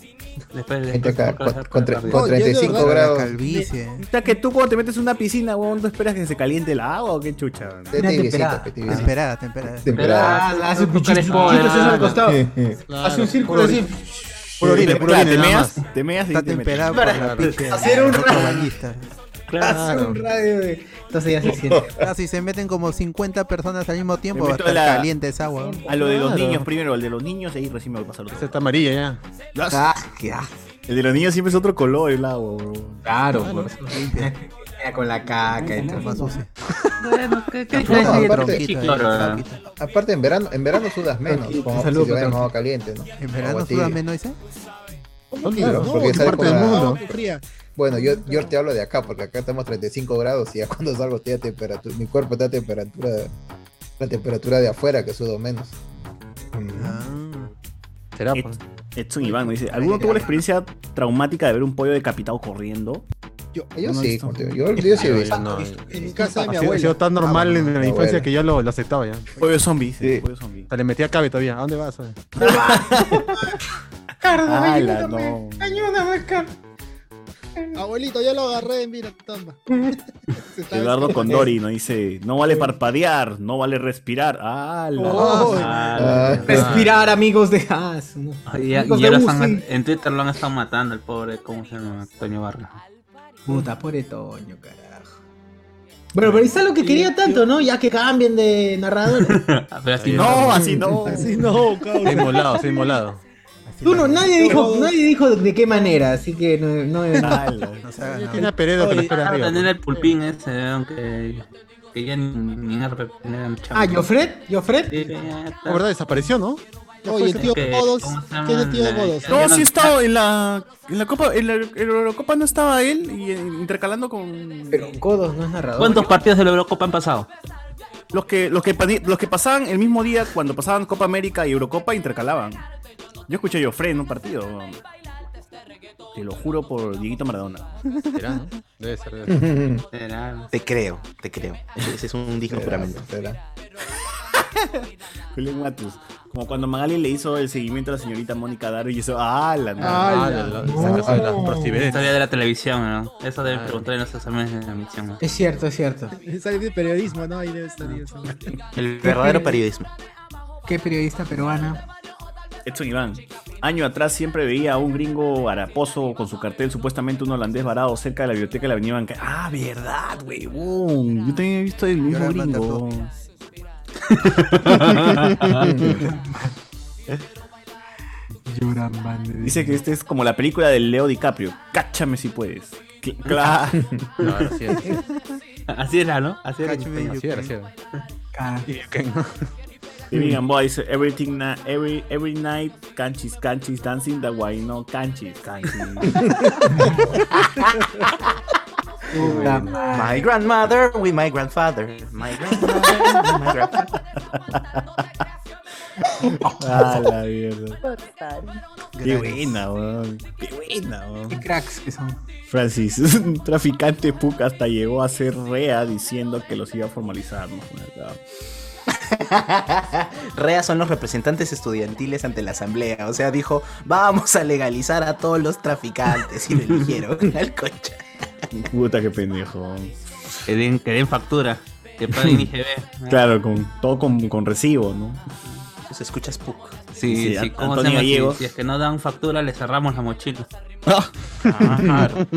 Después
Gente
de
acá,
época les da
con,
paro
con tre-
cardíaco.
con
No, yo de
35
verdad-
la
grados.
calvicie.
Puta, que tú cuando te metes en una piscina, huevón, ¿tú esperas que se caliente el agua o qué chucha? weón?
De
Una
tibiecito,
temperada.
pe, tibiecito.
Temperada, temperada.
Temperada.
Ah, hace un
Nunca
pichito,
les
pichito,
ponen,
así al
mano.
costado.
Eh,
Hace un círculo así.
Puro orine, puro
Claro,
orine,
te
nada
meas,
más.
te meas y
Está
te metes.
temperada por la pinche.
Hacer un
roca
ra-
bañista.
Hace un radio de... Entonces ya se siente.
Ah, si se meten como 50 personas al mismo tiempo,
Me
va a
meto
estar
a la-
caliente esa agua.
A lo de los
Claro.
niños primero, al de los niños, y ahí recién me voy a pasar. Ese
está amarilla ya.
Ah, qué El de los niños siempre es otro color el agua, bro.
Claro,
Ah,
por
no.
eso. Mira, con la caca y todo.
Bueno, ¿qué, qué
Aparte-
diferencia hay entre
aparte-
chicle?
Aparte, en verano, en verano sudas menos, como si
Saludos,
te bañas
Cotorra.
con agua caliente, ¿no?
¿En verano
Agua
sudas
tibia.
menos, dice?
Claro,
No,
porque
¿qué
sale
parte
con
del
la-
mundo?
Bueno, yo, yo te hablo de acá, porque acá estamos 35 grados y ya cuando salgo estoy a temperatura, mi cuerpo está a temperatura, la temperatura de afuera, que sudo menos.
Ah.
Será,
pues. Edson Iván me dice, ¿alguno tuvo la experiencia traumática de ver un pollo decapitado corriendo?
Yo,
yo
sí, como te digo, yo-
yo
sí he visto.
no, yo-
En mi casa de mi
Ha sido, ha sido
abuelo.
tan normal en la
mi
infancia
abuela.
que ya lo, lo aceptaba ya.
Ah, Pollo zombie,
sí. Pollo
zombie.
le metía cabe todavía. ¿A dónde vas? eh?
Cardo,
Ala,
ayúdame,
no.
ayúdame, Cardo. Abuelito, ya lo agarré en mira, tamba. Se está
Eduardo
besando.
Condori nos dice, no vale parpadear, no vale respirar. Ah, la-
Oh,
ah, la-
Respirar, amigos de Haas. ¿no?
Ah, Y, ya-
Amigos
y
de
ahora
Uzi.
están mat- en Twitter lo han estado matando el pobre, ¿cómo se llama? Toño Barra.
Puta, pobre Toño, carajo. Bueno, pero es algo que quería tanto, ¿no? Ya que cambien de narrador.
así
no, así no, así no,
Se ha inmolado, se ha inmolado.
Tú no, nadie dijo, nadie dijo de qué manera, así que no, no,
no
se hagan.
Tiene a Peredo que lo espera
Para
arriba.
tener el pulpín ese, aunque que ya ni, ni en RP tenían chamba.
Ah, Jofred, Jofred.
La verdad, desapareció, ¿no?
Oye, el tío
Que-
Godos.
¿cómo se llama?
¿Quién es el tío
La-
Godos?
No, sí he estado en la, en la Copa, en la, en la Eurocopa no estaba él y eh, intercalando con...
Pero Codos no es narrador.
¿Cuántos partidos de la Eurocopa han pasado?
Los que, los, que, pani- los que pasaban el mismo día cuando pasaban Copa América y Eurocopa intercalaban. Yo escuché yo Fred en un partido. Te lo juro por Dieguito Maradona.
Será, ¿no? Debe ser, debe ser.
Te creo, te creo. Ese es un digno
Será,
juramento.
Julián Matus. Como cuando Magali le hizo el seguimiento a la señorita Mónica Daro y eso. ¡Ah, la
Ah, la-
no!
no.
Esa- esa-
Historia de la televisión, ¿no? Eso debe
Ah.
preguntar en los exámenes de admisión. ¿no?
Es cierto, es cierto.
Es alguien de periodismo, ¿no? Ahí debe estar. ahí está.
El verdadero periodismo.
¿Qué periodista peruana?
Edson Iván. Año atrás siempre veía a un gringo haraposo con su cartel, supuestamente un holandés varado cerca de la biblioteca de la Avenida Banca. ¡Ah, verdad, huevón! Yo también he visto el mismo gringo. Dice que este es como la película del Leo DiCaprio. Cáchame si puedes. Cl- Claro.
Claro, así es.
Así era, ¿no? Así era.
Catch me,
Así era, así era. Y acá, ¿no?
David Gamboa dice everything na- every every night canchis canchis dancing the way no canchis
Puta
canchis.
madre.
My grandmother with my grandfather. My grandmother with my grandfather.
ah, la mierda. Qué
Gracias.
buena, weón. Qué buena, weón.
Cracks que son.
Francis, un traficante Puc hasta llegó a ser rea diciendo que los iba a formalizar. ¿no? Acá.
REA son los representantes estudiantiles ante la asamblea. O sea, dijo, vamos a legalizar a todos los traficantes. Y lo eligieron al concha.
Puta que pendejo.
Que den, que den factura. Que paguen IGB.
Claro, con, todo con, con recibo, ¿no?
Pues escuchas Puc.
Sí, sí,
An-
¿cómo se llama?
Antonio
Si-
Gallegos.
Si, es que no dan factura, le cerramos la mochila.
Claro.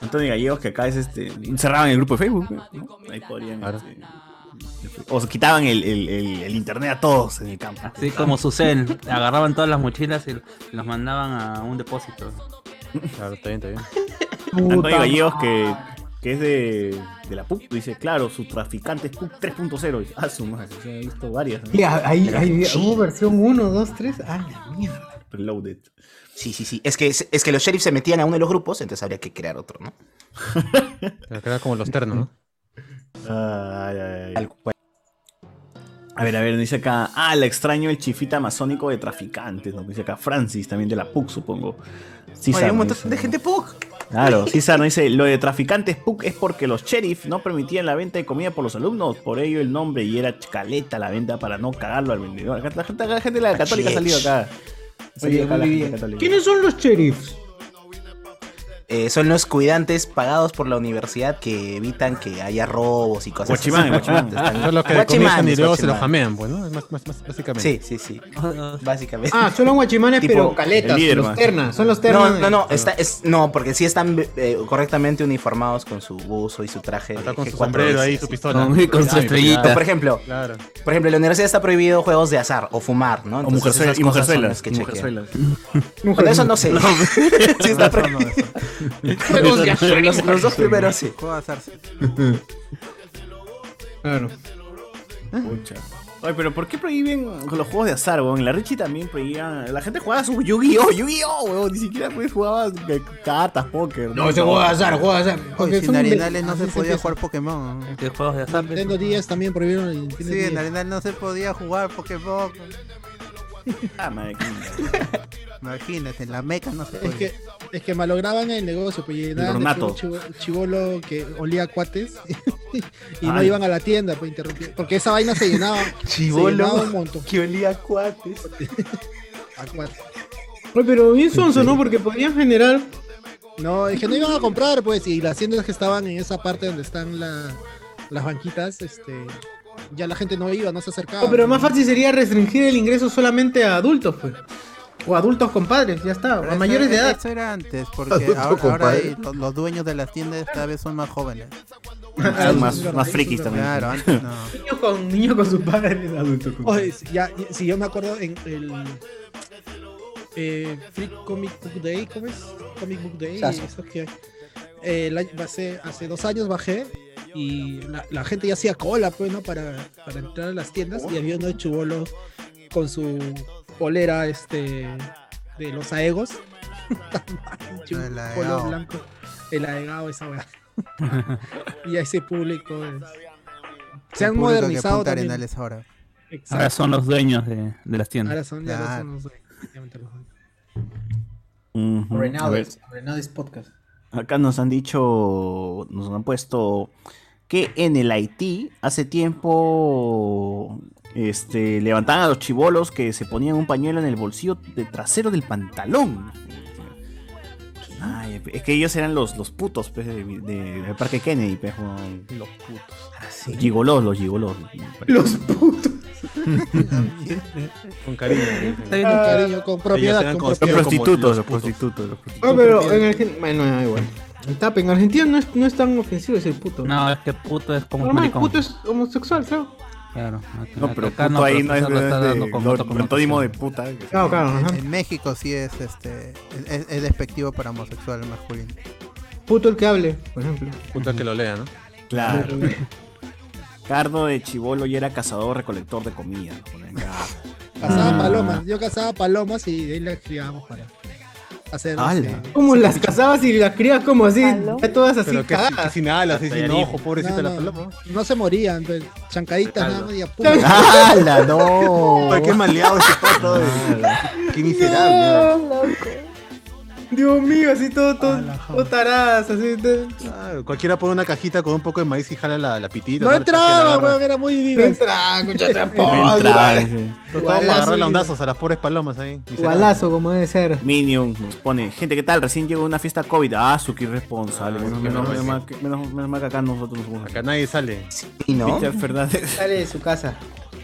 Antonio Gallegos, que acá es este. Cerraban el grupo de Facebook. ¿no? Ahí podrían. este, o se quitaban el, el- el- el internet a todos en el campo.
Así como suceden. Agarraban todas las mochilas y los mandaban a un depósito.
Claro, está bien, está bien.
Antonio Gallegos, que, que es de, de la PUC, dice, claro, su traficante es PUC 3.0. Dice, Ah, su madre, yo he visto varias. ¿no?
Sí, ah, ahí, ahí
Sí.
hubo versión 1, 2, 3. Ah, la mierda.
Reloaded.
Sí, sí, sí. Es que, es que los sheriffs se metían a uno de los grupos, entonces habría que crear otro, ¿no?
Pero que era como los ternos, ¿no?
Ay, ay, ay. A ver, a ver, dice acá. Ah, la extraño el chifita amazónico de traficantes. ¿no? Dice acá Francis, también de la PUC, supongo. Sí,
Oye,
sabe,
un montón
dice,
de
¿no?
gente Puc.
Claro, César nos dice, lo de traficantes PUC es porque los sheriff no permitían la venta de comida por los alumnos, por ello el nombre y era caleta la venta para no cagarlo al vendedor. Acá La gente, la gente de la católica ha salido acá. Ha salido
Oye,
acá la
muy
gente
bien.
católica.
¿Quiénes son los sheriffs?
eh, son los cuidantes pagados por la universidad que evitan que haya robos y cosas
Guachimán,
así.
guachimán.
Están-
Son los que
Guachimanes,
comienzan y luego se los
guachimanes.
jamean, pues, ¿no? Es más, más, más básicamente.
Sí, sí, sí. Básicamente.
Ah, son los guachimanes,
Tipo,
pero caletas,
el líder,
los
man.
ternas, son los ternas.
No, no, no, está- es, no porque sí están eh, correctamente uniformados con su buzo y su traje. Está
con su sombrero ahí, su pistola.
Con, su
Con su
estrellita.
estrellita.
por ejemplo,
Claro.
por ejemplo, en la universidad está prohibido juegos de azar o fumar, ¿no? Entonces,
mujerzuelas,
esas
y
cosas son
mujerzuelas,
las que
y
chequean.
mujerzuelas.
Bueno, eso no sé. Sí está prohibido. Juegos de azar, los- los dos primeros sí.
Juego de azar, sí.
Claro.
Ah.
Pucha. Ay, pero ¿por qué prohíben los juegos de azar, weón? En la Richie también prohibían. La gente jugaba su Yu-Gi-Oh! Yu-Gi-Oh! weón. Ni siquiera pues, jugaba eh, cartas, póker.
No, se juega azar, juega azar.
Oye,
Porque
sin
son
Arenales no
Ah,
de-
se
así
podía
empieza.
jugar Pokémon. ¿no?
Nintendo 10 también prohibieron el Nintendo
Sí, en
10.
Arenales no se podía jugar Pokémon.
Ah, madre
Imagínate, en la meca no se
Es
podía.
que, es que malograban el negocio, pues llenaban de
ornato.
puro chivo- chivolo que olía a cuates y no
Ay.
iban a la tienda pues interrumpir. Porque esa vaina se llenaba.
Chivolo
se llenaba un montón.
que olía a cuates.
a cuates.
Oye, pero bien sonso, ¿no? Porque podrían generar.
No, es que no iban a comprar, pues, y las tiendas que estaban en esa parte donde están la- las banquitas, este, ya la gente no iba, no se acercaba.
No, Oh, pero más fácil sería restringir el ingreso solamente a adultos, pues. O adultos con padres, ya está. O a
Eso-
mayores de edad.
Eso era antes, porque
Adulto,
ahora, ahora
Ah, compadre.
hay- los, los dueños de las tiendas cada vez son más jóvenes.
Ah, Son más- más frikis también.
Claro, antes no.
Niños con, niños con sus padres, adultos con
Oye, si- ya, si yo me acuerdo en el eh, Free Comic Book Day, ¿cómo es? Comic Book Day,
Chazo.
eso que eh, el año- hace, hace dos años bajé y la, la gente ya hacía cola, pues, ¿no? Para, para entrar a las tiendas y había uno de chubolos con su polera, este, de los aegos.
El
un
aegao.
polo blanco, el aegao, esa weá. y a ese público
El
es- Se han
público que
modernizado
apunta
también.
Arenales ahora.
Exacto.
Ahora son los dueños de, de las tiendas.
Ahora son, ya ahora
Claro.
son los dueños, obviamente los dueños.
Ujú. A ver,
Renades, Renades Podcast.
Acá nos han dicho, nos han puesto que en el Haití hace tiempo este, levantaban a los chibolos que se ponían un pañuelo en el bolsillo de trasero del pantalón. Ay, es que ellos eran los, los putos pues, de- de- del Parque Kennedy. Pues, weón.
Los putos.
Los gigolos, los gigolos.
Los putos.
Con cariño.
bien,
Ah.
con cariño, con propiedad,
Ellos eran
con
conocidos
propiedad.
como
Prostitutos,
los
prostitutos, los prostitutos.
Ah, pero en Argentina. Bueno, da igual. El tap en Argentina no es, no es tan ofensivo decir puto.
No, es que puto es como un
Normal,
maricón.
puto es homosexual, claro.
Claro.
No, pero
Acá
puto ahí
pero
no es
acá lo está
de-
dando como
no,
otro connotación.
antónimo de puta.
Claro, claro, ajá.
En, en México sí es este es, es despectivo para homosexual masculino.
Puto el que hable, por ejemplo.
Puta que lo lea, ¿no?
Claro. Cardo de chibolo y era cazador recolector de comida. lo ponen acá.
Cazaban
Ah.
palomas, yo cazaba palomas y de ahí las criábamos para hacer.
¡Hala!
este,
Como las cazabas y las crías como así, ya todas así
Pero que si-
cagadas.
Sin alas, así, sin
Tallarín.
ojo, pobrecita
No,
la
no,
paloma.
No se morían, pues, chancaditas nada más y a puta.
¡Hala, no!
Ay, ¡Qué maleado ese pato! eh. ¡Qué miserable!
Dios mío, así todo, todo, todo taradas, así. todo.
Claro, Cualquiera pone una cajita con un poco de maíz y jala la, la pitita.
No
La chaca la
entraba,
agarra.
weón, era muy vivo.
No entraba, escucha, tampoco.
No entraba,
Ay,
sí. Todos
Balazo,
para agarrar
sí.
laundazos a las pobres palomas ahí. miserables.
Balazo, como debe ser.
Minion nos pone, gente, ¿qué tal? Recién llegó una fiesta COVID. Ah, su que irresponsable.
Ah,
menos, menos- menos mal que, menos- menos mal que acá nosotros no somos.
Acá nadie sale.
Y no. Peter Fernández
Sale de su casa.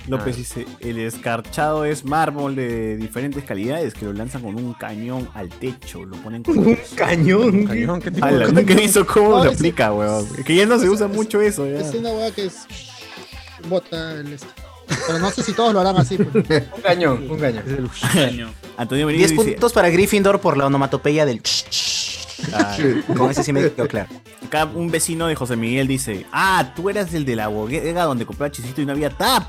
López
Ah.
dice, el escarchado es mármol de diferentes calidades que lo lanzan con un cañón al techo. Lo ponen con
Un cañón.
Cañón, ¿qué tipo de
Ala,
cañón?
¿Qué hizo? ¿Cómo
No,
lo
es-
aplica, weón? Es que ya no se usa mucho eso. ya.
Es una weá que es. Bota el este. Pero no sé si todos lo harán así. pues.
Un cañón, un cañón.
10
Antonio Benítez dice,
puntos para Gryffindor por la onomatopeya del ch,
Ah,
Con ese sí me quedó claro.
Acá un vecino de José Miguel dice, ah, tú eras el de la bodega donde compraba chisito y no había tap.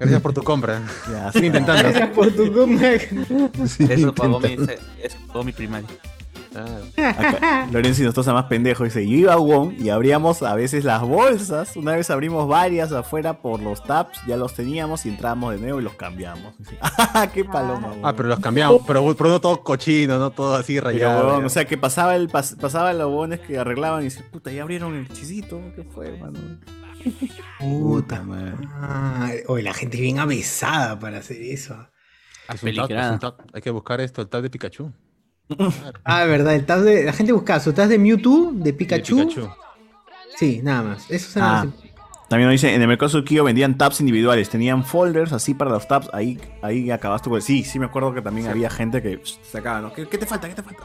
Gracias por tu compra. Gracias por tu compra.
Ya
Sigue
está.
intentando.
Gracias por tu comeback.
Eso pagó mi, ese- eso pagó mi primaria.
Acá, Lorenzo Hinojosa más pendejo dice, yo iba a Wong y abríamos a veces las bolsas. Una vez abrimos varias afuera por los taps, ya los teníamos y entrábamos de nuevo y los cambiamos. Dice, "Ah, qué paloma, weón".
Ah, pero los cambiamos. Pero, pero no todo cochino, no todo así
Pero,
rayado.
weón,
ya.
o sea, que pasaba el pas- pasaba los bones que arreglaban y dice, puta, ya abrieron el chisito, ¿qué fue, mano? Puta madre.
Ay, oye, la gente es bien avesada para hacer eso.
Es un tat, es un tat. Hay que buscar esto, el tal de Pikachu.
Ah, verdad, el tas de. La gente buscaba su tas de Mewtwo, de Pikachu. Sí, nada más. Eso em- se
Ah, También nos dice, en el mercado Surquillo vendían tabs individuales, tenían folders así para los tabs, ahí, ahí acabaste con Sí, sí me acuerdo que también había gente que pss, sacaba, ¿no? ¿Qué, qué te falta? ¿Qué te falta?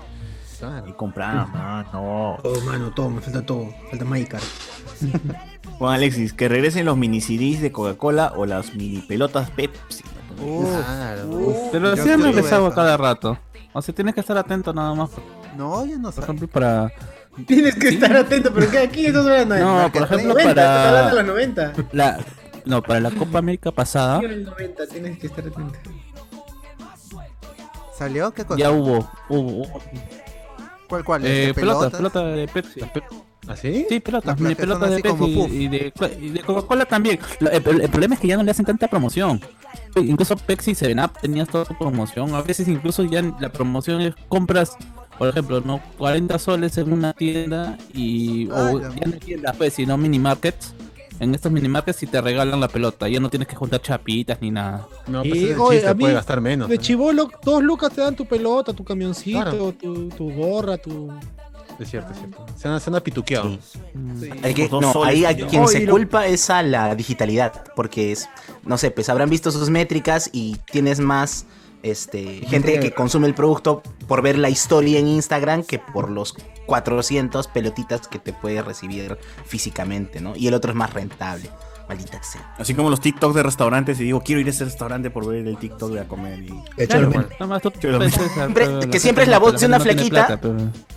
Y compraban, ah, no.
Todo, Oh, mano, todo, me falta todo. Falta Magikarp.
Juan Alexis, que regresen los mini CDs de Coca-Cola o las mini pelotas Pepsi.
Te lo decía me empezaba cada rato. O sea, tienes que estar atento nada más.
No, ya no sé.
Por ejemplo, para.
Tienes que estar atento, pero ¿qué? aquí estás hablando de
No,
de
por
los
ejemplo,
90, estás hablando de
para.
los 90.
La... No, para la Copa América pasada.
Yo en el 90, tienes que estar atento.
¿Salió? ¿Qué cosa?
Ya hubo, hubo, hubo.
¿Cuál, cuál?
Eh,
¿Este,
pelota,
pelotas?
pelota de Pepsi.
¿Ah, sí?
Sí, pelota,
Las- las
de
que
pelota
son
de
así como
Pepsi
puff.
y de, y de Coca-Cola también. Lo- El, el problema es que ya no le hacen tanta promoción. Incluso Pepsi y Seven Up tenían toda su promoción. A veces incluso ya la promoción es compras, por ejemplo, no 40 soles en una tienda y o
Ah, la
ya no tiendas, pues, sino mini markets. En estos mini markets si te regalan la pelota, ya no tienes que juntar chapitas ni nada.
No, pues
Y, oye, a mí, De chivolo, dos lucas te dan tu pelota, tu camioncito, tu, tu gorra, tu.
Es cierto, es cierto. Se han, se han apituqueado.
Hay que-
Por dos
no,
soles,
ahí a
tío.
quien
Oh,
se
y lo-
culpa es a la digitalidad, porque es, no sé, pues habrán visto sus métricas y tienes más este, gente que consume el producto por ver la historia en Instagram que por los 400 pelotitas que te puedes recibir físicamente, ¿no? Y el otro es más rentable, maldita sea.
Así como los TikToks de restaurantes y digo, quiero ir a ese restaurante por ver el TikTok de a comer. Y...
Claro,
Igual.
bueno.
Nada más tú
Cholo,
piensas,
Siempre-
pero
que
la
siempre es la
gente-
voz de
gente
una
no tiene
flaquita.
plata, pero-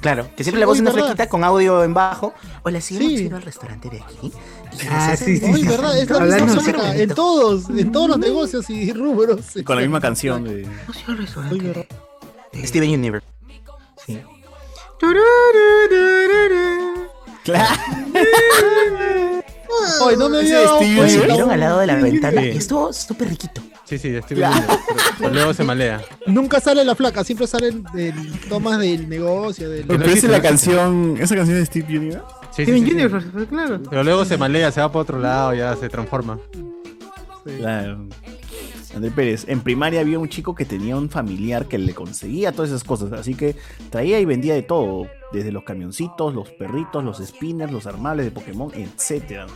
Claro, que siempre le
Sí,
voz una
¿verdad?
flequita con audio en bajo. Hola, sí, hemos
Sí.
ido al restaurante de aquí. Y
Ah,
nos hacen-
sí, sí, sí, verdad, es la misma
Hablando-
música en todos, en todos los negocios y rubros.
Con la misma canción. de-
Oye, verdad.
Steven Universe.
Oye, no me
Ese
había
de
dado
Steven
cuenta.
Se vieron al lado de la ventana y
Sí.
estuvo súper riquito.
Sí, sí, estoy
Claro.
viendo. pero Luego se malea.
Nunca sale la flaca, siempre salen del- tomas del negocio, del.
Pero esa es la canción. ¿Esa canción es de Steve Universe?
Sí, sí,
Steven
sí.
Universe, claro.
Pero luego se malea, se va para otro lado, ya se transforma.
Claro. André Pérez, en primaria había un chico que tenía un familiar que le conseguía todas esas cosas, así que traía y vendía de todo, desde los camioncitos, los perritos, los spinners, los armables de Pokémon, etcétera.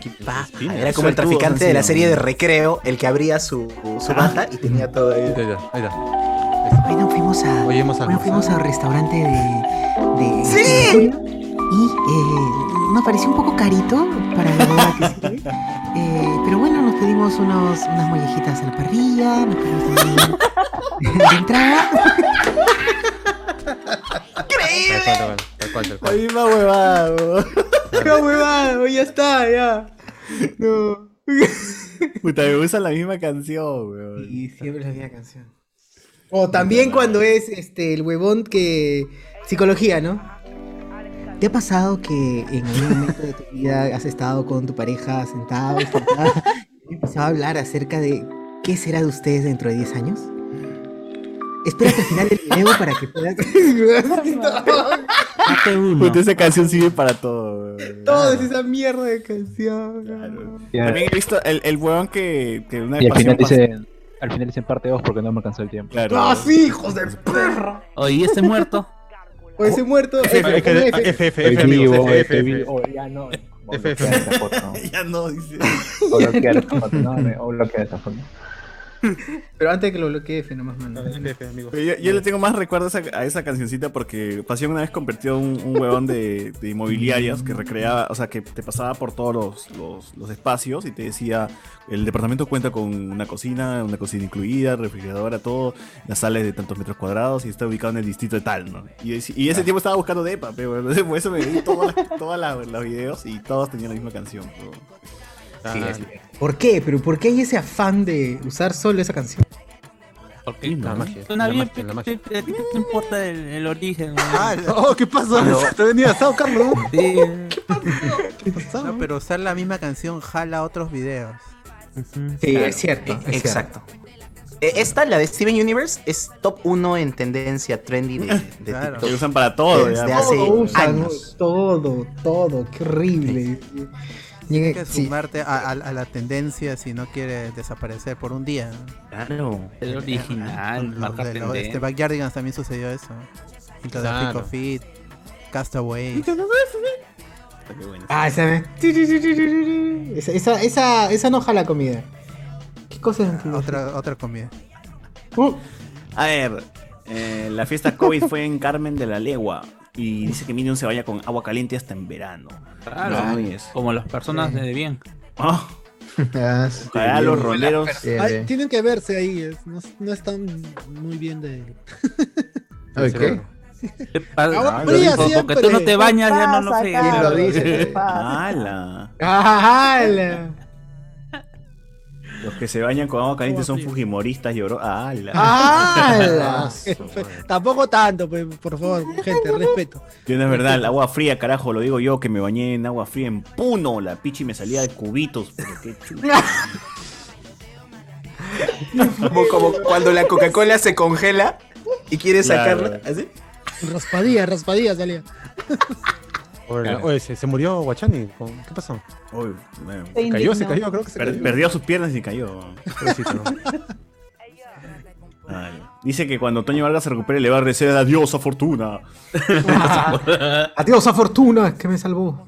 Qué
paja, Ah, Era como el traficante de la serie de recreo, el que abría su, su bata y tenía todo ahí.
Ah. Ahí está.
Hoy nos fuimos a.
Hoy hemos
bueno, fuimos al restaurante de. de
¡Sí!
Y eh, nos pareció un poco carito para la boda que sirve. Eh, pero bueno, nos pedimos unos, unas mollejitas a la parrilla, nos pedimos también de entrada.
Tal cual, tal cual, tal cual, tal cual.
Ahí va huevado. Va huevado, ya está, ya. No.
Puta, me usan la misma canción, weón.
Y siempre es la misma canción. O también cuando es este el huevón que. psicología, ¿no? ¿Te ha pasado que en algún momento de tu vida has estado con tu pareja sentado, sentada, y empezado a hablar acerca de qué será de ustedes dentro de 10 años? Espera hasta el final del video para que puedas.
Puta, esa canción sirve para todo, weón.
Todo es esa mierda de canción.
Ya.
También he visto el, el huevón que, que una
Y al final
pasión pas-
dicen, al final dicen parte 2 porque no me alcanzó el tiempo.
Claro.
¡Ah, sí, hijos de perra!
Oye, ese muerto.
O ese muerto.
F, F,
F, F,
F, F,
Estoy
F, amigos,
vivo,
F,
estoy
F,
vivo. Oh, ya no.
F, F.
Bloquear esta foto.
Ya no, dice.
O bloquear esta foto. No, no, o bloquear esta foto.
Pero antes de que lo bloquee F nomás, mano.
Pero Yo, yo le tengo más recuerdos a, a esa cancioncita porque Pasión una vez convirtió un, un huevón de, de inmobiliarias que recreaba, o sea, que te pasaba por todos los, los- los espacios y te decía, el departamento cuenta con una cocina, una cocina incluida, refrigeradora, todo, la sala es de tantos metros cuadrados y está ubicado en el distrito de tal, ¿no? Y, dec- y ese tiempo estaba buscando depa, pero entonces por eso me vi todos los videos y todos tenían la misma canción. pero-
Sí, es-
¿Por qué? ¿Pero por qué hay ese afán de usar solo esa canción?
Porque
La magia,
suena
la
bien,
magia,
pe-
la magia.
pe- pe- ¿qué te importa el, el origen?
Oh, ¿qué pasó? Te venía asado, Carlos.
Sí.
Oh, No, pero usar la misma canción jala otros videos.
Sí,
Claro,
es cierto.
e-
es
exacto. Eh, Esta, la de Steven Universe, es top 1 en tendencia trendy de, de
Claro.
TikTok.
Que usan para todo,
Desde
ya.
hace
Todo usan,
años.
todo, todo, qué horrible.
Tienes
Llegué-
que
sí.
sumarte a, a- a la tendencia si no quieres desaparecer por un día.
Claro, el
Ah,
original,
Los
marca
de los-
tendencia.
este Backyardigans también sucedió eso. Lo de Pico
Claro.
Fit, Castaway.
Ah, esa me... Esa, esa, esa, esa no jala comida. ¿Qué cosa es?
Otra, otra comida.
A ver, eh, la fiesta COVID fue en Carmen de la Legua. Y dice que Minion se vaya con agua caliente hasta en verano.
Claro,
No, es-
como las personas de bien.
Ah,
Ah,
Ojalá los roleros.
Ay, tienen que verse ahí, es- no, no están muy bien de.
Ay, ¿Qué?
Te pasa,
Ah,
Agua
lo
fría
dijo, porque
siempre.
tú no te bañas,
¿Qué
ya no lo
pasa,
sé.
Carlos?
Claro.
¿Quién lo dice?
¡Hala!
¡Ah, ¡Hala!
Los que se bañan con agua caliente son fujimoristas y oro. ¡Hala!
¡Hala! Tampoco tanto, pues, por favor, gente, respeto.
Yo no es verdad, el agua fría, carajo, lo digo yo, que me bañé en agua fría en Puno, la pichi me salía de cubitos. pero qué chucha.
Como, como cuando la Coca-Cola se congela y quieres
Claro.
sacarla. ¿Así?
Raspadilla, raspadilla salía.
Oye,
Claro.
oye, se, se murió Guachani. ¿con- ¿Qué pasó?
Uy, bueno.
Se Se cayó, se indignó. cayó, creo que se
Per-
cayó.
Perdió sus piernas y cayó.
Pobrecito, ¿no?
Ay. Dice que cuando Toño Vargas se recupere le va a decir adiós a fortuna.
Adiós a Fortuna, que me salvó.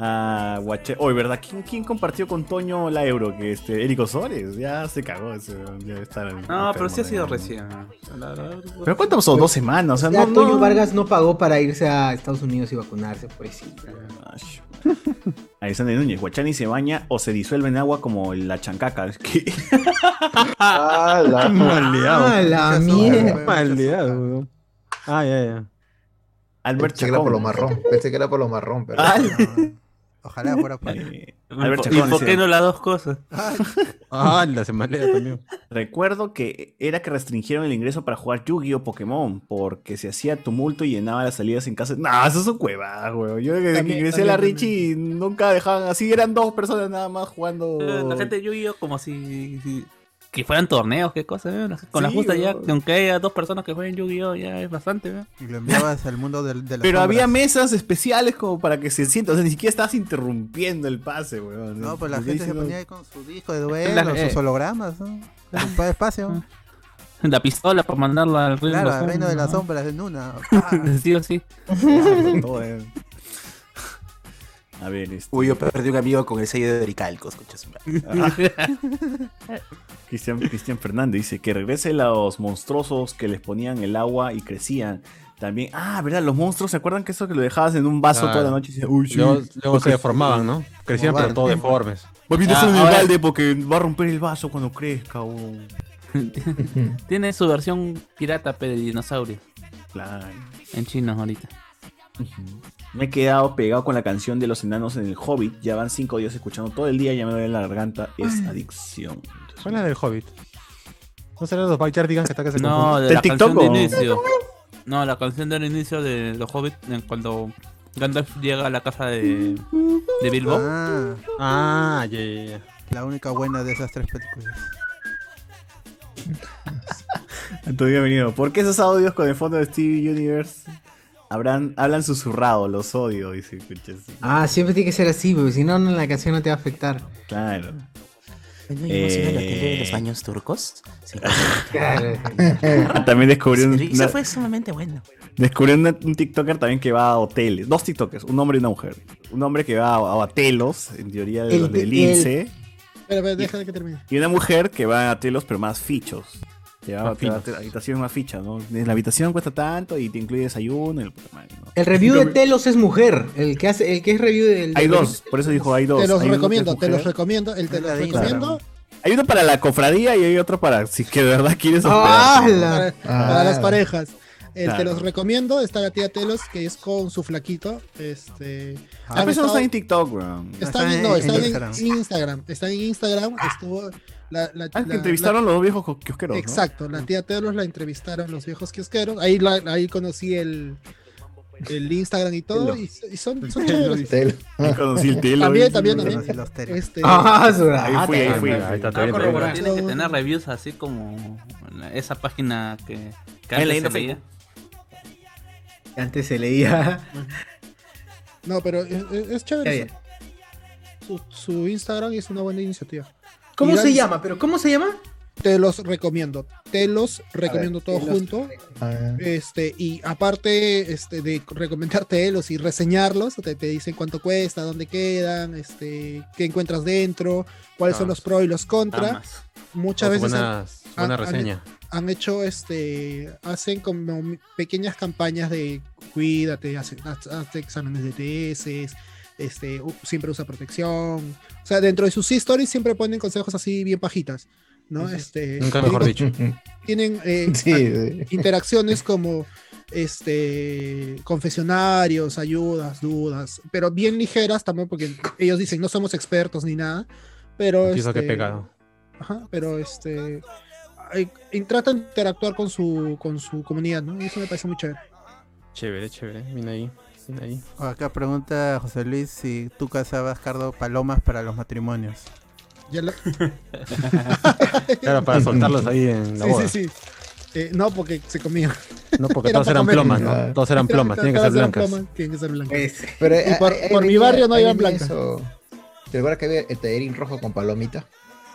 Ah, guache. Hoy, ¿verdad? ¿Quién, quién compartió con Toño la euro? Que este, Érico Sores. Ya se cagó. ese, ya está
No, pero
enfermo
sí ha
de-
sido recién.
¿Pero cuánto pasó? Dos semanas. O sea,
Ya
no,
Toño
no-
Vargas no pagó para irse a Estados Unidos y vacunarse, pues sí.
Alexander Núñez, Guachani se baña o se disuelve en agua como la chancaca. Es que.
Ah, la
Maldeado.
Ah, la mierda.
Maldeado, weón. Ah, ya, ya.
Albert
Pensé que era por lo marrón. Pensé que era por lo marrón, pero.
Ah. Ojalá fuera por
Albert
¿Y
Chacón
por qué
dice-
no las dos cosas?
Ah, la semanera también.
Recuerdo que era que restringieron el ingreso para jugar Yu-Gi-Oh! Pokémon porque se hacía tumulto y llenaba las salidas en casa. No, eso es un cueva, weón. Yo desde que
También,
ingresé a la
también,
Richie nunca dejaban así. Eran dos personas nada más jugando.
Eh, La gente de Yu-Gi-Oh! como si, si- que fueran torneos, qué cosa, ¿eh? Con la
Sí,
justa ya,
bro.
que aunque haya dos personas que jueguen Yu-Gi-Oh! ya es bastante, ¿eh?
Y lo enviabas al mundo del de las
Pero había
sombras.
mesas especiales como para que se sienta. O sea, ni siquiera estabas interrumpiendo el pase, weón.
No, pues la
Estoy
gente se
diciendo-
ponía ahí con su disco de duelo,
eh.
sus hologramas, ¿no? Su espacio.
La pistola para mandarla al reino
Claro,
de las
el reino de las
sombras,
sombras de Nuna.
¿no? Sí o sí.
Claro, todo, eh. A ver, este-
Uy, yo perdí un amigo con el sello de Oricalcos, conchas.
Ah. Cristian, Cristian Fernández dice que regrese los monstruosos que les ponían el agua y crecían. También, ah, ¿verdad? Los monstruos, ¿se acuerdan que eso que lo dejabas en un vaso toda la noche? y decías, Uy, sí.
Ah. Luego, luego se
Porque-
deformaban, ¿no? Crecían, pero todos deformes.
Papi,
Ah,
déjalo en el
ahora-
balde porque va a romper el vaso cuando crezca. weón.
Tiene su versión pirata, pero de dinosaurio.
Claro.
En chino ahorita.
Me he quedado pegado con la canción de los enanos en el Hobbit. Ya van cinco días escuchando todo el día, ya me duele la garganta. Es adicción.
¿Cuál era el Hobbit? ¿No serán los Backyardigans que está que se
No,
confunden?
de la canción de inicio. No, la canción del inicio de los hobbits en cuando Gandalf llega a la casa de, de Bilbo.
Ah,
Ah, ya, ya, ya.
la única buena de esas tres películas.
Entonces, bienvenido. ¿Por qué esos audios con el fondo de Steve Universe habrán, hablan susurrado? Los odio, dice. escuchas.
Ah, siempre tiene que ser así, porque si no, no, la canción no te va a afectar.
Claro. Eh.
¿No
llegamos a ir a la tele de los
los baños turcos?
También descubrí un,
Eso
una-
fue sumamente bueno.
descubrí una- un TikToker también que va a hoteles. Dos TikTokers, un hombre y una mujer. Un hombre que va a, a hotelos, en teoría de
El
los
de-
de Lince.
Pero, pero déjame que termine.
Y una mujer que va a telos, pero más fichos. Te va,
Más
te va a
finos.
te- habitaciones más fichas, ¿no? En La habitación cuesta tanto y te incluye desayuno y la puta madre, ¿no?
El review de Telos es mujer. El que hace, el que es review del.
Hay dos, por eso dijo hay dos.
Te los
Hay uno que es
recomiendo, te los
mujer.
recomiendo, el te los
de
recomiendo.
Hay uno para la cofradía y hay otro para si que de verdad quieres
Ah,
Ah, hospedarte.
¡Hala!
Para las parejas. El
Claro.
te los recomiendo, está la tía Telos, que es con su flaquito. Este.
Ah,
han
pero eso
estado-
no está en TikTok, weón.
Están en, no, están en Instagram. Están en Instagram. Estuvo la, la,
Ah,
la-
que entrevistaron
la-
a los viejos co- kiosqueros. ¿no?
Exacto, la tía Telos la entrevistaron los viejos kiosqueros. Ahí, la- ahí conocí el, el Instagram y todo.
Telo.
Y, y son, son chéveres.
Telo.
Ahí conocí el telo.
También,
dice.
también,
Conocí
también.
los telos.
Este,
Ah, su-
Ahí fui, ahí fui.
Ahí está,
Ah,
todavía
corroborar,
perdí.
tienen que tener reviews así como esa página que, que
Ahí
antes
leyendo
se leía.
Antes se leía.
No, pero es, es- es chévere.
Está
Su, su Instagram es una buena iniciativa.
¿Cómo
Y
se
Gaby-
llama? ¿Pero cómo se llama?
Te los recomiendo. Te los recomiendo todo
te los
junto.
Ah.
Este, y aparte este, de recomendarte los y reseñarlos, te, te dicen cuánto cuesta, dónde quedan, este, qué encuentras dentro, cuáles son
Ah.
los pros y los contra.
Amas.
Muchas
Oh,
veces
buenas- buena reseña.
han hecho este, hacen como mi- pequeñas campañas de cuídate, hace- haz- hazte exámenes de TS, este, u- siempre usa protección. O sea, dentro de sus stories siempre ponen consejos así bien pajitas. ¿no? Este,
Nunca mejor dicho.
tienen eh,
Sí,
ac-
sí.
interacciones como este confesionarios, ayudas, dudas, pero bien ligeras también porque ellos dicen no somos expertos ni nada, pero
Entiendo que
este,
pecado.
ajá, pero este ay, y tratan de interactuar con su con su comunidad, ¿no? Y eso me parece muy chévere.
Chévere, chévere. Mira ahí. Mira ahí.
Acá pregunta José Luis si tú cazabas, Cardo, palomas para los matrimonios.
Ya lo-
Claro, para soltarlos ahí en la
Sí,
boda.
sí, sí. Eh, no, porque se comían.
No, porque
Era
todos
para
eran
comer.
plomas, ¿no? Todos eran plomas, tienen que ser
Todas eran
blancas.
plomas, Tienen que ser blancas.
Pero,
y
eh,
por,
ahí
por mi
venía-
barrio no
ahí
iban
venía
blancas.
eso. ¿Te acuerdas que había el tallerín rojo con palomita?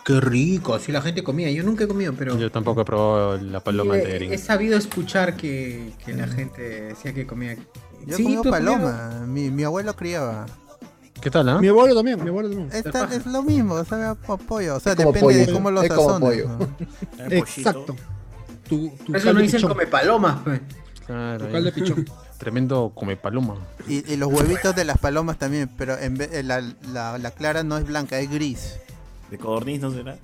Qué rico, si Oh, la gente comía. Yo nunca he comido, pero
Yo tampoco he probado la paloma
he,
de Erin.
he sabido escuchar que, que la gente decía que comía.
Yo
Sí,
comí
tú has comido-
paloma, mi, mi abuelo criaba.
¿Qué tal, ah?
Mi abuelo también, mi abuelo también.
Esta- es lo mismo, o sea, po- pollo. O sea,
Es como
depende de
pollo,
cómo lo
es como
sazonas.
pollo.
¿no?
Exacto. Tu, tu
Por eso
caldo
no dicen
pichón.
come palomas, pues.
Claro,
Local de
ahí.
pichón.
Tremendo come paloma.
Y, y los huevitos de las palomas también, pero en vez- eh, la, la- la clara no es blanca, es gris.
¿De codorniz no será?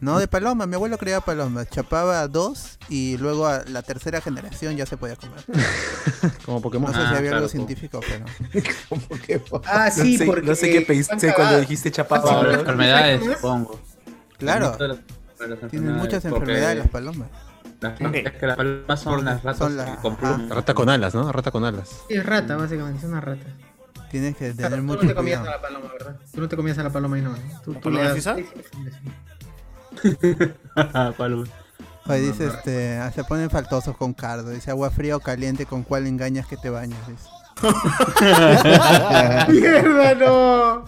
No, de paloma, mi abuelo creaba paloma, chapaba dos y luego a la tercera generación ya se podía comer.
Como Pokémon.
No sé si
Ah,
había
claro,
algo
como-
científico, pero...
Ah, sí, porque. están cagadas.
chapado.
Están
Por
cagadas.
enfermedades,
¿Cómo
eh,
es?
supongo.
Claro.
Por las- por las
Tienen muchas
porque
enfermedades las palomas.
Las,
Sí.
es que las palomas son las ratas
Son las-
que con plumas.
Rata con alas, ¿no? Rata con alas.
Sí, es rata, básicamente, es una rata.
Tienes que
Claro,
tener
tú
mucho
no te comías
cuidado.
a la paloma, ¿verdad? Tú no te comías a la paloma y no. ¿no? Tú, tú
paloma
das-
Paloma.
Oye, dice, este, ah, se ponen faltosos con cardo. Dice, agua fría o caliente, ¿con cuál engañas que te bañas?
¡Mierda, no!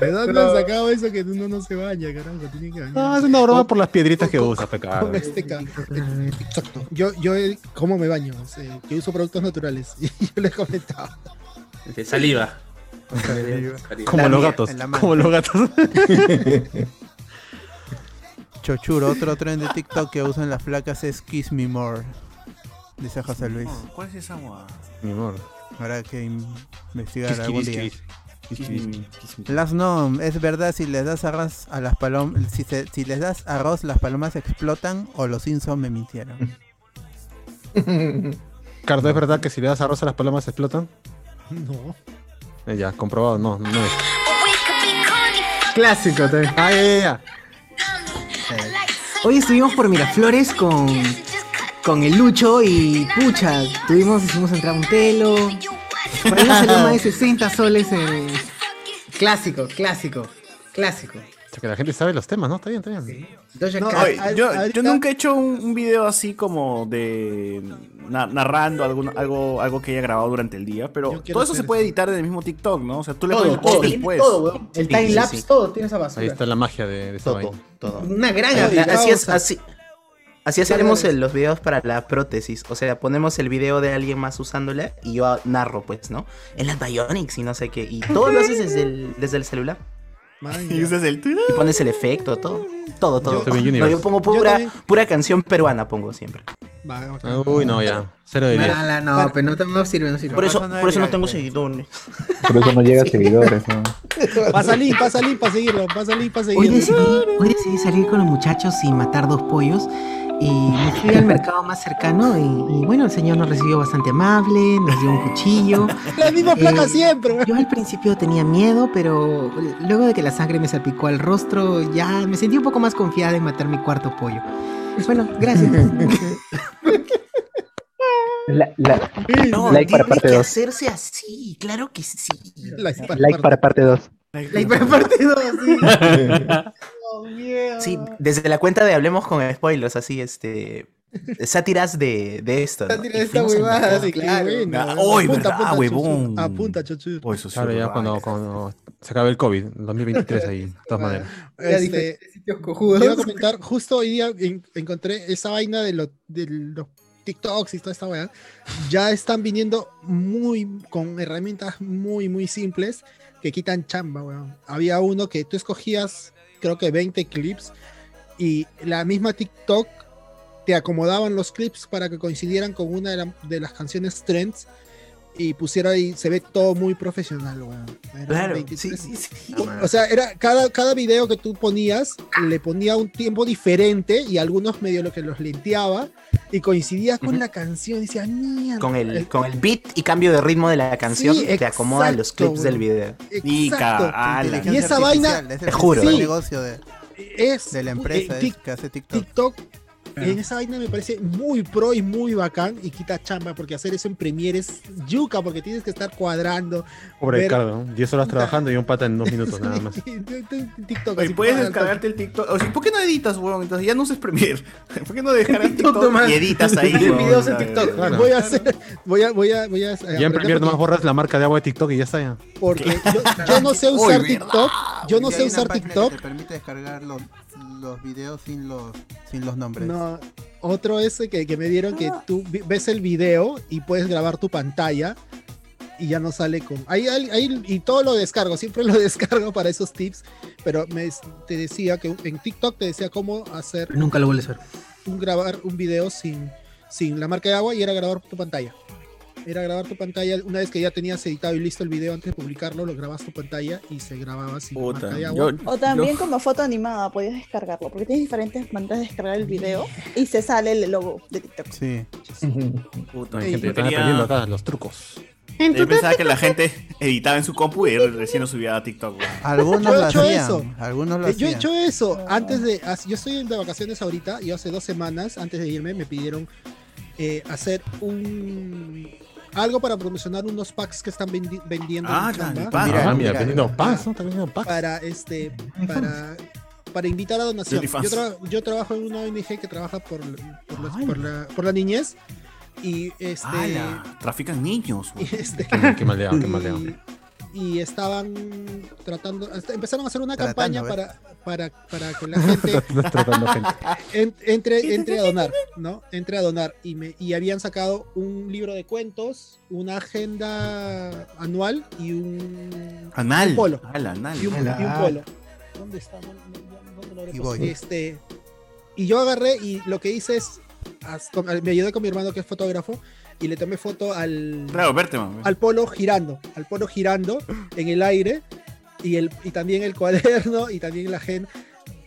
¿De dónde
No.
has sacado eso que uno no se baña, carajo? Tiene que bañar.
Ah, es una broma por las piedritas que usas, pecado.
Con Azteca. Eh, Exacto. Yo, yo, eh, ¿cómo me baño? O sea, que uso productos naturales. Y yo les comentaba.
De Este, saliva.
Como los gatos. Como los gatos.
Chochuro, otro tren de TikTok que usan las placas es Kiss Me More. Dice José Luis.
¿Cuál es esa moda?
Mi amor.
Habrá que investigar
Kiss,
algún
kiss,
día.
kiss. Kiss, kiss, kiss.
Las nom, es verdad si les das arroz a las palomas, si, se- si les das arroz las palomas explotan o los Simpsons me mintieron.
Cardo, ¿es verdad que si le das arroz a las palomas explotan?
No.
Eh, ya, comprobado, no, no es.
Clásico también.
Ah, ya, ya,
Hoy estuvimos por Miraflores con, con el Lucho y pucha, tuvimos, hicimos entrar un telo.
Por ahí nos salió más de 60 soles eh. en. Clásico, clásico, clásico.
O sea, que la gente sabe los temas, ¿no? Está bien, está bien.
Doja
No,
Cat.
oye, yo, yo
ahorita-
nunca he hecho un, un video así como de na- narrando algún- algo, algo que haya grabado durante el día, pero
quiero
todo eso
hacer
se puede editar en el mismo TikTok, ¿no? O sea, tú le
Todo,
pones
todo,
post
tiene
después.
todo, weón. El
Sí,
time
sí,
lapse,
sí.
todo tiene esa basura.
Ahí está la magia de, de esa vaina.
Una gran
Ah,
habilidad.
Así,
o
es,
sea.
así, así hacemos el- los videos para la prótesis. O sea, ponemos el video de alguien más usándola y yo narro, pues, ¿no? En las Bionics y no sé qué. Y todo lo haces desde el, desde el celular.
Y
usas el
Y pones el efecto, todo. Todo, todo.
Yo-
no, yo pongo
Yo
pura,
también.
pura canción peruana, pongo siempre.
Va, ok.
Ah, Uy, no, ya. Cero de diez.
Mala, no, pero no, te- no sirve, no sirve.
Por eso, por eso no
viral,
tengo
pues.
seguidores.
Por eso no llega a seguidores, ¿no?
Ah,
Pasa el link, pasa el link para seguirlo. Pasa el link para
Hoy
seguirlo.
decidí, hoy decidí salir con los muchachos y matar dos pollos. Y me fui al mercado más cercano y, y bueno, el señor nos recibió bastante amable, nos dio un cuchillo. Eh,
Las mismas placas siempre.
Yo al principio tenía miedo, pero luego de que la sangre me salpicó al rostro, ya me sentí un poco más confiada de matar mi cuarto pollo. Bueno, gracias.
La, la- like para parte 2.
hacerse así, claro que sí.
Like para parte 2.
Like para parte dos, sí.
Sí, desde la cuenta de Hablemos con Spoilers, así, este, Sátiras de, de esto. ¿no?
Sátiras
Y
de esta
fuimos a
huevada,
Nacaja.
sí, claro.
Ah, ¡Ay,
Apunta,
verdad,
apunta,
huevón!
chuchu. Apunta, chuchu.
Uy, eso sí,
Claro, ya
verdad.
cuando, cuando se acabe el COVID, 2023 ahí, de todas maneras.
Este, te iba a comentar, justo hoy día en- encontré esa vaina de, lo- de los TikToks y toda esta vaina. Ya están viniendo muy con herramientas muy, muy simples que quitan chamba, weón. Había uno que tú escogías, creo que 20 clips, y la misma TikTok te acomodaban los clips para que coincidieran con una de, la- de las canciones trends. Y pusieron ahí, se ve todo muy profesional, weón. Era
Claro,
23.
sí, sí, sí.
O sea, era cada, cada video que tú ponías, le ponía un tiempo diferente y algunos medio lo que los lenteaba y coincidía con la canción. Y decía, mierda.
Con el, con el beat y cambio de ritmo de la canción
Sí,
te acomodan los
exacto,
clips del
güey.
video.
Exacto.
Nica, ala.
Y esa vaina,
Es
Te
el
juro.
principal
Sí.
negocio de,
es,
de la empresa
eh,
es
tic-
que hace TikTok.
TikTok, en esa vaina me parece muy pro y muy bacán y quita chamba porque hacer eso en Premiere es yuca porque tienes que estar cuadrando.
Pobre
ver-
Ricardo, ¿no? 10 horas trabajando y un pata en dos minutos nada más.
TikTok.
Oye,
así,
puedes
pa,
descargarte el TikTok. O sea, ¿Por qué no editas, huevón? Entonces ya no uses Premiere. ¿Por qué no descargas TikTok,
nomás.
y editas ahí?
Tienes
huevón?
videos en
A ver,
TikTok.
claro.
Voy a hacer, voy a, voy a, voy a.
Ya en Premiere nomás borras la marca de agua de TikTok y ya está ya.
Porque yo, yo no sé usar
Uy, ¿verdad?
TikTok. Yo no
Porque
sé
Ah, hay una
usar
página
TikTok.
Que te permite descargar los, los videos sin los, sin los nombres.
No, otro ese que, que me dieron que tú vi- ves el video y puedes grabar tu pantalla y ya no sale con. Ahí, ahí- ahí- y todo lo descargo, siempre lo descargo para esos tips. Pero me, es- te decía que en TikTok te decía cómo hacer.
Nunca lo vuelves a ver.
Un, grabar un video sin, sin la marca de agua y era grabar tu pantalla. Era grabar tu pantalla. Una vez que ya tenías editado y listo el video antes de publicarlo, lo grabas tu pantalla y se grababa sin
Puta,
marca de
yo-
agua.
O también como foto animada podías descargarlo, porque tienes diferentes maneras de descargar el video y se sale el logo de TikTok.
Sí.
Puta,
La gente
mi gente
están
tenía-
aprendiendo acá los trucos.
Yo pensaba que la gente editaba en su compu y recién lo subía a TikTok. huevón.
Algunos
Yo he
lo
hecho
hacían.
eso.
Algunos lo
Eh, Yo he
hacían.
hecho eso. Antes de. as- Yo estoy de vacaciones ahorita y hace dos semanas, antes de irme, me pidieron eh, hacer un. Algo para promocionar unos packs que están vendi- vendiendo. en
Ah,
chamba.
dale, pack. Mira, Ah, mira, mira, vendiendo mira. packs, ¿no? Está vendiendo packs.
Para este. Para. Para invitar a donación.
Dirty
Yo,
fans.
tra- yo trabajo en una ONG que trabaja por, por, los- por la, por la niñez. Y este.
Ala, trafican niños. huevón.
Qué maleado, qué maleado.
y estaban tratando, hasta empezaron a hacer una
Tratando,
campaña
¿ves?
para, para, para que la gente,
Tratando gente.
en- entre, entre a donar, ¿no? Entre a donar. Y, me, y habían sacado un libro de cuentos, una agenda anual y un,
Anal.
un polo.
Ala, anal.
Y un,
Ala.
y un polo. ¿Dónde está? ¿Dónde- dónde lo habré
Y
puesto?
voy.
Este, y yo agarré y lo que hice es, as- con- me ayudé con mi hermano que es fotógrafo y le tomé foto al,
Claro, Berteman.
al polo girando, al polo girando en el aire y, el, y también el cuaderno y también la gente.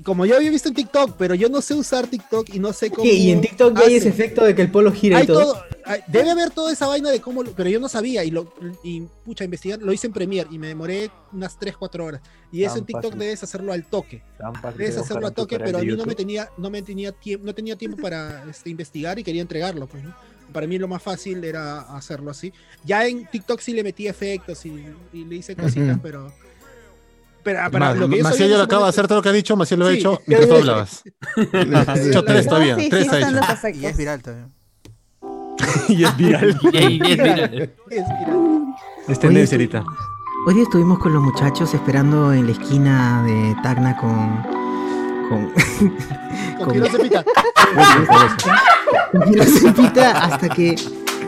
Como yo había visto en TikTok, pero yo no sé usar TikTok y no sé cómo.
¿Qué? ¿Y en TikTok hay ese
hacen.
efecto de que el polo gira
Hay
y todo?
todo- hay- debe haber toda esa vaina de cómo. lo- pero yo no sabía y, lo, y pucha, investigar. Lo hice en Premiere y me demoré unas 3-4 horas. Y eso
Tan
en TikTok
fácil.
debes hacerlo al toque.
Tan fácil
Debes
de
hacerlo
buscar
al
un
toque,
tutorial
pero a
de
mí no me
YouTube.
tenía, no me tenía tiempo, no tenía tiempo para este, investigar y quería entregarlo. pues, ¿no? Para mí lo más fácil era hacerlo así. Ya en TikTok sí le metí efectos y, y le hice cositas,
Ujú.
pero. Pero ah, para
Ma-
lo que yo sabía
Maciel
en
ya lo
ese
acaba de
momento-
hacer todo lo que ha dicho, Maciel lo ha
Sí,
hecho
ya
mientras tú
lo he
hablabas.
hecho.
Ha hecho tres todavía, tres ha hecho.
Y es viral todavía.
Y es viral.
Es viral.
Es tendencia ahorita.
Hoy día estuvimos con los muchachos esperando en la esquina de Tacna con. con.
Con Kiro Cepita.
con Kiro Cepita hasta que.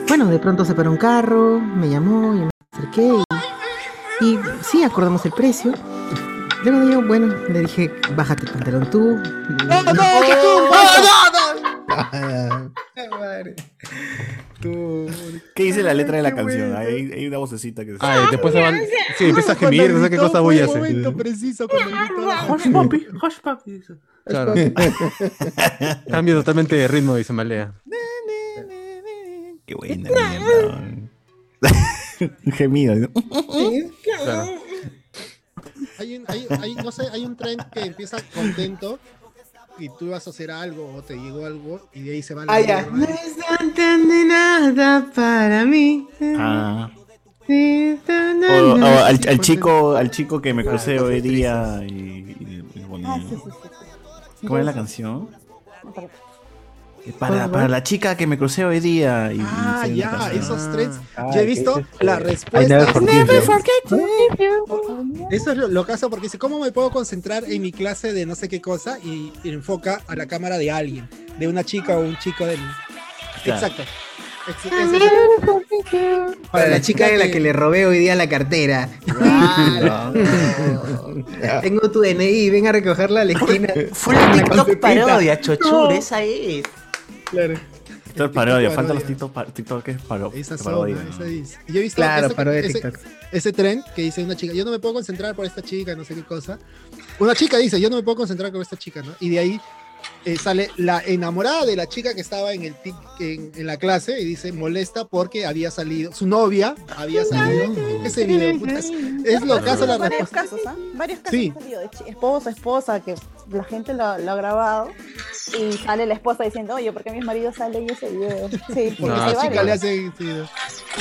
Bueno, de pronto se paró un carro, me llamó, yo me acerqué y, y sí, acordamos el precio. Luego de ello, bueno, le dije, bájate el pantalón tú. Oh,
¡No, no, que tú! ¡No, no, no! Madre. Tú.
¿Qué dice la letra de la canción? Hay, hay una vocecita que dice. "Ah".
Ay, después se van- sí, empieza a gemir, no sé qué cosa voy a hacer.
preciso cuando gritó la-
Hush puppy, hush puppy. dice.
Claro. Cambio totalmente de ritmo, dice Malea.
Qué buena mierda. Un gemido. ¿no?
Claro.
Hay un, hay, hay- no sé, hay un tren que empieza contento y tú vas a hacer algo o te llegó algo y de ahí se va la
Ah, ya.
mierda.
están de nada para mí.
Ah.
Sí, tan-
O, o al, al
pues,
chico, al chico
Ah,
que me crucé hoy día y, y- y bueno.
Ah, sí, sí, sí.
¿Cómo era la canción? Para, para la chica que me crucé hoy día. Y,
Eh, Ah, ya, esos tres.
Ah,
ya he visto
ese es,
la
eh,
respuesta.
I never forgive you. Never
forget you. Eso es lo, lo caso porque dice, ¿cómo me puedo concentrar en mi clase de no sé qué cosa y, y enfoca a la cámara de alguien, de una chica o un chico de
Claro.
Exacto. Ex-
I
eso es-
never Para la chica de la que le robé hoy día la cartera. Claro. Tengo tu DNI, ven a recogerla a la esquina. Fue la
TikTok parodia, chochur, esa es.
Claro.
Esto es parodia, faltan los TikTok pa- TikTokers paro,
Esa
que
zona,
parodian, ¿no?
esa dice. Y yo he visto
Claro,
esa-
parodia de
ese,
TikTok.
ese tren que dice una chica, yo no me puedo concentrar por esta chica, no sé qué cosa. Una chica dice, yo no me puedo concentrar con esta chica, ¿no? Y de ahí eh, sale la enamorada de la chica que estaba en, el tic- en, en la clase y dice, molesta porque había salido, su novia había salido. Ese video, puta, es, es lo que hace la
Varios
respuesta.
casos, ¿ah? Varios casos
Sí.
han salido de chi- esposa, esposa, que la gente lo, lo ha grabado y sale la esposa diciendo, oye, ¿por qué mi marido sale en ese video? Sí,
Porque
hay
esta chica
varios.
le hace... sí.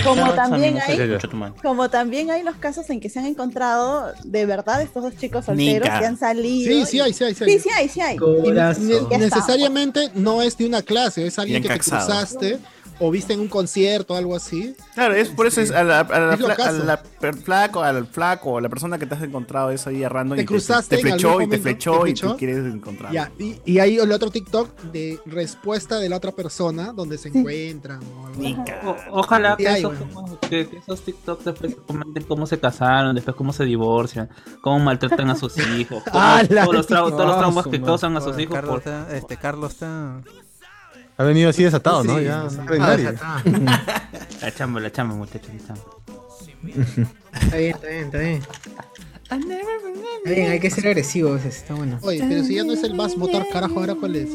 Como también hay-
Escucha tu mano.
Como también hay los casos en que se han encontrado de verdad estos dos chicos solteros
Nica.
que han salido.
Sí, sí hay, sí hay, sí hay.
Sí, sí hay, sí hay.
Y ne-
Ya está.
necesariamente no es de una clase, es alguien
Bien
que te
caxado.
cruzaste o viste en un concierto, algo así.
Claro, es por eso es a la, a la
Es lo
fla- a
caso.
la per- flaco, al flaco, a la persona que te has encontrado eso ahí random
Te
y
cruzaste
te
en algún
flechó y te
momento,
flechó
te
y tú
flechó.
quieres encontrar.
Ya, y, y hay el otro TikTok de respuesta de la otra persona donde se encuentran. o algo así.
O- ojalá
Sí
que,
hay,
esos,
weón.
que- que esos TikToks después comenten cómo se casaron, después cómo se divorcian, cómo maltratan a sus hijos, cómo-
Ah, la
todos, los trau- todos los
Ah,
traumas
su
que
madre.
causan a sus
Ahora,
hijos
Carlos
por
está, este Carlos está
Ha venido así desatado, ¿no?
Sí,
Ya,
sí.
no cree en nadie.
Ah, La chamba, la chamba, muchachos. la chamba.
Está bien, está bien, está bien. Está bien, hay que ser agresivos, está bueno.
Oye, pero si ya no es el más votar, carajo, ahora cuál es.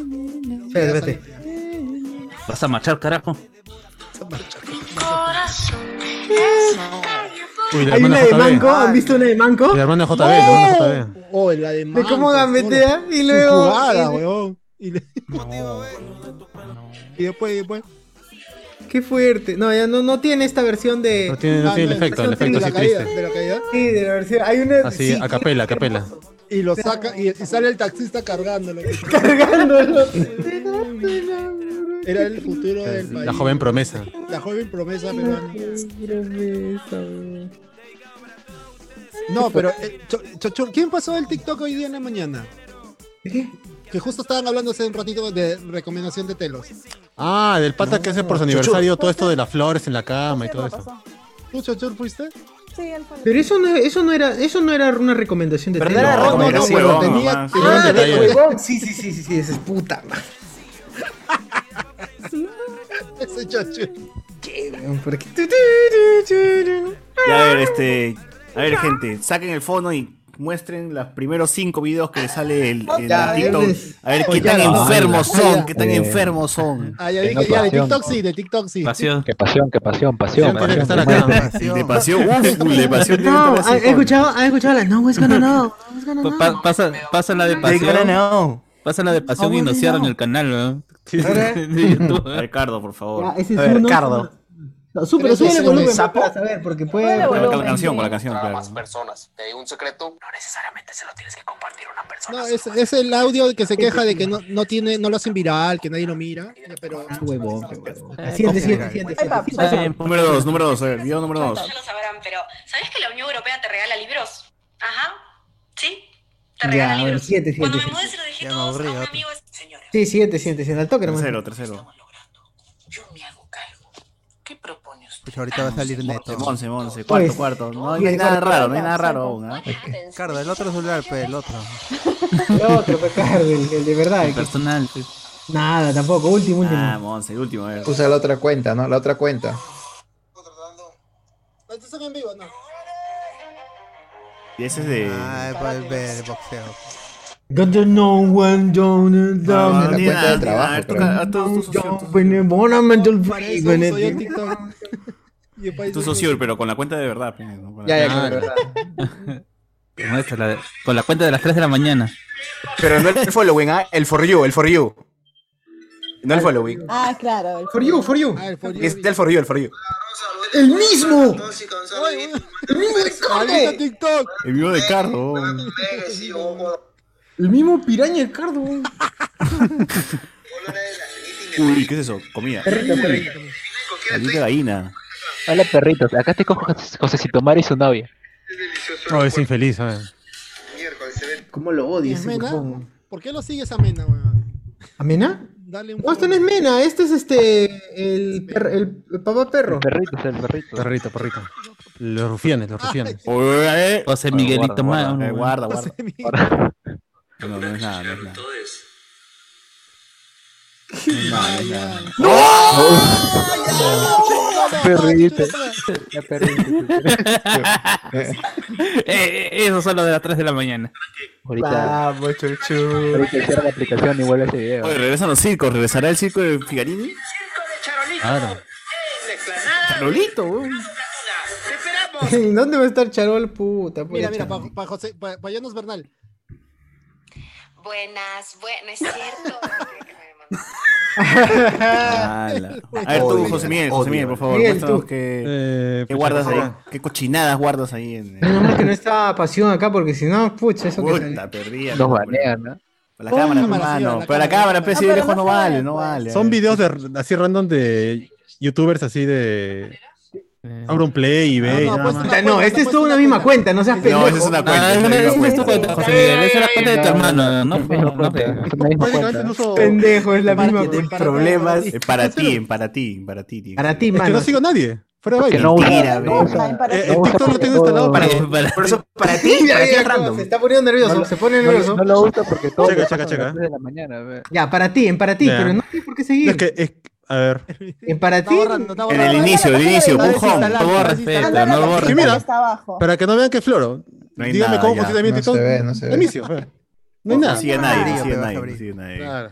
Espérate, espérate.
Vas a marchar, carajo.
Uy,
¿Hay una de Manco? ¿Han visto una de Manco?
La hermana JB, la hermana JB.
O la de
De cómo
Manco,
gambetea
solo.
y
pues, Su
luego. eh,
jugada,
y-
weón. Y, le- y después, y después.
Qué fuerte. No, ya no, no tiene esta versión de. Ah,
No tiene- no tiene el
la
efecto, el
versión
efecto
de la
así
caída,
triste.
de la
caída.
Sí, de la versión. Hay una.
Así,
sí,
a capela, a capela.
Y lo saca y, y sale el taxista cargándolo.
Cargándolo.
Era el futuro del país.
La joven promesa.
La joven promesa peruana. No, pero eh, Cho- Chochur, ¿quién pasó el TikTok hoy día en la mañana? Que justo estaban hablando hace un ratito de recomendación de telos.
Ah, del pata que hace por su
Chuchu.
aniversario todo esto de las flores en la cama y todo eso.
¿Tú, Chochur, fuiste?
Sí, él fue.
Pero eso no, eso no era, eso no era una recomendación de
no era
Taylor.
rock, No, era no, huevón, pero tenía- nomás. tenía un
Ah, de
detalle.
huevón. Sí, sí, sí, sí, sí, esa es puta. madre.
Ese Chochur.
¿Por qué?
Ya, a ver, este. A ver, gente, saquen el fono y muestren los primeros cinco videos que les sale el, el
Ya,
TikTok.
eres-
A ver qué
Oye,
tan
ya,
enfermos
ya,
son,
ya.
qué tan
Eh.
enfermos son.
Ah, ya vi que ya, de TikTok sí, de TikTok sí.
Qué pasión, qué pasión, pasión. pasión,
Siempre tiene que estar acá. eh,
pasión.
De pasión, uf, de pasión.
No, ¿han escuchado, ¿han escuchado la No, es gonna no.
Pa- pa- pasa, pasa la de pasión. Pasa la de pasión y nos cierran el canal, ¿no?
Ricardo, por favor.
Ya, Ah, ese es uno. No, sube, pero sube el volumen para saber, porque puede.
Con la,
puede-
canción, con la canción, claro.
personas. Te digo un secreto, no necesariamente se lo tienes que compartir a una persona.
No, es, es el audio que se queja de que no, no tiene, no lo hacen viral, que nadie lo mira. Ya, Pero
Huevón, Ah, qué huevón.
Ah,
Siente, siente, siente.
Número dos, número dos, a ver, video número dos.
lo sabrán, pero ¿sabes que la Unión Europea te regala libros? Ajá. ¿Sí? Te
Ya,
regala
bueno,
libros.
siete, siete.
Cuando me mudé se los dejé todos a un amigo.
Sí, siete, siete, siete. Al toque, hermano.
Tercero, tercero.
Yo me hago cargo. ¿Qué propone usted?
Pues ahorita va a salir neto.
Once, once, cuarto,
Pues-
cuarto. No hay, no hay nada raro, no hay nada raro aún, ¿ah?
Cardo, el otro celular, pues, el otro.
El otro, pues, claro, el, el de verdad. el que-
Personal.
Nada, tampoco. Último, último.
Ah, once, el último, a ver.
Usa la otra cuenta, ¿no? La otra cuenta.
¿Estos son pues, en vivo? No.
Y ese es de.
Ah, va a ver boxeo.
Got to know when don't
No, ni nada, ni
trabajo,
nada,
creo.
toca- a todos tus socios.
When you wanna mental break, when
Soy
it-
el TikTok. Y después-
Tu socio, pero con la cuenta de verdad. pues, ¿no? Con la-
Ya, ya, claro, Como esta, la de- con la cuenta de las 3 de la mañana.
Pero no el following, ¿ah? el for you, el for you. No el following.
Ah, claro. el-
For you, for you.
Es del for you, el for you.
El mismo.
El mismo de Cardo. TikTok.
El vivo de Cardo.
El mismo piraña de Cardo. weón.
Uy, ¿qué es eso? Comida.
Perrito,
Uy,
perrito.
Maldita gallina.
Hola perritos, acá te cojo José- Josecito Mari y su novia.
No, Oh, es infeliz, eh. ¿sabes?
¿Cómo lo
¿Es
odias?
Mena?
huevón?
¿Por qué lo sigues a Mena, weón?
¿Amena?
Dale un
No, esto no es Mena, este es este. El, per- el, el papá perro.
perrito, el perrito.
Perrito, perrito. Los rufianes, los rufianes.
José Miguelito
Eh, guarda,
Mano,
guarda, eh,
weón.
guarda,
José
guarda.
Miguel.
No, no, no es nada, no es nada.
Perrito. La
Eh, eh, Esos son los de las 3 de la mañana.
Ahorita- Ahorita cierra la aplicación y vuelve a ese video.
Oye, regresan los circos, regresará el circo de Figarini.
Claro.
Charolito, weón.
¿En dónde va a estar Charol? Puta, pues.
Mira, mira,
Charol.
para José, para Bernal.
Buenas, buenas, es cierto.
Ala. A ver tú,
Odio,
José Miguel, José
odio.
Miguel, por favor,
Miguel,
cuéntanos
tú.
qué,
Eh,
Eh,
qué
pues,
guardas ahí, qué cochinadas guardas ahí en... eh,
Menos mal que no está pasión acá, porque si no, pucha, eso que
Puta, perdía.
Nos
banean,
¿no?
Para la cámara, hermano, para la cámara, pues, sí, lejos no pues. vale, no vale.
Son videos de, así random de youtubers así de. Abro un play y ve. y nada más.
Puta, Ah, no, este es toda una misma cuenta, no seas pendejo.
No, esa es una cuenta,
Ah,
esa
esa
es
esa
una
es tu
cuenta.
cuenta, José Miguel. Esa es la cuenta de tu
No,
hermano. No, no, no,
Prácticamente no uso-
Pendejo, es la misma
Tienen
cuenta.
problemas. Eh, Para ti, en para ti, en para ti. tiene
Para
que
ti,
ser.
mano.
nadie. Fuera
Porque
baile.
no usa- Mentira, no ve. usa-
Eh, el TikTok lo tengo instalado para.
Por eso, para ti, para ti es random. Se está poniendo nervioso, se pone nervioso.
No lo gusta porque todo
Checa,
lo
checa,
pasan
checa.
a las 3 de la mañana. ve.
Ya, para ti, en para ti,
Ya.
pero no hay por qué seguir.
Es que, es- a ver.
En para ti.
En el inicio, el inicio, pon home, todo respeto, no lo borres. Mira,
Está abajo.
Para que no vean que es floro.
hay
Dígame
nada,
cómo
ya.
funciona mi
No
TikTok.
se ve, no se ve.
Inicio, a ver. No hay
No
nada.
sigue a nadie, no sigue a
Claro.
nadie, no sigue a nadie.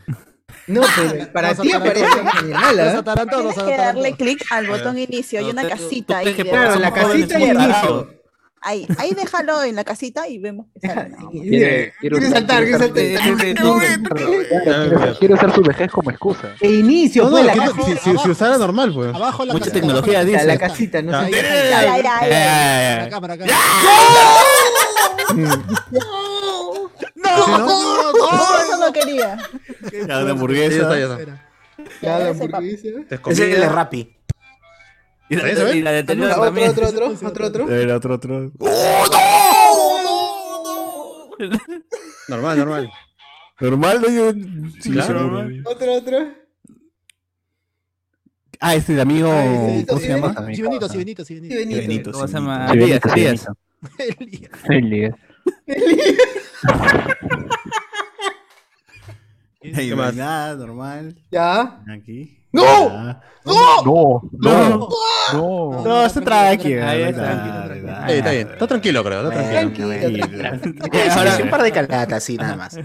No, pero para
Los
ti aparece
atarantados.
en general, ¿ah?
Los atarantados,
Tienes que darle clic al botón inicio. Hay una casita ahí. de-
Claro, la casita y el inicio.
Ahí, ahí déjalo en la casita y vemos que sale. ¿no?
Quiere- quiere
Quiere
usar-
saltar, quiere
quiere
saltar. Ah,
usar- Quiere usar su vejez como excusa.
E inicio,
No, no,
fue la
que-
casita.
si, si, si usara normal, pues.
Abajo
Mucha tecnología,
abajo la
dice. La casita,
casita.
no
Ya.
sé.
Ya, ya, ya, ya.
La cámara, acá.
No, eso no quería.
Ya, una hamburguesa. Ya está, ya
Ya, la
Ese
hamburguesa.
Ese es el de Rappi.
¿Y la,
¿Ese,
y la de Telio
Otro,
también.
otro, otro, otro, otro. ¡Oh,
A ver, otro, otro.
Normal, normal.
Normal, ¿no? Yo- sí,
Claro.
normal.
Otro, otro.
Ah, este es el amigo. ¿Cómo se llama?
Si Benito, si Benito, si Benito.
Benito,
¿Cómo se
Benito.
llama?
Sí,
Elías,
Benito, sí,
Elías.
Elías.
Ahí no hay nada, normal.
Ya.
Aquí.
¡No!
Ya.
No,
no,
no.
No, está tranqui. Ahí
Eh, está bien. Está tranquilo, creo. Está tranquilo.
Ahora un par de calatas, sí, nada más.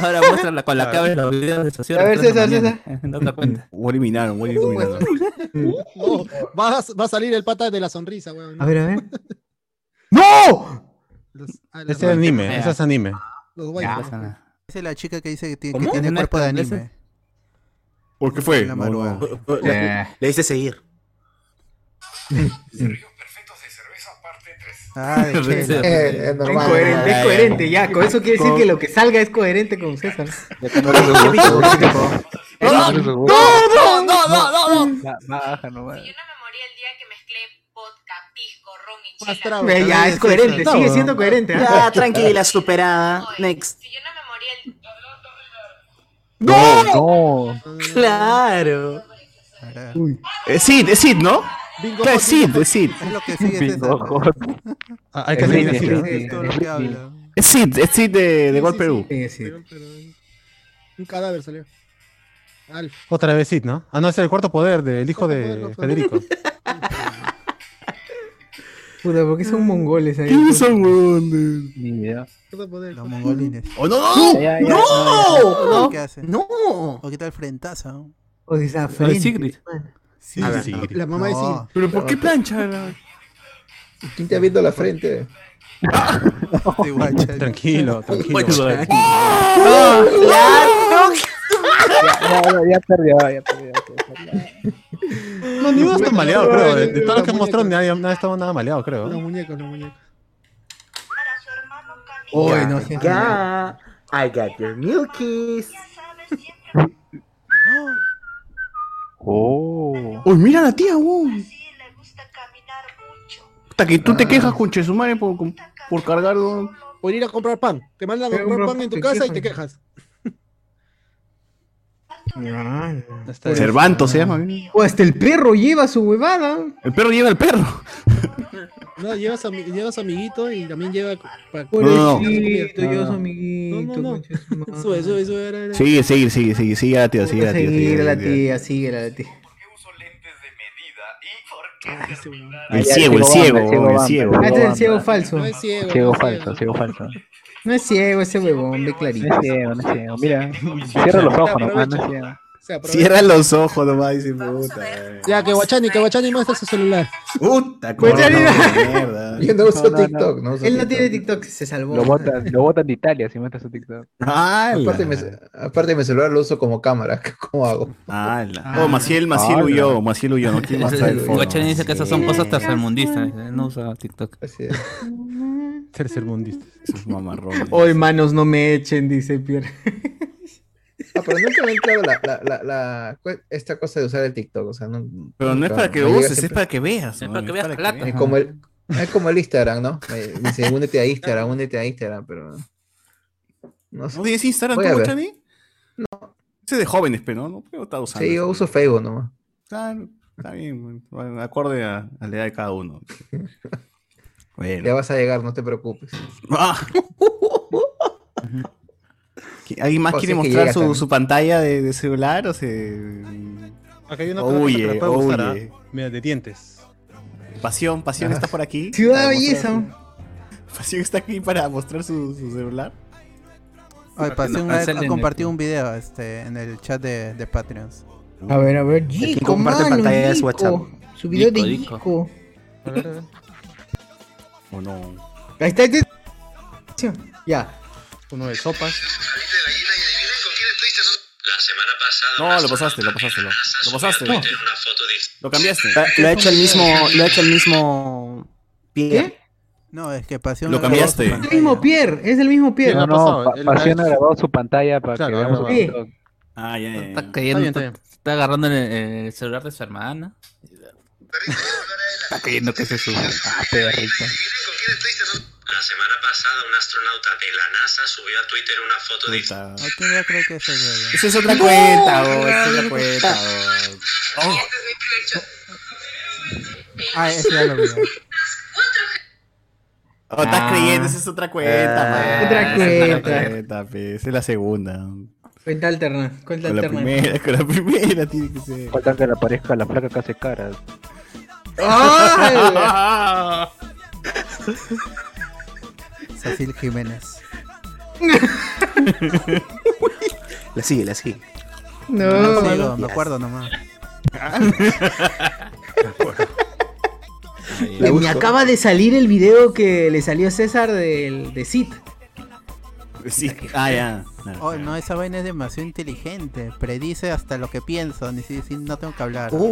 Ahora muéstrala con la cabeza los videos de Socio.
A ver, César,
No te Eh, cuenta.
Voy eliminaron, voy eliminaron.
No, va, a- va a salir el pata de la sonrisa, weón.
A ver, a ver.
¿eh?
¡No!
Ese es anime, ese es anime.
Los
Ya,
guayos.
pasa nada.
Esa es la chica que dice que tiene, que
¿Cómo?
tiene
¿Una
cuerpo de
irlandesa?
anime.
¿Por qué fue?
La
No, Eh.
maruja.
no.
Le le hice seguir.
Ah, de
Risa.
chela.
Eh, es
Es
normal.
coherente, es
ya,
coherente, ya. Con eso quiere decir
Con-
que lo que salga es coherente con César.
Ya que no eres un gusto, ya que no eres un gusto.
no, no, no, no,
Ya, Baja nomás.
Ve, ya, es coherente, sigue siendo coherente. ¿ah?
Ya, tranquila, superada. Next.
No, no.
Claro.
Es Eh, Sid, es Sid, ¿no?
Bingo.
Claro, es Sid, es Sid.
Es lo que sigue César.
Bingo.
Ah, Hay que
Es
seguir
Disney,
así, ¿no?
Es todo lo que habla.
Es Sid, es Sid de, de Gol Perú.
Sí, sí.
Un cadáver salió. Alf.
Otra vez Sid, ¿no? Ah, no, ese es el cuarto poder del hijo
Cuarto poder,
de
cuarto
Federico.
Puta, ¿por qué son mongoles ahí?
¿Quiénes son, weón?
Ni idea.
Todo poder.
Los mongolines.
¡Oh, no, no!
Ya, ya, ya.
¡No! ¿Qué hace?
No.
O quita el frentazo.
O de esa
Soy
frente.
Sigrid.
Sí,
A ver,
sí.
La mamá de
No.
Sid.
¿Pero por qué plancha? la-
¿Quién te ha visto la frente?
Te guacha.
Tranquilo, tranquilo.
Oye,
Ya, ya, ya perdió, ya perdió.
No, ninguno está maleado, creo. De, de todos los que
Los
mostraron, nadie, nadie estaba nada maleado,
Los
creo.
muñecos, los muñecos.
Uy, no sé.
Ya. I got your milkies.
Oh.
Uy, mira la tía, weón. Hasta que tú
Ah.
te quejas con Chesumare por, con- por cargar. weón.
Por ir a comprar pan. Te mandan a
Pero,
comprar
bro,
pan en tu
te
casa y
quejas.
te quejas.
Cervanto se llama.
O hasta el perro lleva su huevada.
El perro lleva al perro.
No, llevas, ami- llevas amiguito y también lleva para
No, no, no.
Pobrecito, yo soy
amiguito. No, no, no. Sube, sube, sube. era, era.
Sigue, sigue, sigue, sigue, sigue a la tía, sigue a la tía. sigue
Sigue
a
la
la tía.
tía, sigue la tía.
El ciego, el ciego, weón, el ciego.
Ah, este es el ciego falso. No es
ciego.
Ciego falso, ciego falso.
ese huevón, ve clarito.
No es ciego, no es ciego. Mira, cierra los ojos nomás, no es ciego.
Cierra los ojos nomás, dice puta. weón.
Ya, que Guachani, que Guachani muestra su celular.
Eh. Puta,
Pues ya
cómo
ni-
no, de mierda.
Yo no uso No, no, no. TikTok, no uso
Él no tiene TikTok, se salvó.
Lo botan, lo botan de Italia si muestras su TikTok.
Aparte, mi, aparte mi celular lo uso como cámara. ¿Cómo hago?
Ah.
Oh, Maciel, Maciel
Ala.
huyó, Maciel huyó, no quiere más traer el fono.
Guachani dice que esas son cosas tercermundistas. eh, No usa TikTok.
Tercermundista.
Sus mamarrones.
Hoy manos no me echen, dice Pierre.
Ah, pero nunca me ha entrado la, la, la, la- cu- esta cosa de usar el TikTok. O sea, no,
Pero no es
nunca-
para que
me llega
uses, es
siempre-
para que veas.
Es
¿no?
para que veas plata.
Es como el, es como el Instagram, ¿no? Me dice, únete a Instagram, únete a Instagram, pero. No sé.
¿No tienes Instagram
Voy
tú,
a ver.
Guachani? No. Ese es de jóvenes, pero no, no puedo estar usando.
Sí, yo uso Facebook nomás.
Claro, está bien, bueno, acorde a, a la edad de cada uno.
Ya vas a llegar, no te preocupes.
Ah. ¿Qui- ¿Alguien más
O
quiere
sea que
mostrar
llega
su,
también.
su pantalla de, de celular o se...
Acá hay una
O
otra cosa que
huye,
la puedo
o
usar,
huye.
¿ah? Mira, de dientes.
Pasión, Pasión está por aquí.
Ciudad
para
de
mostrar su- Pasión está aquí para mostrar su, su celular.
Ay, Pasión ha,
Cancelen
ha
el-
compartido un video este, en el chat de, de Patreons.
A ver, a ver, Gico, mano, Gico. Su video de Gico.
¿O no?
Ahí está, ahí está. Ya.
Uno de sopas.
No, lo pasaste, lo pasaste, lo, lo pasaste.
No.
Lo cambiaste.
Lo ha hecho el mismo. Lo ha hecho el mismo. Pierre.
No, es que Pasión.
Lo
ha grabado su
cambiaste.
pantalla.
Es el mismo Pierre, es el mismo Pierre.
No, no, Pa- Pasión ha grabado su pantalla para
Claro,
que veamos
ha
su
grabado.
TikTok.
Ah, ya, ya,
Está
ya.
cayendo,
Está bien,
está,
está
está agarrando el, el celular de su hermana. Está cayendo que se sube. Ah, perrito.
La semana pasada, un astronauta de la NASA subió a Twitter una foto de.
Aquí ya creo que es el video.
Esa es otra cuenta, oh, esa es otra cuenta. oh. Oh.
Ah, ese ya lo vi.
Oh, estás
Ah.
creyendo, esa es otra cuenta,
Ah,
man.
otra
Esa
cuenta.
pe, Esa pues, es la segunda.
Cuenta alterna, cuenta
Con la
alterna.
primera, con la primera tiene que ser.
Faltan que le aparezca la placa que hace caras.
Ah,
¡Ay!
Cecil Jiménez.
La sigue, la sigue.
No,
no
no,
sigo,
no.
me acuerdo nomás.
Ah,
Me acaba de salir el video que le salió a César del, de Sid.
Sí. Ah, ya.
Oh, no, esa vaina es demasiado inteligente. Predice hasta lo que pienso. Ni si, si no tengo que hablar.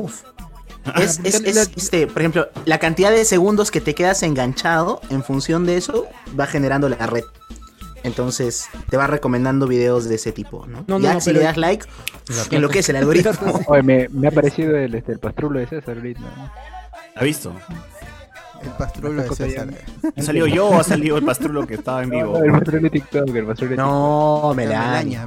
Uf.
Ah,
Oh, Es, es- es, este, por ejemplo, la cantidad de segundos que te quedas enganchado en función de eso va generando la red. Entonces te va recomendando videos de ese tipo, ¿no?
No, no,
ya
no,
si
pero-
le das like, enloquece el algoritmo.
Oye, me, me ha parecido el, este, el pastrulo de César ahorita.
¿Ha visto?
El pastrulo de César.
¿Ha salido yo o ha salido el pastrulo que estaba en vivo?
No, el pastrulo de TikTok, el pastrulo de
No,
Melaña,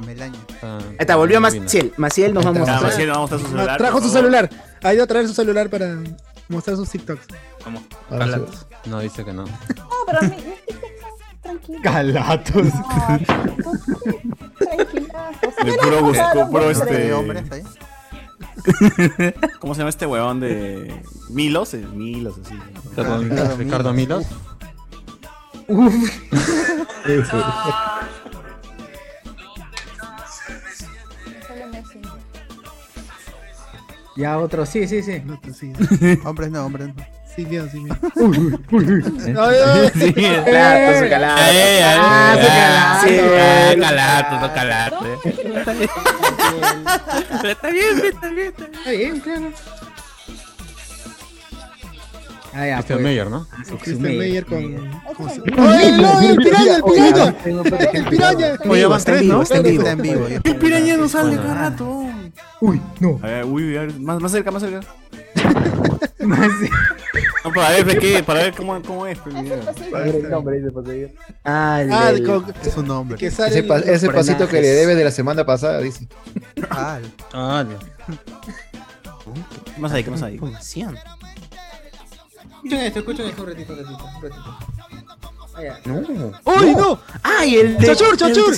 Melania.
Melaña.
Ahí está, volvió Maciel. Maciel nos vamos Ah, a
Ya, Maciel, vamos a su celular.
Trajo
por
su
favor.
celular. Ha ido a traer su celular para mostrar sus TikToks.
No, dice que no.
No, pero a mí, mis TikToks son tranquilos.
Calatos.
Tranquilazos.
De
Mira,
puro
no,
gusto,
no,
puro
no,
este.
no,
¿Cómo se llama este huevón de Milos? Eh, Milos, así.
Ricardo Milos. Ricardo Milos.
Ah. solo me siento.
Ya otro, sí, sí, sí.
Hombres no, hombres no.
Sí, Dios, sí, Dios.
Uy, uy, uy, uy.
Sí,
Eh,
calato, su
Ah,
calato.
eh,
Ah,
eh, ah, sí, ah,
su calato.
calato, no calato. Pero está bien, está bien, está bien.
Está bien, claro. Ah, ya,
Christian
pues.
Meyer, ¿no?
Ah, sí,
Christian
Meyer,
Meyer
Meyer.
¡Oye, no, el piraña, el piraña!
Oye,
El piraña.
Oye, van tres, ¿no?
Está en vivo, está en vivo.
El piraña no sale
Bueno.
cada rato.
Uy, no.
A ver, uy, a ver, más, más cerca, más cerca. No, para ver, pues, ¿qué? para ver cómo, cómo es. pues, mira.
Ah,
el-
ah,
el-
con-
es un nombre.
que
sale
ese pa-
los
ese pasito
frenajes.
que le debes de la semana pasada, dice.
¿Qué más hay? ¿Qué más hay?
Escuchen esto, escuchen esto un ratito, un ratito, un ratito. Ah, ya.
No.
¡Uy, no!
Ah,
¡Ay, el de.
Chochur, chochur.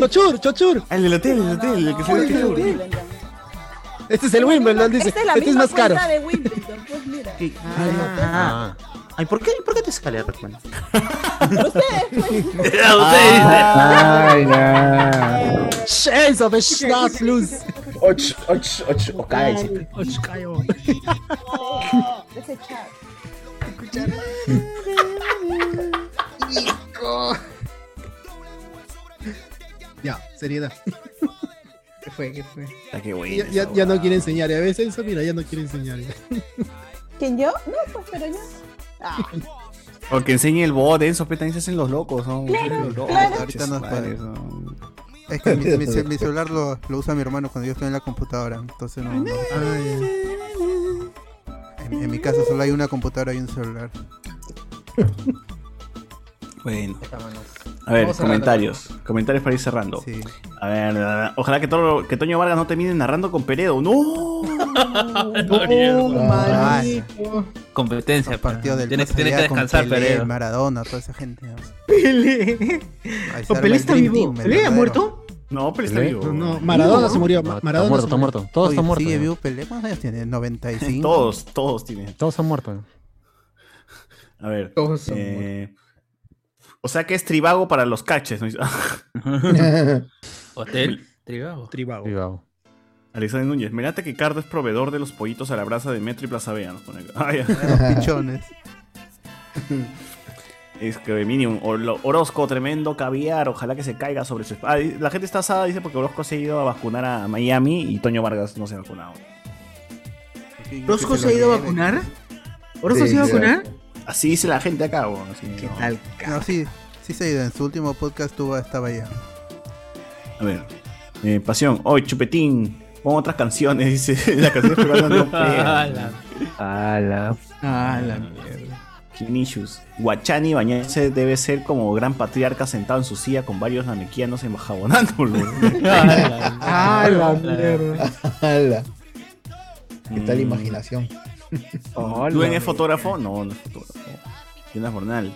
¡Chochur, chochur!
El del hotel, el hotel, el que fue el chochur.
Este es el Wimbledon, dice.
Esta es la
Este es
misma
más caro.
cuenta de Wimbledon, pues mira.
Ah. Ay, ¿por qué, ¿por qué te sale Rockman?
Ay, ya.
Shades of Schnapplus.
Och, och, och, och,
Ay, Ochkayo.
Ese chat.
Ya, seriedad.
¿Qué fue? ¿Qué fue?
Está que bueno.
Ya, ya, ya no quiere enseñar. y A veces eso, mira, ya no quiere enseñar. ¿eh?
¿Quién yo? No, pues pero yo. Ah,
O que enseñe el bot, eso, pues, también se hacen los locos. ¿no?
Claro,
Los
claro.
Ahorita no es padre.
madres, ¿no?
Es que mi, mi ce- mi celular lo, lo usa mi hermano cuando yo estoy en la computadora. Entonces no. no- En, en mi casa solo hay una computadora y un celular.
Bueno. A ver,
Vamos cerrando.
comentarios. Comentarios para ir cerrando. A ver, a ver, ojalá que, todo- que Toño Vargas no termine narrando con Peredo. ¡No!
Oh,
Competencia.
Partido del
tienes,
más
tienes que
allá con
descansar,
Pelé,
Peredo.
Maradona, toda esa gente. ¿no?
Pelé.
Ahí se
¿O
arma
Pelé
el
está
Dream
vivo?
Team, el
¿Pelé ha
verdadero.
muerto?
No, Pelé
está vivo.
No, Maradona se murió. Ma-
Está
Maradona
muerto,
se
está
murió.
muerto. Todos
Oye,
están muertos,
sigue
ya.
vivo
Pelé. ¿Cuántos años tiene? 95.
Todos, todos tienen.
Todos han muerto.
A ver.
Todos son
eh, o sea que es tribago para los caches. ¿no?
Hotel. Tribago.
Tribago.
Alexander Núñez, mirate que Cardo es proveedor de los pollitos a la brasa de Metro y Plaza Vea. Nos pone acá. Ah, ya.
Los pichones.
Es que mínimo, Orlo- Orozco, tremendo caviar, ojalá que se caiga sobre su esp- Ah, di- la gente está asada, dice, porque Orozco se ha ido a vacunar a Miami y Toño Vargas no se ha vacunado.
¿Rosco se ha ido a vacunar? ¿Orozco se iba a vacunar?
Así dice la gente acá, weón. ¿Qué
tal?
No, sí, sí se ha ido. En su último podcast tuvo, estaba allá.
A ver. eh, pasión, hoy chupetín, pon otras canciones, dice. la canción peruana no pega.
Ala.
Ala.
Kinishus. Guachani Bañarse debe ser como gran patriarca sentado en su silla con varios namequianos enjabonándolo.
Ah, la mierda.
Ah,
¿Qué tal
Mm.
imaginación?
¿Luen es fotógrafo? No, no es fotógrafo. Jonas Bornal.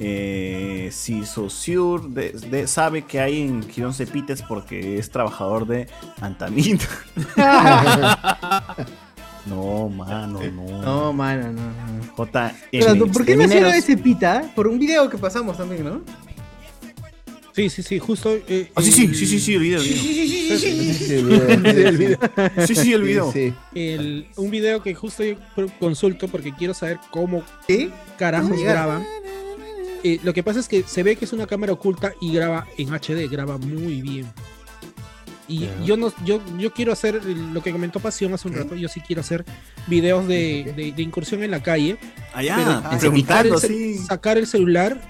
Eh, si Sosur de- de- sabe que hay en Girón Cepites porque es trabajador de Antamin. no, mano, no.
No, mano, no. no.
J.
Pero, ¿Por qué no hicieron ese pita? Por un video que pasamos también, ¿no?
Sí, sí, sí, justo. eh,
Ah, sí,
el-
sí, sí, sí, sí, el video. el video. Sí, sí, el video.
El- un video que justo yo pro- consulto porque quiero saber cómo
¿Cómo
carajos
llegar?
graban. Eh, lo que pasa es que se ve que es una cámara oculta y graba en HD, graba muy bien. Y
Ah.
Ya.
yo no, yo, yo quiero hacer lo que comentó Pasión hace un rato, yo sí quiero hacer videos de, de- de incursión en la calle.
Allá,
pero
ah,
sacar
preguntando,
el cel-
sí.
Sacar el celular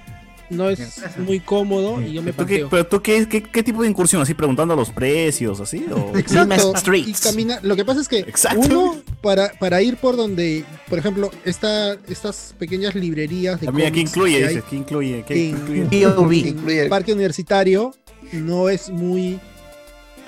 no es muy cómodo y yo me
¿Tú qué,
panteo.
¿Pero tú qué, qué, qué tipo de incursión? ¿Así preguntando los precios? ¿Así? ¿O
Exacto. Y
Streets.
camina- Lo que pasa es que uno para, para ir por donde, por ejemplo, esta, estas pequeñas librerías de
Ah, Mira, ¿qué
cómics
incluye?
que hay
Dices, ¿qué incluye? ¿Qué
en,
incluye?
en el parque universitario no es muy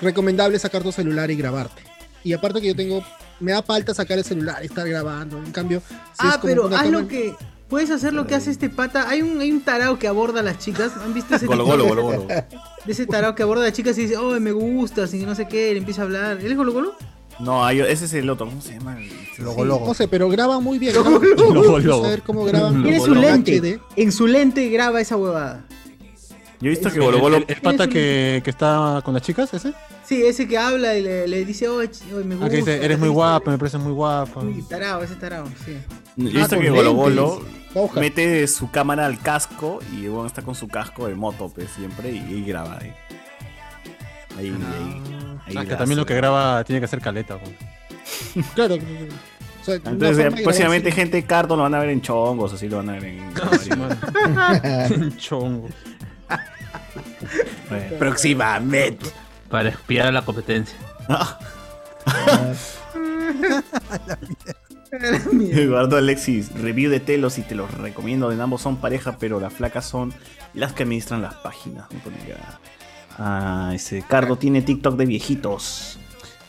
recomendable sacar tu celular y grabarte. Y aparte que yo tengo, me da falta sacar el celular y estar grabando. En cambio, si es
ah,
como
pero
una
haz lo
cámara-
que. Puedes hacer lo que hace este pata. Hay un, hay un tarao que aborda a las chicas. ¿Han visto ese
Golo,
tipo?
golo, golo, golo.
De ese tarao que aborda a las chicas y dice, oh, me gustas y no sé qué, le empieza a hablar. ¿Él es Golo Golo?
No, hay- ese es el otro. ¿Cómo se llama?
Logo, logo.
No sé, pero graban muy bien.
Logo,
graban-
logo.
Quiero saber cómo graban.
Tiene
en
su lente.
HD.
En su lente graba esa huevada.
Yo he visto que
El,
Golo Golo.
el- el pata que, que está con las chicas, ese.
Sí, ese que habla y le, le dice, oh, ch- oh, me gusta.
Ah, que dice, eres muy guapa, me pareces muy Ah, guapa.
Tarao, ese tarao, sí.
Yo he visto
Ah,
que
con
Golo
lentes.
Golo
Voy a buscar.
mete su cámara al casco y bueno, está con su casco de moto, pues, siempre, y, y graba ahí. Ahí, ahí. ahí
Ah, que
graba,
también lo
sí.
que graba tiene que ser caleta. güey.
Claro. o sea, una
Entonces, eh,
forma de
próximamente,
grabar-
gente, Cardo lo van a ver en chongos, así lo van a ver en.
Chongo.
Bueno, próximamente. Ah.
Para espiar a la competencia.
Eduardo Alexis, review de telos y te los recomiendo. En ambos son pareja, pero las flacas son las que administran las páginas. Me pone acá. Ah, ese Cardo tiene TikTok de viejitos.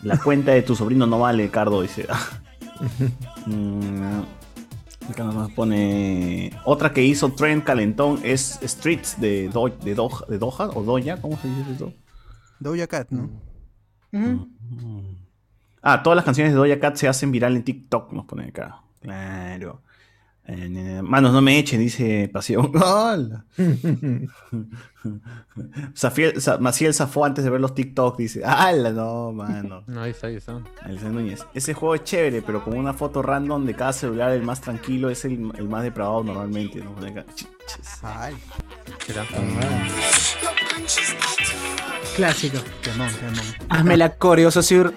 La cuenta de tu sobrino no vale, Cardo, dice. Mm, acá nos pone. Otra que hizo Trend Calentón es Streets de, Do- de, Doha, de Doha o Doya, ¿cómo se dice eso?
Doja Cat, ¿no?
Mm. Ah, todas las canciones de Doja Cat se hacen viral en TikTok, nos pone acá. Claro. Eh, manos, no me echen, dice Pasión. ¡Hola! Zafiel- Za- Maciel zafó antes de ver los TikTok, dice. ¡Hala, no, mano!
No, ahí está, ahí está.
Alexander Núñez. Ese juego es chévere, pero con una foto random de cada celular, el más tranquilo es el, el más depravado normalmente. nos pone acá. Chiches.
Clásico.
Temón, temón.
Hazme la coreo, Sosur.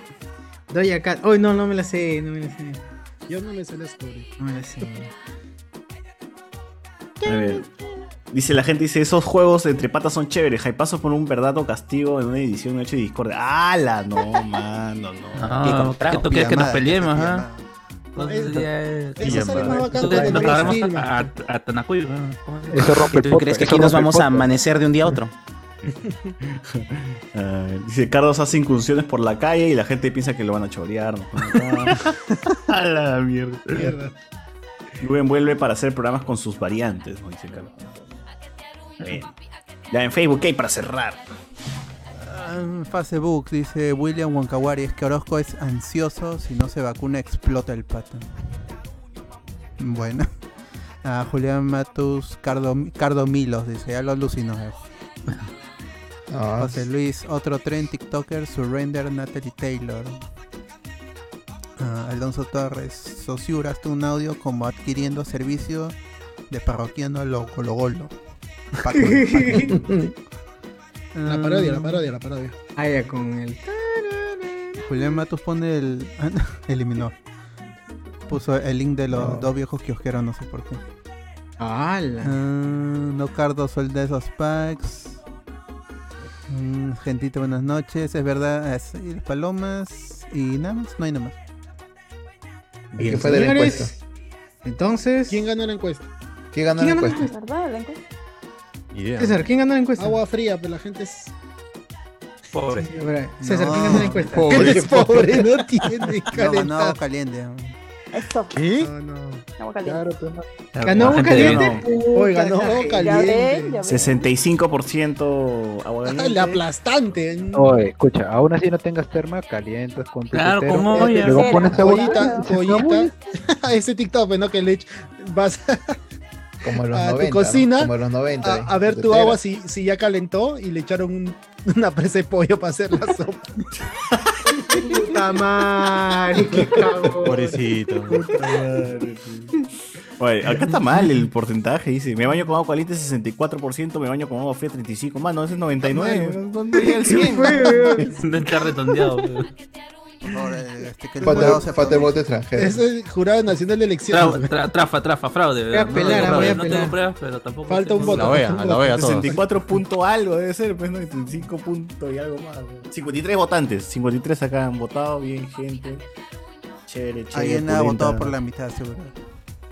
Doja Cat. Uy, no, no me la sé, no me la sé.
Yo no me sé la story.
No me la sé.
A ver. Dice la gente, dice, esos juegos de entre patas son chéveres. Hay paso por un verdadero castigo en una edición hecho de Discord. ¡Hala! No, mano, no.
Ah, ¿qué tú quieres que nos peleemos, ah?
No,
Entonces,
eso-
ya-
eso sale
Entonces,
más bacán
nos
cuando
agarramos
lo
a, a- a Tanacuy, ¿no? ¿Cómo es?
¿Y ¿Tú crees que aquí nos vamos a amanecer de un día a otro?
Eh, dice, Carlos hace incursiones por la calle y la gente piensa que lo van a chorear. ¿no? a la mierda. Rubén vuelve para hacer programas con sus variantes, ¿no? dice Carlos. Bien. Ya en Facebook, ¿qué hay para cerrar?
Ah, Facebook dice William Wonkawari es que Orozco es ansioso, si no se vacuna explota el pato. Bueno. Ah, Julián Matus Cardo, Cardo Milos dice, ya lo alucinó. eh". José Luis, otro tren TikToker, Surrender Natalie Taylor. Ah, Alonso Torres, sociuraste un audio como adquiriendo servicio de parroquiano a lo Golo Golo. Paco, Paco.
La parodia, la parodia, la parodia.
Ah, ya, con el.
Julián Matos pone el. ah, no, eliminó. Puso el link de los dos viejos kiosqueros, no sé por qué. Ah,
¡Hala!
no cardo suelda esos packs. Mm, gentita, buenas noches. Es verdad, es- y palomas. Y nada más, no hay nada más.
¿Qué fue de la
Señores,
encuesta?
Entonces.
¿Quién ganó la encuesta?
¿Qué ganó la encuesta?
¿Verdad? La encuesta.
César, ¿quién ganó la encuesta?
Agua fría, pero la gente es.
Pobre.
César, ¿quién ganó la encuesta?
Pobre,
Eres
pobre, no tiene
No, no, agua
calentar.
caliente.
Esto.
¿Eh?
Agua caliente.
¿Ganó
La
Agua
gente
Caliente?
ganó.
Oye, ganó
Ya
Agua
ven,
Caliente.
ya ven.
65% agua caliente.
La aplastante.
Oye, escucha, aún así no tengas terma, calientas con tu
Claro,
tetero,
con
y
olla.
Luego pones agua
Ollita, ollita. Ese TikTok, pues, ¿no? Que le ech- vas
Como en los
a
90.
tu
¿no?
cocina
Como en los 90.
a,
¿eh?
a ver
De
tu
cera.
agua si, si ya calentó y le echaron un- una presa de pollo para hacer la sopa.
Puta madre, qué cagón.
Pobrecito.
Oye, acá está mal el porcentaje, dice. Me baño con agua caliente 64%, me baño con agua fría 35%. Mano, ese es 99%. ¿Dónde llega el 100?
No está redondeado.
Este,
Falta- falta el voto extranjero.
Ese es jurado nacional de
Trafa,
elecciones.
tra- trafa, trafa, fraude.
Voy a
¿verdad? No,
pelar,
tengo
voy
pruebas,
a
no
pelar.
tengo pruebas, pero tampoco.
Falta un voto.
La OEA, a la OEA todos.
64 punto algo debe ser, pues no, 35 punto y algo más. ¿no? 53 votantes, 53 acá han votado, bien gente. Chévere, chévere.
Alguien ha
pulenta.
votado por la mitad, seguro.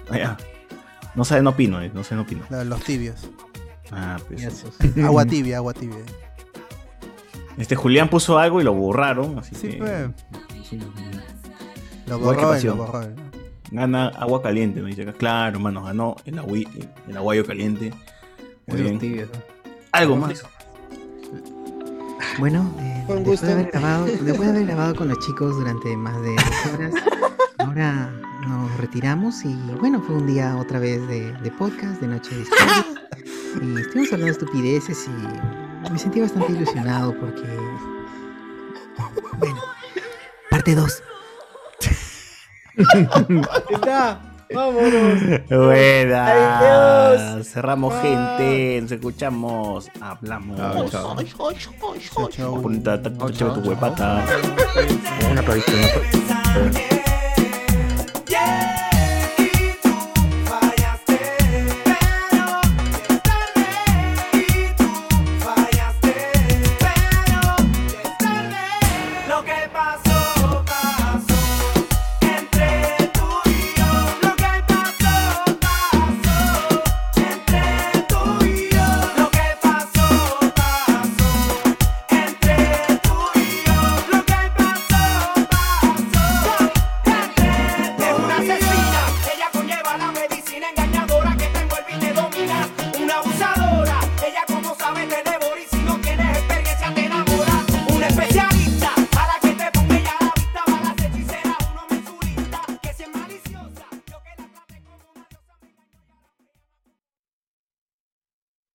Ah, ya. No sé, no opino, eh, no sé, no opino.
La- Los tibios.
Ah, pues.
Agua tibia, agua tibia.
Este Julián puso algo y lo borraron, así
Sí,
que.
pues. Lo
Igual que
borró él, lo
Pasión.
borró él.
Gana agua caliente, me dice acá. Claro, hermano, ganó el, agui- el aguayo caliente. Muy bien. Algo más.
Bueno, eh,
Fue un
después
gusto.
de, haber grabado, después de haber grabado con los chicos durante más de dos horas, ahora nos retiramos y bueno, fue un día otra vez de, de podcast, de noche de historia. Y estuvimos hablando de estupideces y me sentí bastante ilusionado porque... Bueno, parte 2.
Está. Vámonos.
Buenas. Cerramos,
Ah.
gente. Nos escuchamos. Hablamos. Punta, ta- tu huepata.
Una pavita, una pavita.